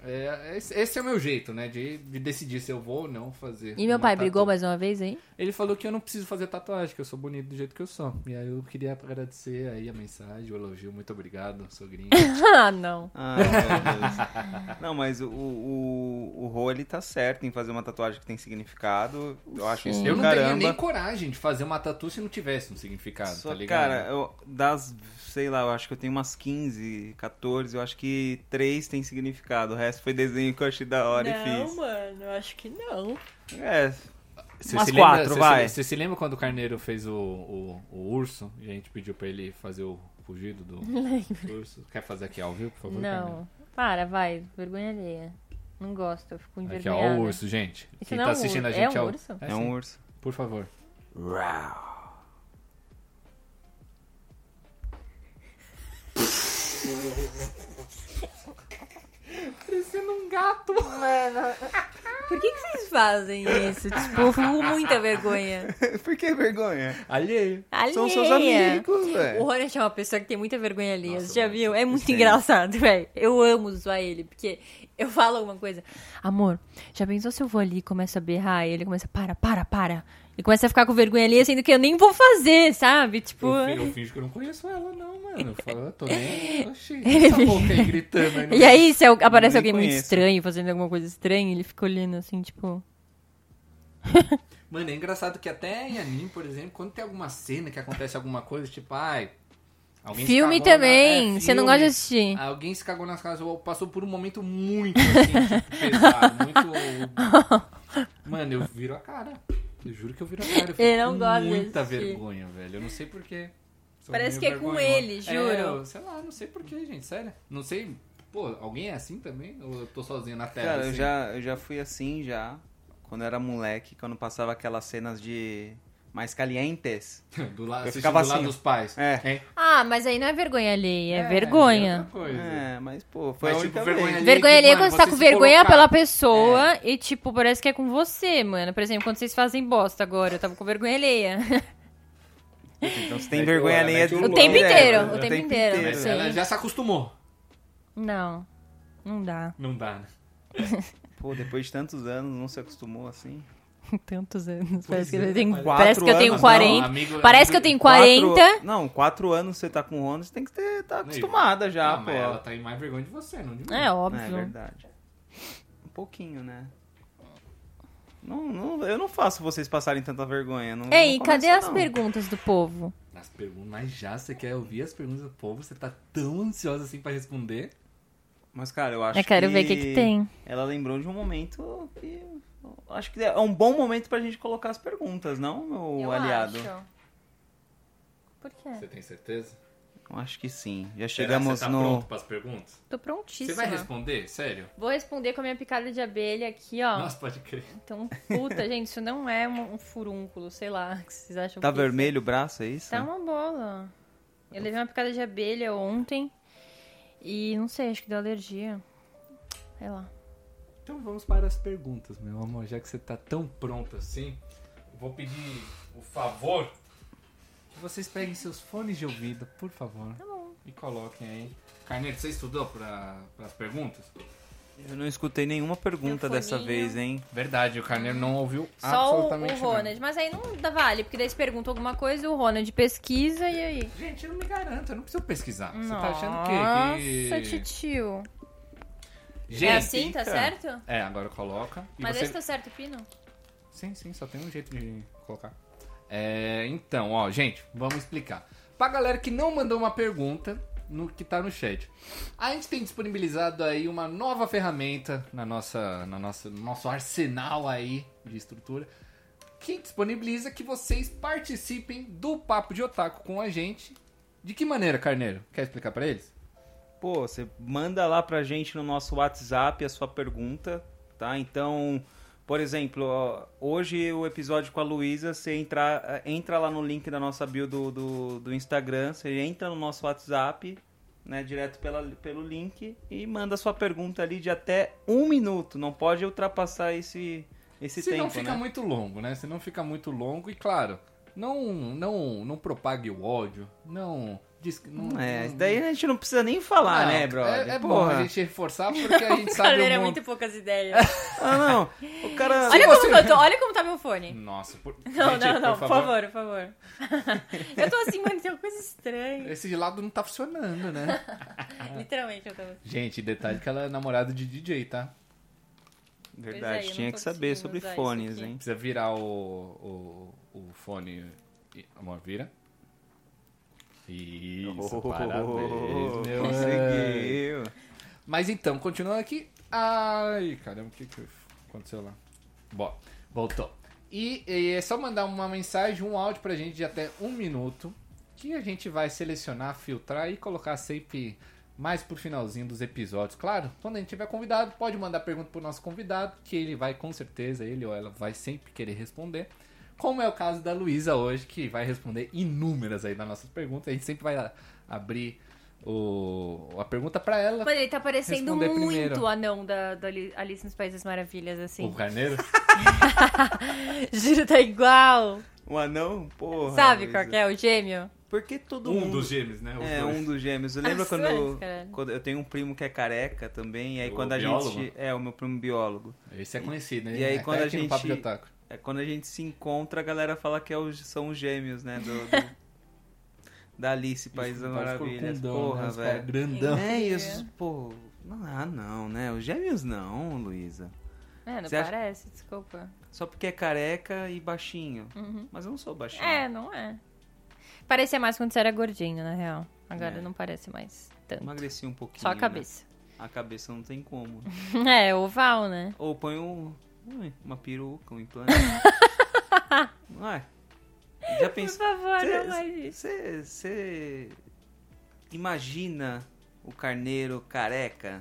A: é, esse, esse é o meu jeito, né? De, de decidir se eu vou ou não fazer.
C: E meu
A: uma
C: pai brigou
A: tatu.
C: mais uma vez aí?
A: Ele falou que eu não preciso fazer tatuagem, que eu sou bonito do jeito que eu sou. E aí eu queria agradecer aí a mensagem, o elogio. Muito obrigado, sogrinho.
C: Ah, não.
B: Ah, meu Deus. Não, mas o, o, o Rô, ele tá certo em fazer uma tatuagem que tem significado. Eu acho isso do
A: Eu não
B: caramba.
A: teria nem coragem de fazer uma tatu se não tivesse um significado,
B: Só,
A: tá ligado?
B: cara, eu- das, sei lá, eu acho que eu tenho umas 15, 14, eu acho que três tem significado. O resto foi desenho que eu achei da hora e fiz.
C: mano, eu acho que não.
B: É,
A: Você
B: Umas
A: se
B: quatro,
A: lembra, você
B: vai.
A: se- Você se lembra quando o Carneiro fez o, o, o urso e a gente pediu pra ele fazer o fugido do, do urso? Quer fazer aqui ao vivo, por favor? Carneiro?
C: Não. Para, vai. Vergonha alheia. Não gosto, eu fico
A: Aqui, ó, ó, o
C: envergonhada.
A: urso, gente.
C: Isso
A: Quem
C: não é
A: tá
C: um
A: assistindo a
C: urso, é
A: gente
C: um
A: o- Tá
C: urso?
B: é um
A: sim.
B: urso.
A: Por favor. Parecendo um gato.
C: Por que, que vocês fazem isso? Tipo, eu fico com muita vergonha.
B: Por que vergonha?
A: Alheio.
B: São seus
C: Alheia.
B: amigos,
C: O
B: velho.
C: Ronald é uma pessoa que tem muita vergonha ali.
A: Nossa,
C: Você já
A: mano,
C: viu? É muito
B: tem.
C: engraçado, velho. Eu amo zoar ele, porque eu falo alguma coisa. Amor, já pensou se eu vou ali e começo a berrar? E ele começa, para, para, para. E começa a ficar com vergonha ali, sendo que eu nem vou fazer, sabe? Tipo.
A: Eu, fi- eu finjo que eu não conheço ela, não, mano. Eu falo, eu tô nem. Oxi, essa boca aí gritando.
C: E aí, se al- aparece
B: Nem
C: alguém muito
B: conheço.
C: estranho fazendo alguma coisa estranha, ele fica olhando assim, tipo.
A: Mano, é engraçado que até em anime, por exemplo, quando tem alguma cena que acontece alguma coisa, tipo, ai. Alguém se
C: filme
A: cagou na-
C: também!
A: é,
C: Você não gosta de
A: filme.
C: assistir.
A: Alguém se cagou nas casas, ou passou por um momento muito assim, tipo, pesado, muito. Mano, eu viro a cara. Eu juro que eu viro a cara. Eu fico
C: Eu não
A: com
C: gosto de
A: muita
C: assistir.
A: vergonha, velho. Eu não sei porquê.
C: Parece que é com ele, juro.
A: sei lá, não sei porquê, gente, sério. Não sei. Pô, alguém é assim também? Ou eu tô sozinho na tela?
B: Cara, eu
A: assim?
B: já, eu já fui assim já, quando eu era moleque, quando passava aquelas cenas de mais calientes.
A: Do lado,
B: eu
A: assistindo
B: ficava
A: do lado
B: assim, ó.
A: dos pais.
B: É.
A: Hein?
C: Ah, mas aí não é vergonha alheia, é,
A: É,
C: vergonha.
A: outra coisa.
B: É, mas pô, foi
A: Mas,
B: a
A: tipo,
B: única
A: vergonha
B: vez.
A: ali-
C: Vergonha
A: que,
C: alheia é
A: mano,
C: quando você tá
A: você
C: com
A: se
C: vergonha
A: colocar.
C: pela pessoa e, tipo, parece que é com você, mano. Por exemplo, quando vocês fazem bosta agora, eu tava com vergonha alheia.
B: Então você tem
A: Mete o-
B: vergonha alheia
A: mete É, o
B: do
A: louco.
C: O tempo
B: direto,
C: inteiro,
B: né?
C: o tempo inteiro.
A: Mas
C: Sim.
A: ela já se acostumou.
C: Não, não dá.
A: Não dá, né?
B: Pô, depois de tantos anos, não se acostumou assim.
C: Tantos anos. Parece, que,
B: é,
C: eu tenho,
B: mas-
C: parece que eu
B: Quatro
C: tenho
B: anos,
C: 40.
A: não, amigo-
C: parece
A: amigo-
C: que eu tenho
B: Quatro-
C: 40.
B: não, quatro anos você tá com o Honda, você tem que estar tá acostumada já,
A: Ah,
B: pô.
A: mas ela tá em mais vergonha de você, não de mim.
C: É
B: É
C: óbvio.
B: verdade. Um pouquinho, né? Não, não, eu não faço vocês passarem tanta vergonha. Não,
C: Ei,
B: não começa,
C: cadê as
B: não.
C: perguntas do povo?
A: As perguntas, mas já você quer ouvir as perguntas do povo? Você tá tão ansiosa assim pra responder?
B: Mas, cara, eu acho
C: Eu quero ver o que, que tem.
B: Ela lembrou de um momento que. Acho que é um bom momento pra gente colocar as perguntas, não, meu aliado?
C: Por quê?
A: Você tem certeza?
B: Eu acho que sim. Já
A: Será que
B: chegamos
A: você tá
B: no.
A: pronto pras perguntas?
C: Tô
A: Você vai
C: prontíssima.
A: responder? Sério?
C: Vou responder com a minha picada de abelha aqui, ó.
A: Nossa, pode crer.
B: Tá
C: Então, puta, gente, isso não é um, um furúnculo, sei lá, o que vocês acham
B: Tá
C: que isso é?
B: vermelho o braço, é isso?
C: Tá uma bola. Eu levei uma picada de abelha ontem e não sei, acho que deu alergia. Sei lá.
A: Então vamos para as perguntas, meu amor. Já que você tá tão pronto assim, eu vou pedir o favor que vocês peguem seus fones de ouvido, por favor. Tá bom. E coloquem aí. Carneiro, você estudou para as perguntas?
B: Eu não escutei nenhuma pergunta
C: Meu
B: dessa
C: foninho.
B: vez, hein?
A: Verdade, o Carneiro não ouviu
C: Só o, né? o
A: absolutamente nada.
C: Ronald. Mas aí não dá vale, porque daí você pergunta alguma coisa, o Ronald pesquisa e aí.
A: Gente, eu não me garanto, eu não preciso pesquisar. Você
C: Nossa,
A: tá achando o quê? Que-
C: titio.
A: Gente,
C: é assim, tá
A: então.
C: certo?
A: É, agora coloca. E
C: Mas
A: você-
C: esse tá certo, Pino?
A: Sim, sim, só tem um jeito de colocar. É, então, ó, gente, vamos explicar. Pra galera que não mandou uma pergunta, no que tá no chat. A gente tem disponibilizado aí uma nova ferramenta na nossa, na nossa, no nosso arsenal aí de estrutura, que disponibiliza que vocês participem do Papo de Otaku com a gente. De que maneira, Carneiro? Quer explicar pra eles?
B: Pô, você manda lá pra gente no nosso WhatsApp a sua pergunta, tá? Então, por exemplo, ó, hoje o episódio com a Luísa, você entra, eh, entra lá no link da nossa bio do, do, do Instagram, você entra no nosso WhatsApp, né, direto pela, pelo link e manda sua pergunta ali de até um minuto, não pode ultrapassar esse, esse
A: Se
B: tempo,
A: não fica
B: né?
A: muito longo, né? Se não fica muito longo, e claro, não, não, não propague o ódio, não. Diz, que- não,
B: É,
A: não-
B: isso daí a gente não precisa nem falar,
A: Não,
B: né, brother?
A: É, é bom
B: Porra.
A: a gente reforçar porque a gente
C: O
A: sabe.
C: Carneiro é
A: O
C: muito
A: mundo...
C: poucas ideias.
B: Ah, não. O cara.
C: olha como eu tô, olha como tá meu fone.
A: Nossa, por...
C: Não,
A: gente,
C: não, não,
A: por favor.
C: por favor. eu tô assim, mano, tem uma coisa estranha.
A: Esse lado não tá funcionando, né?
C: Literalmente eu tô assim.
A: Gente, detalhe que ela é namorada de DJ, tá?
C: Pois é, eu
B: Verdade,
C: não
B: tinha
C: tô
B: que saber
C: conseguindo
B: sobre
C: usar isso
B: fones,
C: aqui.
B: hein?
A: Precisa virar o, o, o fone. Ih, Amor, vira. Isso,
B: Oh,
A: parabéns, meu anjo.
B: Conseguiu.
A: Mas então, continuando aqui. Ai, caramba, o que, que aconteceu lá? Bom, voltou. E, e é só mandar uma mensagem, um áudio pra gente de até um minuto. Que a gente vai selecionar, filtrar e colocar sempre mais pro finalzinho dos episódios. Claro, quando a gente tiver convidado, pode mandar pergunta pro nosso convidado, que ele vai com certeza, ele ou ela vai sempre querer responder. Como é o caso da Luísa hoje, que vai responder inúmeras aí das nossas perguntas. A gente sempre vai a- abrir o, a pergunta pra ela.
C: Mano, ele tá parecendo
A: Responder
C: muito
A: primeiro.
C: o anão da, da Ali- Alice nos Países das Maravilhas,
A: O
C: assim.
A: carneiro?
C: Juro, tá igual.
B: O anão, porra.
C: Sabe
B: Luísa.
C: qual que é o gêmeo?
B: Por que todo
A: Um
B: mundo.
A: dos gêmeos, né? Os
B: É,
A: dois.
B: um dos gêmeos. Eu
C: Ah,
B: lembro quando,
C: sério, caralho?
B: quando eu tenho um primo que é careca também, e aí
A: O
B: quando a
A: biólogo?
B: gente. É, o meu primo biólogo.
A: Esse é conhecido, né?
B: E aí,
A: Até
B: quando a
A: aqui no
B: gente-
A: Papo de Otaku.
B: É quando a gente se encontra, a galera fala que é os- são os gêmeos, né? Do, do- da Alice, País das
A: Os caras ficam
B: Maravilhas.
A: com dó,
B: Porra,
A: né? Os caras
B: velho.
A: Grandão.
B: É isso, pô. Não, ah, não, né? Os gêmeos não, Luísa.
C: É, não
B: Você acha-
C: parece, desculpa.
B: Só porque é careca e baixinho.
C: Uhum.
B: Mas eu não sou baixinho.
C: É, não é. Parecia mais quando você era gordinho, na real. Agora
B: É.
C: não parece mais tanto.
B: Emagreci um pouquinho.
C: Só a
B: né?
C: cabeça.
B: A cabeça não tem como.
C: É, oval, né?
B: Ou põe um, ui, uma peruca, um implante. Ué. Já
C: Por
B: pensou?
C: favor,
B: Cê-
C: não faz isso.
B: Você você imagina o carneiro careca?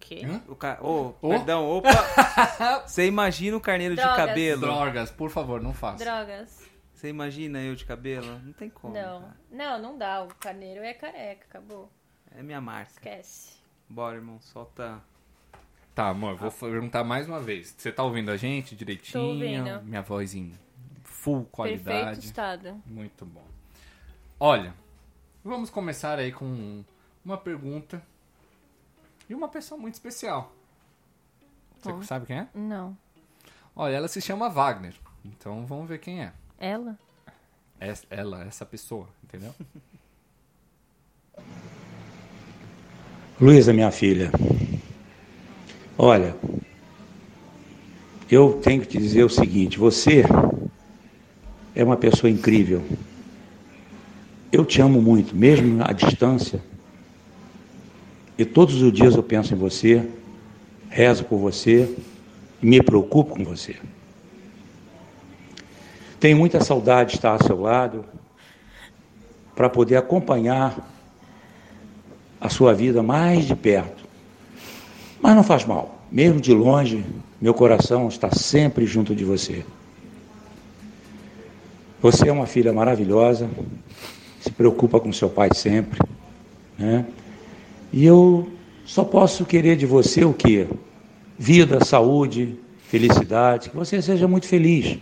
C: Quê?
A: Hã?
B: O ca... oh,
A: Oh.
B: Perdão, opa! Você imagina o carneiro de
C: Drogas.
B: cabelo?
A: Drogas, por favor, não faça.
C: Drogas.
B: Você imagina eu de cabelo? Não tem como.
C: Não.
B: cara.
C: Não, não dá. O carneiro é careca, acabou.
B: É minha marca.
C: Esquece.
B: Bora, irmão, solta.
A: Tá, amor, vou perguntar mais uma vez. Você tá ouvindo a gente direitinho?
C: Tô ouvindo.
A: Minha voz em full
C: Perfeito
A: qualidade.
C: estado.
A: Muito bom. Olha, vamos começar aí com uma pergunta de uma pessoa muito especial. Você
C: Bom.
A: sabe quem é?
C: Não.
A: Olha, ela se chama Wagner. Então vamos ver quem é.
C: Ela?
A: Es- Ela, essa pessoa, entendeu?
F: Luísa, minha filha, olha, eu tenho que te dizer o seguinte: você é uma pessoa incrível. Eu te amo muito, mesmo à distância. E todos os dias eu penso em você, rezo por você, me preocupo com você. Tenho muita saudade de estar ao seu lado para poder acompanhar a sua vida mais de perto. Mas não faz mal, mesmo de longe, meu coração está sempre junto de você. Você é uma filha maravilhosa, se preocupa com seu pai sempre, né? E eu só posso querer de você o quê? Vida, saúde, felicidade, que você seja muito feliz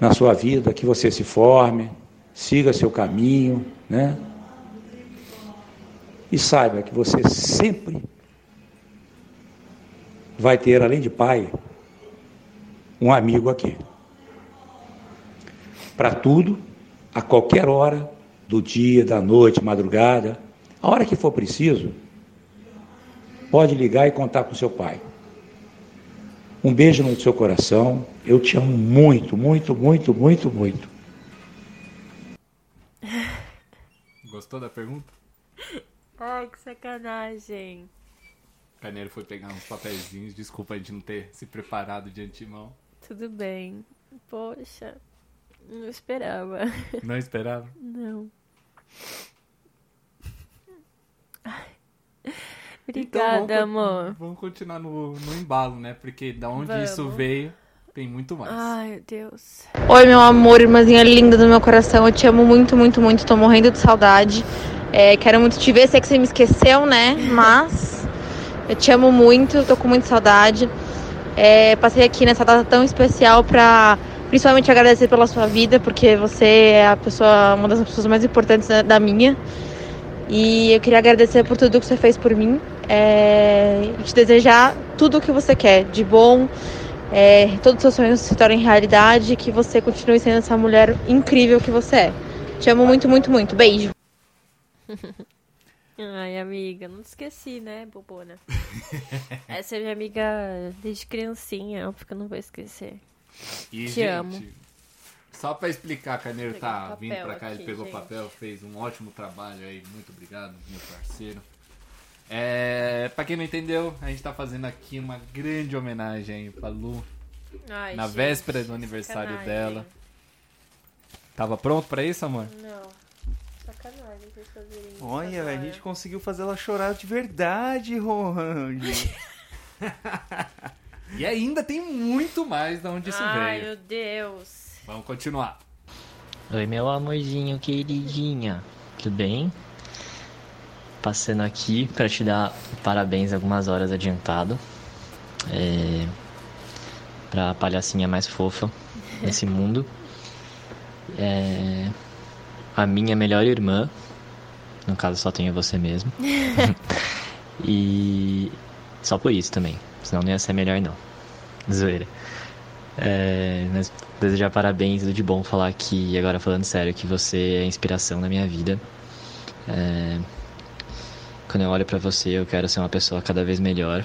F: na sua vida, que você se forme, siga seu caminho, né? E saiba que você sempre vai ter, além de pai, um amigo aqui. Para tudo, a qualquer hora do dia, da noite, madrugada, a hora que for preciso, pode ligar e contar com seu pai. Um beijo no seu coração. Eu te amo muito, muito, muito, muito, muito.
A: Gostou da pergunta?
C: Ai, que sacanagem.
A: Carneiro foi pegar uns papeizinhos, desculpa a gente não ter se preparado de antemão.
C: Tudo bem. Poxa, não esperava.
A: Não esperava.
C: Não.
A: Então,
C: Obrigada,
A: vamos con-
C: amor.
A: Vamos continuar no, no embalo, né? Porque da onde isso
C: Vamos.
A: veio, tem muito mais.
C: Ai, meu Deus.
G: Oi, meu amor, irmãzinha linda do meu coração. Eu te amo muito, muito, muito. Tô morrendo de saudade. É, quero muito te ver. Sei que você me esqueceu, né? Mas eu te amo muito. Tô com muita saudade. É, passei aqui nessa data tão especial pra principalmente agradecer pela sua vida, porque você é a pessoa, uma das pessoas mais importantes da, da minha. E eu queria agradecer por tudo que você fez por mim. É, e te desejar tudo o que você quer, de bom, é, todos os seus sonhos se tornem realidade e que você continue sendo essa mulher incrível que você é. Te amo muito, muito, muito. Beijo.
C: Ai, amiga, não te esqueci, né, bobona? Essa é minha amiga desde criancinha, é óbvio que eu não vou esquecer.
A: E,
C: Te
A: gente,
C: amo.
A: Só pra explicar, Carneiro
C: Pegar um
A: tá
C: papel
A: vindo pra cá, ele
C: aqui,
A: pegou
C: gente.
A: papel, fez um ótimo trabalho aí, muito obrigado, meu parceiro. É, pra quem não entendeu, a gente tá fazendo aqui uma grande homenagem pra Lu.
C: Ai,
A: Na
C: gente,
A: véspera do aniversário
C: sacanagem.
A: dela. Tava pronto pra isso, amor?
C: Não. Sacanagem vocês fazerem isso
B: Olha, a
C: agora.
B: gente conseguiu fazer ela chorar de verdade, Rohan.
A: E ainda tem muito mais da onde isso
C: Ai,
A: veio.
C: meu Deus.
A: Vamos continuar.
H: Oi, meu amorzinho, queridinha, tudo bem? Passando aqui para te dar parabéns algumas horas adiantado é, para a palhacinha mais fofa desse mundo. É, a minha melhor irmã, no caso só tenho você mesmo. e só por isso também, senão não ia ser melhor não. Zoeira. É, mas desejar parabéns, tudo de bom falar que, agora falando sério, que você é a inspiração na minha vida. É, quando eu olho pra você, eu quero ser uma pessoa cada vez melhor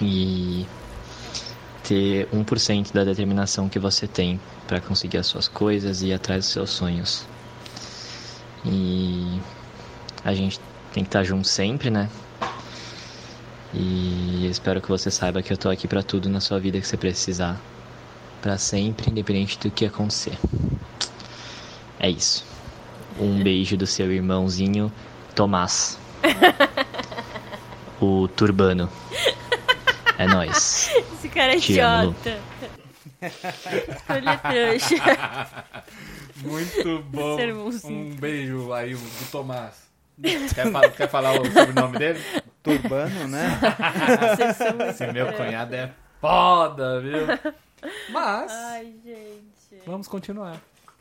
H: e ter 1% da determinação que você tem pra conseguir as suas coisas e ir atrás dos seus sonhos. E a gente tem que estar junto sempre, né? E eu espero que você saiba que eu tô aqui pra tudo na sua vida que você precisar. Pra sempre, independente do que acontecer. É isso. Um beijo do seu irmãozinho Tomás. o Turbano. É nóis.
C: Esse cara é
H: Te amo, Lu.
C: idiota. Ele é trouxa.
A: Muito bom.
C: Sermãozinho.
A: Um beijo aí o- do Tomás. Quer, fal- quer falar o sobrenome dele?
B: Turbano, né?
C: Vocês são muito
A: Esse meu
C: trouxa.
A: cunhado é foda, viu? Mas
C: Ai, gente.
A: vamos continuar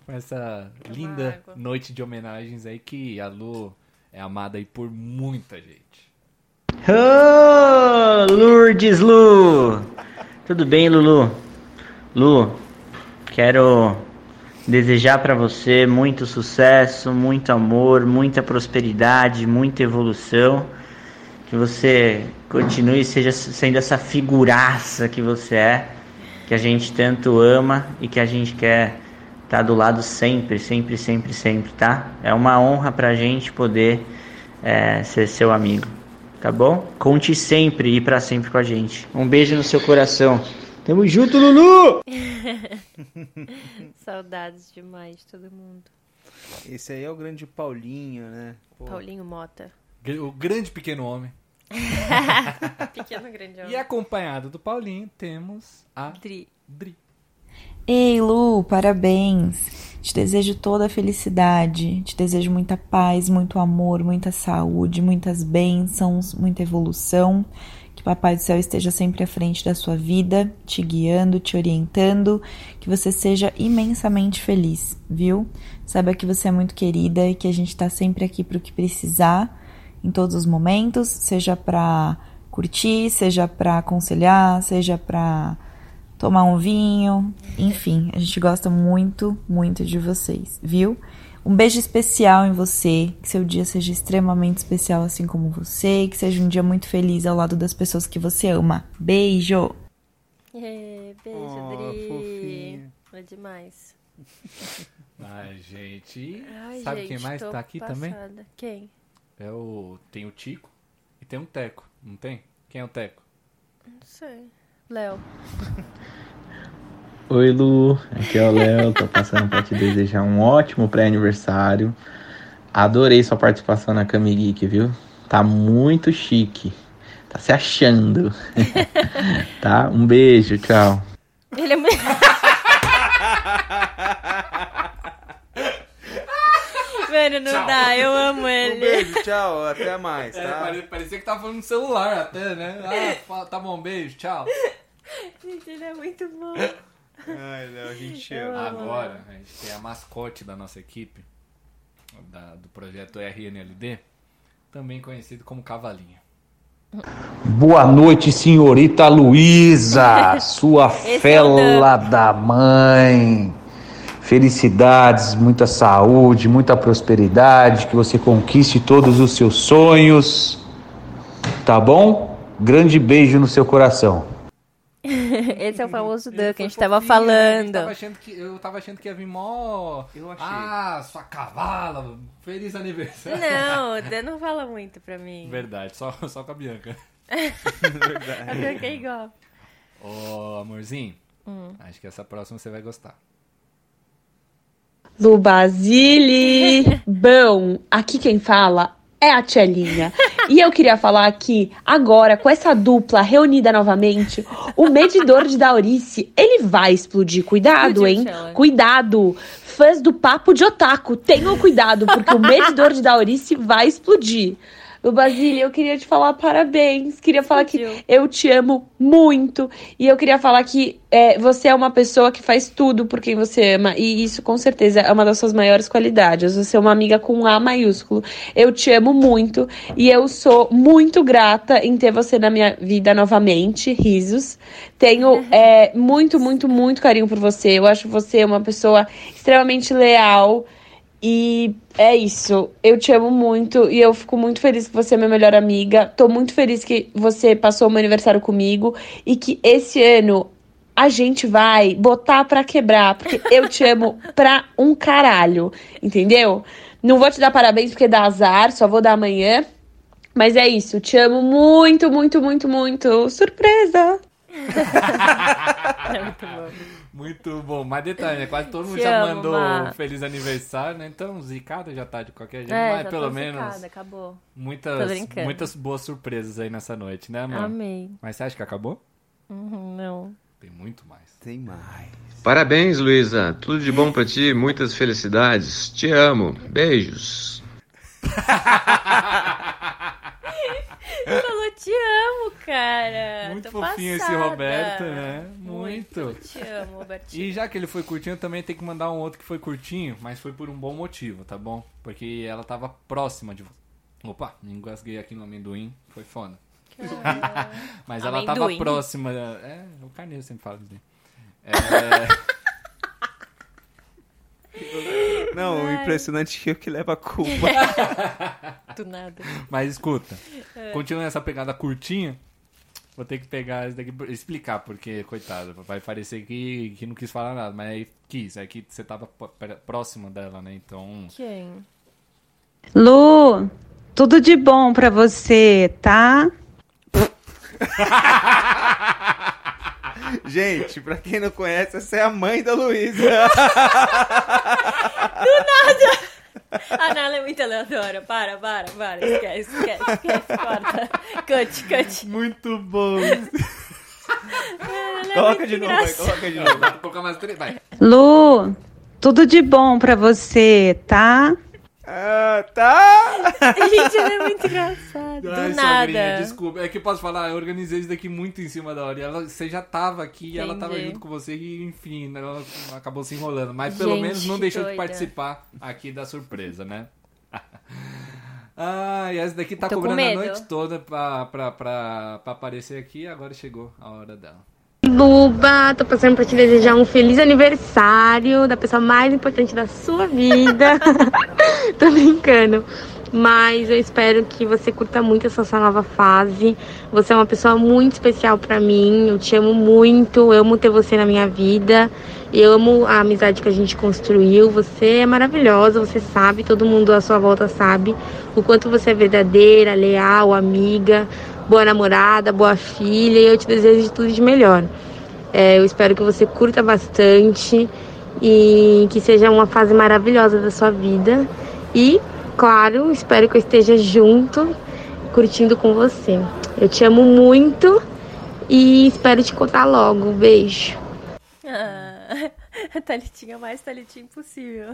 A: com essa
C: Toma
A: linda
C: água.
A: noite de homenagens aí que a Lu é amada aí por muita gente.
I: Ô, Lourdes Lu! Tudo bem, Lulu? Lu, quero desejar para você muito sucesso, muito amor, muita prosperidade, muita evolução. Que você continue seja, sendo essa figuraça que você é, que a gente tanto ama e que a gente quer estar do lado sempre, sempre, sempre, sempre, tá? É uma honra pra gente poder eh, ser seu amigo. Tá bom? Conte sempre e pra sempre com a gente. Um beijo no seu coração. Tamo junto, Lulu!
C: Saudades demais de todo mundo.
B: Esse aí é o grande Paulinho, né? Pô,
C: Paulinho Mota.
A: Gr- O grande pequeno homem.
C: Pequeno grande homem.
A: E acompanhado do Paulinho temos a
C: Dri.
A: Dri.
J: Ei, Lu, parabéns! Te desejo toda a felicidade, te desejo muita paz, muito amor, muita saúde, muitas bênçãos, muita evolução. Que Papai do Céu esteja sempre à frente da sua vida, te guiando, te orientando, que você seja imensamente feliz, viu? Saiba que você é muito querida e que a gente tá sempre aqui pro que precisar, em todos os momentos, seja pra curtir, seja pra aconselhar, seja pra tomar um vinho. Enfim, a gente gosta muito, muito de vocês, viu? Um beijo especial em você, que seu dia seja extremamente especial assim como você, que seja um dia muito feliz ao lado das pessoas que você ama. Beijo!
C: É, beijo,
B: Oh,
C: Dri.
B: fofinha.
C: É demais.
A: Ai, gente. e
C: Ai,
A: Sabe
C: gente,
A: quem mais
C: tô
A: tá aqui também?
C: passada. Quem?
A: É o. Tem o Tico e
B: um
A: tem o Teco, não tem? Quem é o Teco?
C: Não sei. Léo.
K: Oi, Lu. Aqui é o Léo. Tô passando pra te desejar um ótimo pré-aniversário. Adorei sua participação na Kami Geek, viu? Tá muito chique. Tá se achando. tá? Um beijo, tchau.
C: Ele é muito. Mano, não
A: Tchau.
C: dá, eu amo
B: Um
C: ele.
B: beijo, tchau, até mais,
A: É,
B: tá?
A: pare- parecia que tava falando no celular até, né?
C: É.
A: Ah, fa- tá bom, beijo, tchau.
C: Gente, ele é muito bom.
B: Ai, Léo, a gente
C: Eu
B: ama.
C: amo.
A: Agora, a gente tem a mascote da nossa equipe, da- do projeto RNLD, também conhecido como Cavalinho.
D: Boa noite, senhorita Luísa, sua
C: Esse é o
D: fela da mãe. Felicidades, muita saúde, muita prosperidade, que você conquiste todos os seus sonhos. Tá bom? Grande beijo no seu coração.
C: Esse é o famoso
A: Uhum. Ele
C: Dan que
A: foi
C: a gente tava
A: fofinho, a gente
C: falando.
A: tava achando que- eu tava achando que ia vir mó.
B: Eu achei.
A: Ah, sua cavala, feliz aniversário.
C: Não, o Dan não fala muito pra mim.
A: Verdade, só, só com a Bianca.
C: A Bianca é igual.
A: Ô, amorzinho,
C: Hum.
A: acho que essa próxima você vai gostar.
E: Lu Basile. Bom, aqui quem fala é a Tchelinha. E eu queria falar que agora, com essa dupla reunida novamente, o medidor de Daurice, ele vai explodir. Cuidado,
C: Explodiu,
E: hein?
C: Tchela.
E: Cuidado. Fãs do papo de otaku, tenham cuidado, porque o medidor de Daurice vai explodir. Lu Basile, eu queria te falar parabéns. Queria falar que
C: Explodiu.
E: eu te amo muito. E eu queria falar que é, você é uma pessoa que faz tudo por quem você ama. E isso, com certeza, é uma das suas maiores qualidades. Você é uma amiga com A maiúsculo. Eu te amo muito. E eu sou muito grata em ter você na minha vida novamente. Risos. Tenho é, muito, muito, muito carinho por você. Eu acho você uma pessoa extremamente leal. E é isso. Eu te amo muito e eu fico muito feliz que você é minha melhor amiga. Tô muito feliz que você passou o meu aniversário comigo e que esse ano a gente vai botar pra quebrar, porque eu te amo pra um caralho, entendeu? Não vou te dar parabéns porque dá azar, só vou dar amanhã. Mas é isso, te amo muito, muito, muito, muito. Surpresa!
C: Muito bom.
A: Muito bom. Mas detalhe, né? Quase todo mundo
C: Te
A: já
C: amo,
A: mandou um
C: Má.
A: feliz aniversário, né? Então, zicada já tá de qualquer jeito.
C: É,
A: mas
C: já
A: pelo
C: tô
A: menos
C: zicada, acabou. Tô
A: muitas,
C: brincando.
A: muitas boas surpresas aí nessa noite, né, amor?
C: Amei.
A: Mas você acha que acabou?
C: Uhum, não.
A: Tem muito mais.
B: Tem mais.
L: Parabéns, Luísa. Tudo de bom pra ti, muitas felicidades. Te amo. Beijos.
C: Ele falou, te amo, cara. Tô
A: muito fofinho
C: passada.
A: esse Roberto, né? Muito.
C: Te amo, Robertinho.
A: E já que ele foi curtinho, também tem que mandar um outro que foi curtinho, mas foi por um bom motivo, tá bom? Porque ela tava próxima de você. Opa, me engasguei aqui no amendoim, foi foda. mas ela tava
C: Amendoim.
A: próxima. É, o carneiro sempre fala disso. É,
B: Não, o impressionante é o que leva a culpa.
C: Do nada. É.
A: mas escuta, continuando essa pegada curtinha, vou ter que pegar isso daqui pra explicar, porque, coitado, vai parecer que, que não quis falar nada, mas aí quis, é que você tava p- pera- próxima dela, né? Então.
C: Quem?
M: Lu, tudo de bom pra você, tá?
B: Gente, pra quem não conhece, essa é a mãe da Luísa.
C: A Nala é muito aleatória. Para, para, para. Esquece, esquece, esquece. Corta. Cut, cut.
B: Muito bom.
C: Ela é
B: Coloca
C: muito
B: de novo, vai,
C: engraçada.
B: coloca de novo.
A: Vou colocar mais três, vai.
M: Lu, tudo de bom pra você, tá?
B: Ah, tá.
C: Gente, ela é muito engraçada. Do
A: Ai,
C: nada.
A: Sogrinha, desculpa. É que eu posso falar, eu organizei isso daqui muito em cima da hora. E ela, você já tava aqui, e ela tava
C: Entendi.
A: junto com você e, enfim, ela acabou se enrolando. Mas pelo
C: Gente,
A: menos não
C: que
A: deixou de
C: doida.
A: participar aqui da surpresa, né? ah, e essa daqui tá
C: Tô com
A: cobrando a
C: medo.
A: noite toda pra, pra, pra, pra aparecer aqui e agora chegou a hora dela.
M: Luba, tô passando pra te desejar um feliz aniversário da pessoa mais importante da sua vida. tô brincando. Mas eu espero que você curta muito essa sua nova fase. Você é uma pessoa muito especial pra mim. Eu te amo muito. Eu amo ter você na minha vida. Eu amo a amizade que a gente construiu. Você é maravilhosa, você sabe, todo mundo à sua volta sabe o quanto você é verdadeira, leal, amiga, boa namorada, boa filha. E eu te desejo tudo de melhor. É, eu espero que você curta bastante e que seja uma fase maravilhosa da sua vida. E, claro, espero que eu esteja junto, curtindo com você. Eu te amo muito e espero te contar logo. Beijo.
N: Ah, Thalitinha mais Thalitinha impossível.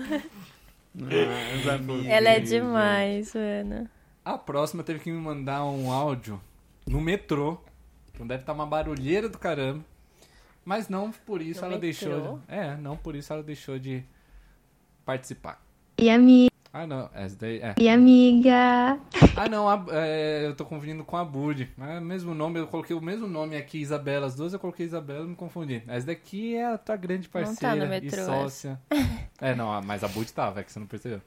A: Exatamente.
N: Ela é demais, Ana.
A: A próxima teve que me mandar um áudio no metrô. Então deve estar uma barulheira do caramba. Mas não por isso
M: No
A: ela
M: metrô?
A: deixou. É, não por isso ela deixou de participar.
M: E amiga.
A: Ah, não. Essa daí, é.
M: E amiga.
A: Ah, não. a- é, eu tô confundindo com a Bud. É o mesmo nome. Eu coloquei o mesmo nome aqui, Isabela. As duas eu coloquei Isabela e me confundi. Essa daqui é a tua grande
C: Não tá no
A: parceira
C: metrô,
A: e sócia. É, não. a- Mas a Bud tava, é que você não percebeu.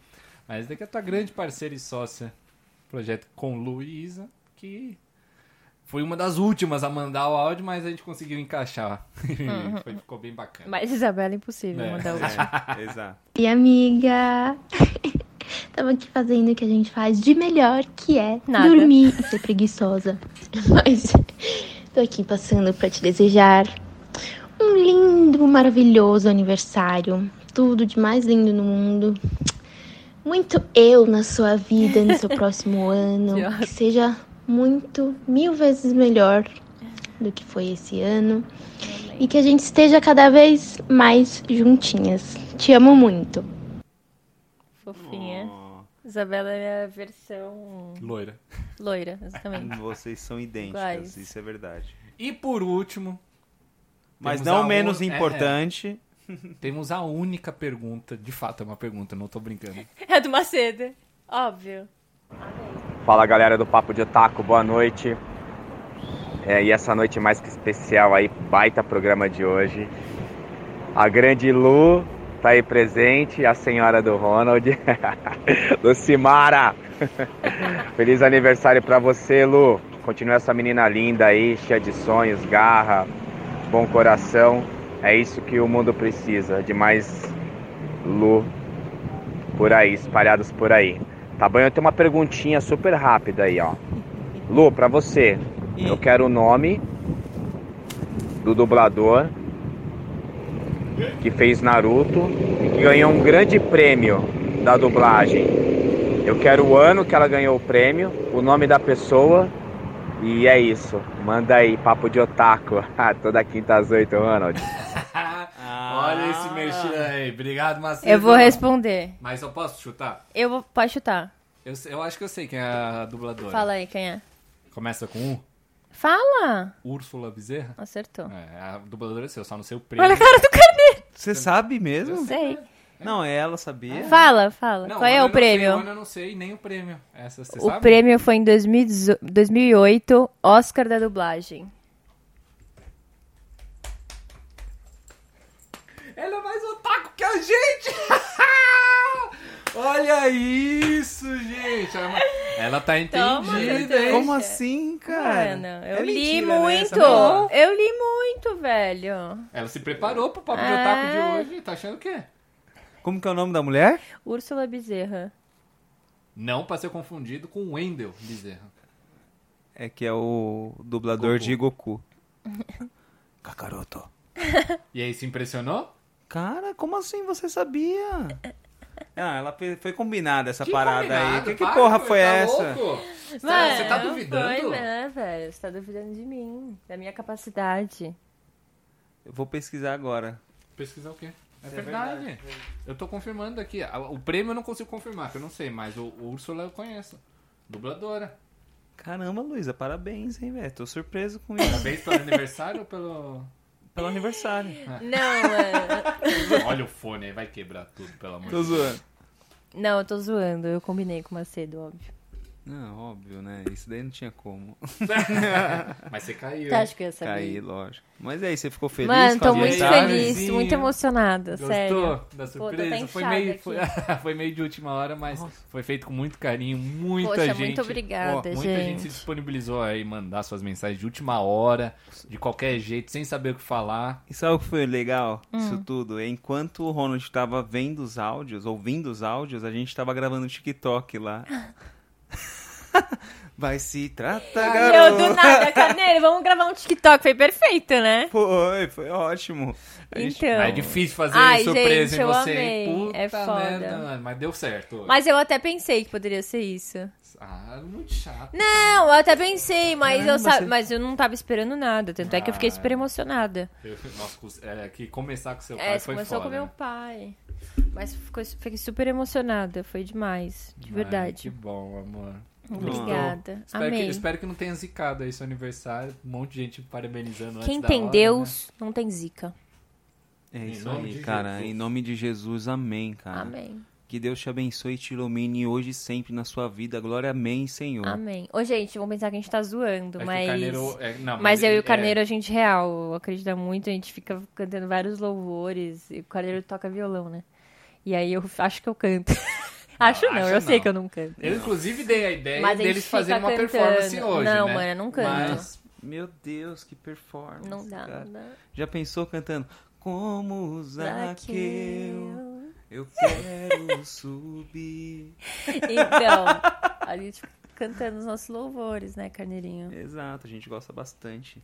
A: Mas essa daqui é a tua grande parceira e sócia. Projeto com Luísa, que foi uma das últimas a mandar o áudio, mas a gente conseguiu encaixar.
C: Uhum.
A: Foi- ficou bem bacana.
C: Mas Isabela é impossível
A: É,
C: mandar o
A: é, Exato.
O: E amiga, estamos aqui fazendo o que a gente faz de melhor, que é
C: Nada.
O: dormir e ser preguiçosa. Mas tô aqui passando para te desejar um lindo, maravilhoso aniversário. Tudo de mais lindo no mundo. Muito eu na sua vida, no seu próximo ano.
N: Idiota.
O: Que seja muito, mil vezes melhor do que foi esse ano. E que a gente esteja cada vez mais juntinhas. Te amo muito.
N: Fofinha.
B: Oh.
N: Isabela é a versão.
A: Loira.
N: Loira, exatamente.
B: Vocês são idênticas,
N: Iguais.
B: isso é verdade.
A: E por último.
B: Mas
A: temos
B: não
A: a
B: menos
A: un- é, é.
B: importante.
A: Temos a única pergunta, de fato é uma pergunta, não tô brincando.
N: É do Macedo. Óbvio.
K: Fala galera do Papo de Otaku, boa noite. É, e essa noite mais que especial aí, baita programa de hoje. A grande Lu tá aí presente, a senhora do Ronald, Lucimara. Feliz aniversário pra você, Lu. Continua essa menina linda aí, cheia de sonhos, garra, bom coração. É isso que o mundo precisa, de mais Lu por aí, espalhados por aí. Tá bom? Eu tenho uma perguntinha super rápida aí, ó. Lu, pra você, eu quero o nome do dublador que fez Naruto e que ganhou um grande prêmio da dublagem. Eu quero o ano que ela ganhou o prêmio, o nome da pessoa e é isso. Manda aí, papo de otaku. Toda quinta às oito, Ronald.
B: Ah.
A: Olha esse mexido aí. Obrigado, Macedo.
C: Eu vou responder.
A: Mas eu posso chutar?
C: Eu vou. Pode chutar.
A: Eu, eu acho que eu sei quem é a dubladora.
C: Fala aí quem é.
A: Começa com um.
C: Fala!
A: Úrsula Bezerra?
C: Acertou.
A: É, a dubladora é seu, só não sei o prêmio. É.
C: Olha a cara do carneiro.
B: Você sabe mesmo?
C: Eu sei.
B: Não, é ela sabia.
C: Fala, fala.
A: Não,
C: Qual é
A: ano
C: o
A: eu não sei,
C: prêmio?
A: ano eu não sei, nem o prêmio. Essa, você
C: o
A: sabe?
C: prêmio foi em 2018 2008, Oscar da dublagem.
A: Ela é mais otaku que a gente! Olha isso,
B: É
A: gente! Ela, ela tá entendida, hein?
B: Como assim, cara?
C: Mano, eu
B: É
C: li
B: mentira, né,
C: muito.
B: essa
A: é
B: menina?
C: eu li muito, velho.
A: Ela se preparou pro papo de
C: É.
A: otaku de hoje. Tá achando o quê?
B: Como que é o nome da mulher?
C: Úrsula Bezerra.
A: Não pra ser confundido com Wendel Bezerra.
B: É que é o dublador de Goku. Kakaroto.
A: E é aí, se impressionou?
B: Cara, como assim você sabia? Ah, ela fe- foi combinada essa
A: Que
B: parada aí.
A: combinado,
B: Que, que
A: para,
B: porra
A: pô,
B: foi
A: tá
B: essa?
A: louco? Você-
C: Mano,
A: você tá
C: não
A: duvidando?
C: Foi, né, velho? Você tá duvidando de mim, da minha capacidade.
B: Eu vou pesquisar agora.
A: Pesquisar o quê? É
B: Isso é
A: verdade.
B: verdade.
A: Eu tô confirmando aqui. A- O prêmio eu não consigo confirmar, que eu não sei, mas o, o Úrsula eu conheço. Dubladora.
B: Caramba, Luísa, parabéns, hein, velho? Tô surpreso com isso.
A: Parabéns pelo aniversário ou pelo. Ah.
B: Pelo aniversário.
C: Não, é- mano.
A: Olha o fone aí, vai quebrar tudo, pelo amor de
B: Tô
A: Deus.
B: zoando.
C: Não, eu tô zoando. Eu combinei com o Macedo, óbvio.
B: Não, óbvio, né? Isso daí não tinha como.
A: Mas você caiu.
C: Tá, acho que eu ia saber.
B: Caí, lógico. Mas aí, você ficou feliz?
C: Mano,
B: com a
C: tô muito
B: mensagem?
C: feliz, muito emocionada,
A: Gostou
C: sério.
A: da
C: Pô, tô até
A: surpresa? foi,
C: inchada
A: meio, foi,
C: aqui.
A: foi meio de última hora, mas foi feito com muito carinho. Muita
C: Poxa,
A: gente.
C: muito obrigada,
A: Ó, Muita gente.
C: gente.
A: se disponibilizou aí mandar suas mensagens de última hora, de qualquer jeito, sem saber o que falar.
B: E sabe o que foi legal isso
A: Hum.
B: tudo? Enquanto o Ronald tava vendo os áudios, ouvindo os áudios, a gente tava gravando o TikTok lá. Vai se tratar,
C: Eu
B: garoto.
C: do nada, Carneiro, vamos gravar um TikTok. Foi perfeito, né?
B: Foi, foi ótimo.
A: A gente-
C: Então.
A: É difícil fazer
C: Ai,
A: surpresa
C: gente,
A: em
C: eu
A: você.
C: amei.
A: hein? Puta
C: É foda.
A: merda, mano, mas deu certo. hoje.
C: Mas eu até pensei que poderia ser isso.
A: Ah, muito chato.
C: Não, eu até pensei, mas,
A: Caramba,
C: eu, sa-
A: você-
C: mas eu não tava esperando nada. Tanto é que eu fiquei
A: Ah.
C: super emocionada.
A: Eu- Nossa, com- é, que começar com seu pai
C: É, você
A: foi
C: começou
A: foda.
C: com meu
A: né?
C: pai. Mas ficou- fiquei super emocionada. Foi demais, de
A: Ai,
C: verdade.
A: que bom, amor.
C: Obrigada.
A: Gostou? Espero,
C: Amei.
A: Que, espero que não tenha zicado aí seu aniversário. Um monte de gente parabenizando antes
C: Quem
A: da hora,
C: tem
A: né?
C: Deus, não tem zica.
B: É isso
A: nome
B: aí,
A: de
B: cara.
A: Jesus.
B: Em nome de Jesus, amém, cara.
C: Amém.
B: Que Deus te abençoe e te ilumine hoje e sempre na sua vida. Glória, amém, Senhor.
C: Amém. Ô, gente, vão pensar que a gente tá zoando,
B: né? É que o
C: mas...
B: Carneiro- é, não,
C: mas...
B: mas
C: eu e
B: ele-
C: o Carneiro, a gente real, acredita muito, a gente fica cantando vários louvores, e o Carneiro toca violão, né? E aí eu acho que eu canto. acho não, eu sei que eu não canto.
A: Eu, inclusive, dei É a ideia
C: Mas a gente
A: deles
C: fica
A: fazerem uma
C: cantando.
A: performance hoje.
C: Não,
A: né?
C: mano, eu não canto.
B: Mas, meu Deus, que performance.
C: Não dá,
B: cara.
C: não dá.
B: Já pensou cantando? Como Zaqueu,
C: Zaqueu.
B: eu quero subir.
C: Então, a gente fica cantando os nossos louvores, né, Carneirinho?
B: Exato, a gente gosta bastante.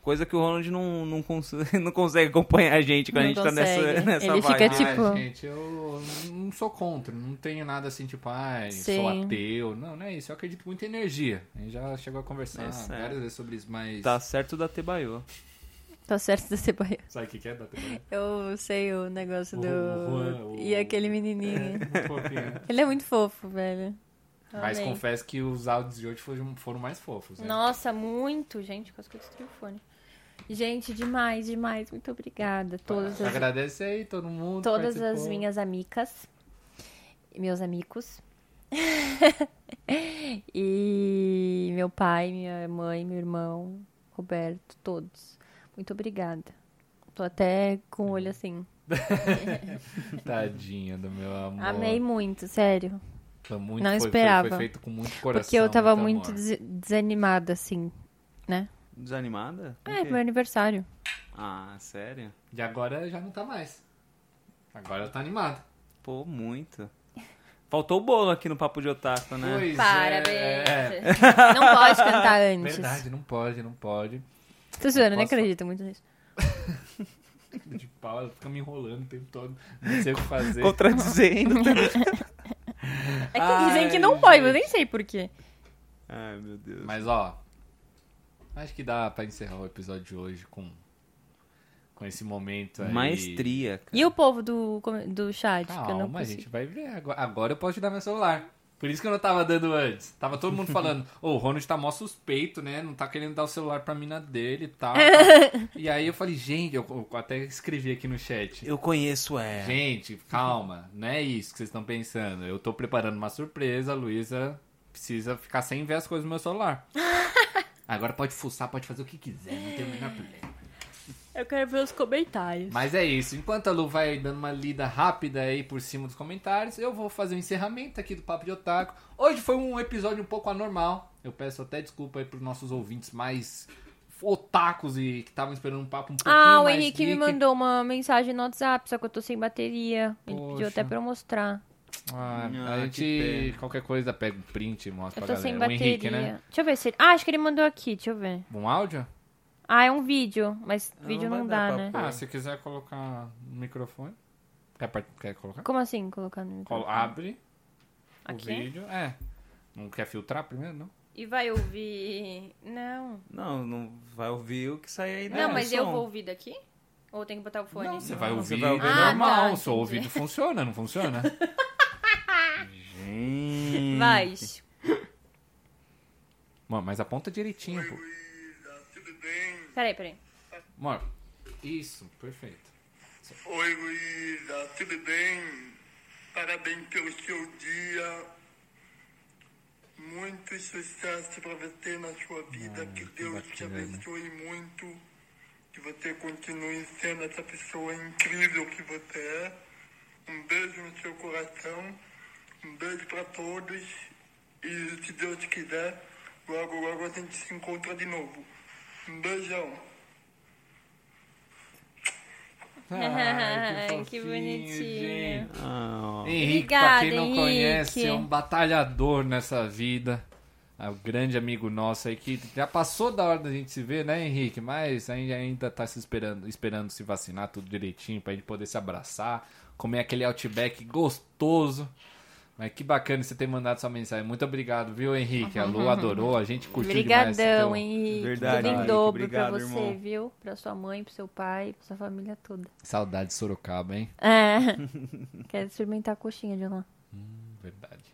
B: Coisa que o Ronald não, não, cons- não consegue acompanhar a gente quando
A: Não
B: a gente tá
A: consegue. né?
B: nessa, nessa
A: Ele
B: vibe.
A: fica tipo- gente, eu não sou contra, não tenho nada assim, tipo, ai, sou
B: Sim.
A: ateu. Não, não é isso. Eu acredito muito em energia. A gente já chegou a conversar
B: É certo.
A: várias vezes sobre isso, mas.
B: Tá certo da Tebaiô.
C: Tá certo da Cebaia.
A: Sabe o que que é da Tebaiô?
C: Eu sei o negócio
A: O
C: do...
A: Juan, o- é,
C: E aquele menininho.
A: Muito fofinho.
C: Ele é muito fofo, velho.
A: Mas
C: Amei.
A: confesso que os áudios de hoje foram, foram mais fofos. Né?
C: Nossa, muito, gente, quase que eu destruí o fone. Gente, demais, demais. Muito obrigada. Todas as,
A: Agradece aí todo mundo.
C: todas as
A: participou.
C: minhas amigas, meus amigos. e meu pai, minha mãe, meu irmão, Roberto, todos. Muito obrigada. Tô até com o
A: Uhum.
C: olho assim.
A: Tadinha do meu amor.
C: Amei muito, sério.
A: Foi muito-
C: Não
A: foi- foi-
C: esperava.
A: foi feito com muito coração,
C: Porque eu tava
A: muito
C: muito
A: amor.
C: des- desanimada, assim, né?
B: Desanimada? Com o
C: É,
B: quê?
C: meu aniversário.
B: Ah, sério?
A: E agora já não tá mais. Agora tá animado.
B: Pô, muito. Faltou o bolo aqui no Papo de Otaku, né?
A: Pois é.
C: Não pode cantar antes.
A: Verdade, não pode, não pode.
C: Tô zoando,
A: Não
C: não
A: posso-
C: acredito muito nisso.
A: De pau, ela fica me enrolando o tempo todo. Não sei o que fazer.
B: Contradizendo.
C: É que dizem que não pode, eu nem sei porquê.
B: Ai, meu Deus.
A: Mas ó, acho que dá pra encerrar o episódio de hoje com, com esse momento aí.
B: Maestria,
C: E o povo do, com- do chat? que eu não
A: Calma, a
C: consigo.
A: gente vai ver. Agora, agora eu posso te dar meu celular. Por isso que eu não tava dando antes. Tava todo mundo falando, ô, o Ronald tá mó suspeito, né? Não tá querendo dar o celular pra mina dele e tal. e aí eu falei, gente, eu, eu até escrevi aqui no chat.
B: Eu conheço ela.
C: É.
A: Gente, calma, não é isso que vocês estão pensando. Eu tô preparando uma surpresa, a Luísa precisa ficar sem ver as coisas no meu celular. Agora pode fuçar, pode fazer o que quiser, não tem o menor problema.
C: Eu quero ver os comentários.
A: Mas é isso. Enquanto a Lu vai dando uma lida rápida aí por cima dos comentários, eu vou fazer o encerramento aqui do Papo de Otaku. Hoje foi um episódio um pouco anormal. Eu peço até desculpa aí pros nossos ouvintes mais otakus e que estavam esperando um papo um pouquinho
C: Ah, o
A: mais
C: Henrique me
A: geek.
C: mandou uma mensagem no WhatsApp, só que eu tô sem bateria. Ele pediu
A: Poxa.
C: até pra eu mostrar.
A: Ah,
B: Ah,
A: a
B: que
A: gente, qualquer coisa, pega um print e mostra
C: Eu
A: pra
C: tô
A: galera.
C: sem
A: O
C: bateria.
A: Henrique, né?
C: Deixa eu ver se ele... Ah, acho que ele mandou aqui, deixa eu ver.
A: Um áudio?
C: Ah, é um vídeo, mas vídeo não, dá, né?
A: Ah, se quiser colocar no microfone. Quer, par- quer colocar?
C: Como assim, colocar no
A: Col-
C: microfone?
A: Abre
C: Aqui?
A: o vídeo. É. Não quer filtrar primeiro, não?
C: E vai ouvir... Não.
B: Não, não vai ouvir o que sair aí
C: Não,
B: né?
C: mas
B: som.
C: eu vou ouvir daqui? Ou tem que botar o fone?
A: é Não, você vai ouvir,
B: vai ouvir
C: Ah,
A: normal.
C: tá,
A: seu ouvido
C: entendi.
A: funciona, não funciona? Gente.
C: Vai.
A: Mano, mas aponta direitinho, pô.
C: Peraí, peraí.
A: Mano, isso, perfeito.
P: Oi, Luísa, tudo bem? Parabéns pelo seu dia. Muito sucesso para você na sua vida. que Deus te abençoe muito. Que você continue sendo essa pessoa incrível que você é. Um beijo no seu coração. Um beijo para todos. E se Deus quiser, logo, logo a gente se encontra de novo. Um beijão.
A: Ai,
C: Ah, que bonitinho.
B: Ah, ó.
A: Henrique, pra
C: Obrigada,
A: quem não
C: Henrique.
A: conhece, é um batalhador nessa vida. Ah, O grande amigo nosso aí que já passou da hora da gente se ver, né, Henrique? Mas a gente ainda tá se esperando, esperando se vacinar tudo direitinho pra gente poder se abraçar, comer aquele outback gostoso. Mas que bacana você ter mandado sua mensagem. Muito obrigado, viu, Henrique? A Lu adorou, a gente curtiu demais.
C: Obrigadão,
A: É teu-
C: Henrique. Tudo em dobro pra você, viu? Pra sua mãe, pro seu pai, pra sua família toda.
A: Saudade de Sorocaba, hein?
C: É. Quero experimentar a coxinha de lá.
A: Verdade.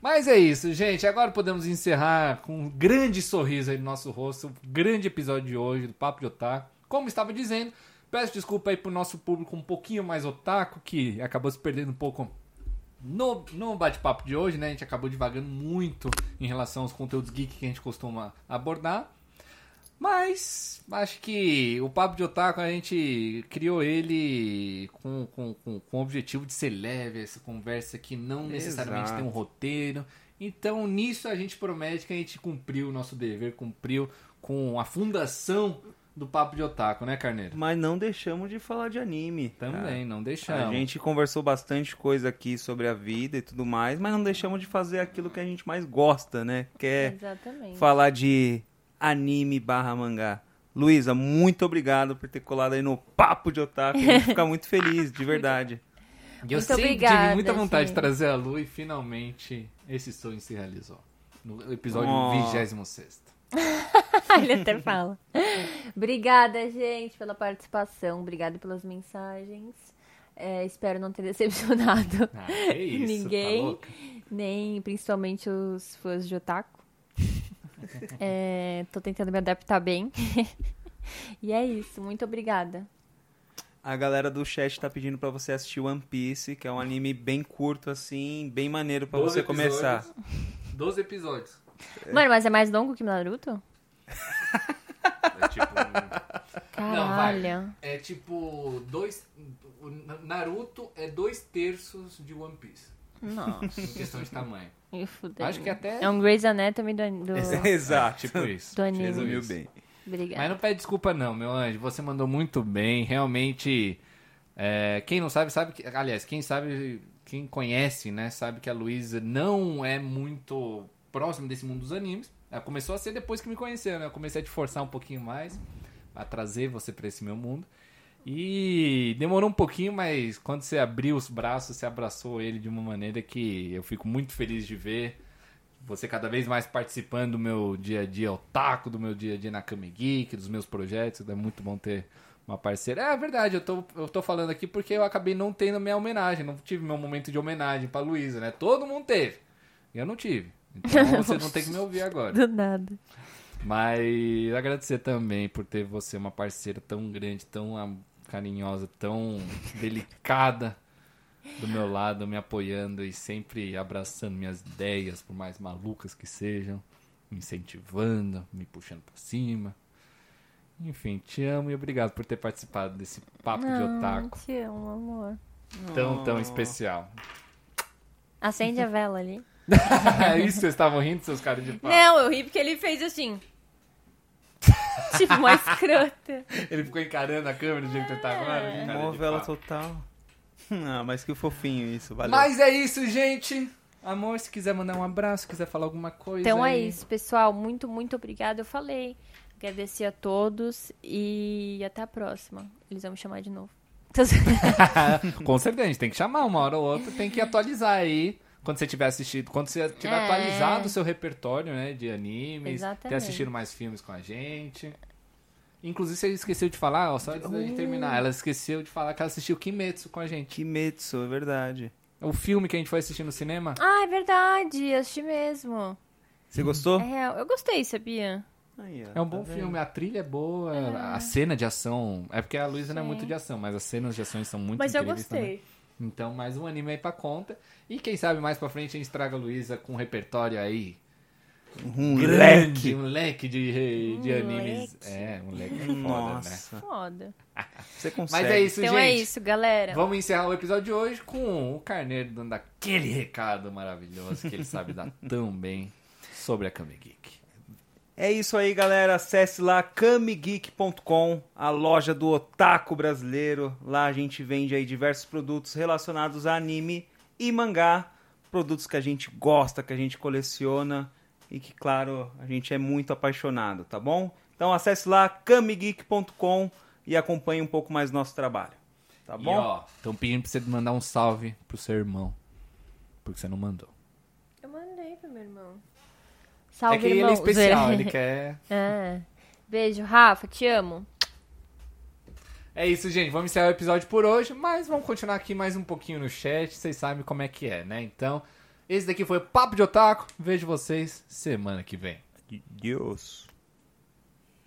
A: Mas é isso, gente. Agora podemos encerrar com um grande sorriso aí no nosso rosto. O grande episódio de hoje do Papo de Otaku. Como estava dizendo, peço desculpa aí pro nosso público um pouquinho mais otaku, que acabou se perdendo um pouco no, no bate-papo de hoje, né? A gente acabou divagando muito em relação aos conteúdos geek que a gente costuma abordar. Mas acho que o Papo de Otaku a gente criou ele com, com, com, com o objetivo de ser leve, essa conversa que não necessariamente
Q: Exato.
A: tem um roteiro. Então nisso a gente promete que a gente cumpriu o nosso dever, cumpriu com a fundação do Papo de Otaku, né, Carneiro?
B: Mas não deixamos de falar de anime.
A: Também, não
B: A
A: deixamos.
B: gente conversou bastante coisa aqui sobre a vida e tudo mais, mas não deixamos de fazer aquilo que a gente mais gosta, né? Que é
C: Exatamente.
B: falar de anime barra mangá. Luísa, muito obrigado por ter colado aí no Papo de Otaku. A gente fica muito feliz, de verdade.
A: E eu
C: Muito
A: sempre
C: obrigada,
A: tive muita vontade de
C: gente.
A: trazer a Lu e finalmente esse sonho se realizou. No episódio
B: Oh.
A: 26.
C: Ele até fala. Obrigada, gente, pela participação. Obrigada pelas mensagens. É, espero não ter decepcionado
E: Ah, que isso, tá
C: ninguém.
E: louca?
C: nem principalmente os fãs de otaku. É, tô tentando me adaptar bem. e é isso. Muito obrigada.
B: A galera do chat tá pedindo pra você assistir One Piece, que é um anime bem curto, assim, bem maneiro pra
A: Doze
B: você começar.
A: episódios. 12 episódios.
C: Mano, mas é mais longo que Naruto?
A: É tipo.
C: Caralho.
A: É tipo. Dois, o Naruto é dois terços de One Piece.
C: Nossa.
A: Em questão de tamanho.
C: Ih, fudeu.
A: Acho que até.
C: É um Grey's Anatomy do... do...
B: Exato.
A: tipo isso.
C: Do anime.
B: Resumiu
A: Isso.
B: bem.
C: Obrigada.
A: Mas não pede desculpa não, meu anjo. Você mandou muito bem. Realmente, é, quem não sabe, sabe que... Aliás, quem sabe, quem conhece, né? Sabe que a Luísa não é muito próxima desse mundo dos animes. Ela começou a ser depois que me conheceu, né? Eu comecei a te forçar um pouquinho mais a trazer você pra esse meu mundo. E demorou um pouquinho, mas quando você abriu os braços, você abraçou ele de uma maneira que eu fico muito feliz de ver. Você cada vez mais participando do meu dia a dia otaku, do meu dia a dia na Kami Geek, dos meus projetos. É muito bom ter uma parceira. É verdade, eu tô, eu tô falando aqui porque eu acabei não tendo minha homenagem. Não tive meu momento de homenagem pra Luísa, né? Todo mundo teve. E eu não tive. Então vocês vão ter que me ouvir agora.
C: Do nada.
A: Mas agradecer também por ter você uma parceira tão grande, tão am- carinhosa, tão delicada do meu lado, me apoiando e sempre abraçando minhas ideias, por mais malucas que sejam, me incentivando, me puxando pra cima. Enfim, te amo e obrigado por ter participado desse papo de
C: Não,
A: otaku
C: Te amo, amor.
A: tão, tão especial.
C: Acende a vela ali.
A: é isso, vocês estavam rindo, seus caras de pau?
C: Não, eu ri porque ele fez assim. tipo, uma escrota.
A: Ele ficou encarando a câmera do jeito que você tá agora? cara de
B: Novela
A: pau.
B: total. Ah, mas que fofinho isso, valeu.
A: Mas é isso, gente. Amor, se quiser mandar um abraço, se quiser falar alguma coisa.
C: Então é
A: aí.
C: isso, pessoal. Muito, muito obrigada. Eu falei. Agradecer a todos e até a próxima. Eles vão me chamar de novo.
A: Com certeza, a gente tem que chamar uma hora ou outra, tem que atualizar aí. Quando você tiver assistido, quando você tiver
C: É.
A: atualizado o seu repertório, né, de animes, ter
C: Exatamente.
A: assistido mais filmes com a gente. Inclusive, você esqueceu de falar, ó, só antes da gente
B: Uh.
A: terminar, ela esqueceu de falar que ela assistiu Kimetsu com a gente.
B: Kimetsu, é verdade.
A: O filme que a gente foi assistir no cinema.
C: Ah, é verdade. Assisti mesmo.
B: Você gostou?
C: É real. Eu gostei, sabia?
A: É um
C: Tá
A: bom filme, a trilha é boa, a cena de ação. É porque a Luísa não é
C: Sim.
A: muito de ação, mas as cenas de ações são muito
C: Mas eu
A: incríveis também.
C: gostei.
A: Então, mais um anime aí pra conta. E quem sabe mais pra frente a gente traga a Luísa com um repertório aí.
B: Um leque.
A: Um leque de, re- de
C: Um
A: animes. É, um leque foda,
B: Nossa.
A: né?
C: Foda.
B: Você consegue.
A: Mas é isso,
C: então
A: gente.
C: é isso, galera.
A: Vamos encerrar o episódio de hoje com o Carneiro dando aquele recado maravilhoso que ele sabe dar tão bem sobre a Kami Geek.
B: É isso aí, galera. Acesse lá camigeek.com, a loja do otaku brasileiro. Lá a gente vende aí diversos produtos relacionados a anime e mangá, produtos que a gente gosta, que a gente coleciona e que, claro, a gente é muito apaixonado, tá bom? Então acesse lá camigeek.com e acompanhe um pouco mais nosso trabalho. Tá
A: E,
B: bom?
A: ó, estão pedindo pra você mandar um salve pro seu irmão. Porque você não mandou.
R: Eu mandei pro meu irmão.
C: Salve,
A: É que ele é
C: irmão.
A: especial,
C: Zoeira.
A: ele quer-
C: É. Beijo, Rafa, te amo.
A: É isso, gente. Vamos encerrar o episódio por hoje, mas vamos continuar aqui mais um pouquinho no chat. Vocês sabem como é que é, né? Então, esse daqui foi o Papo de Otaku. Vejo vocês semana que vem.
B: Deus.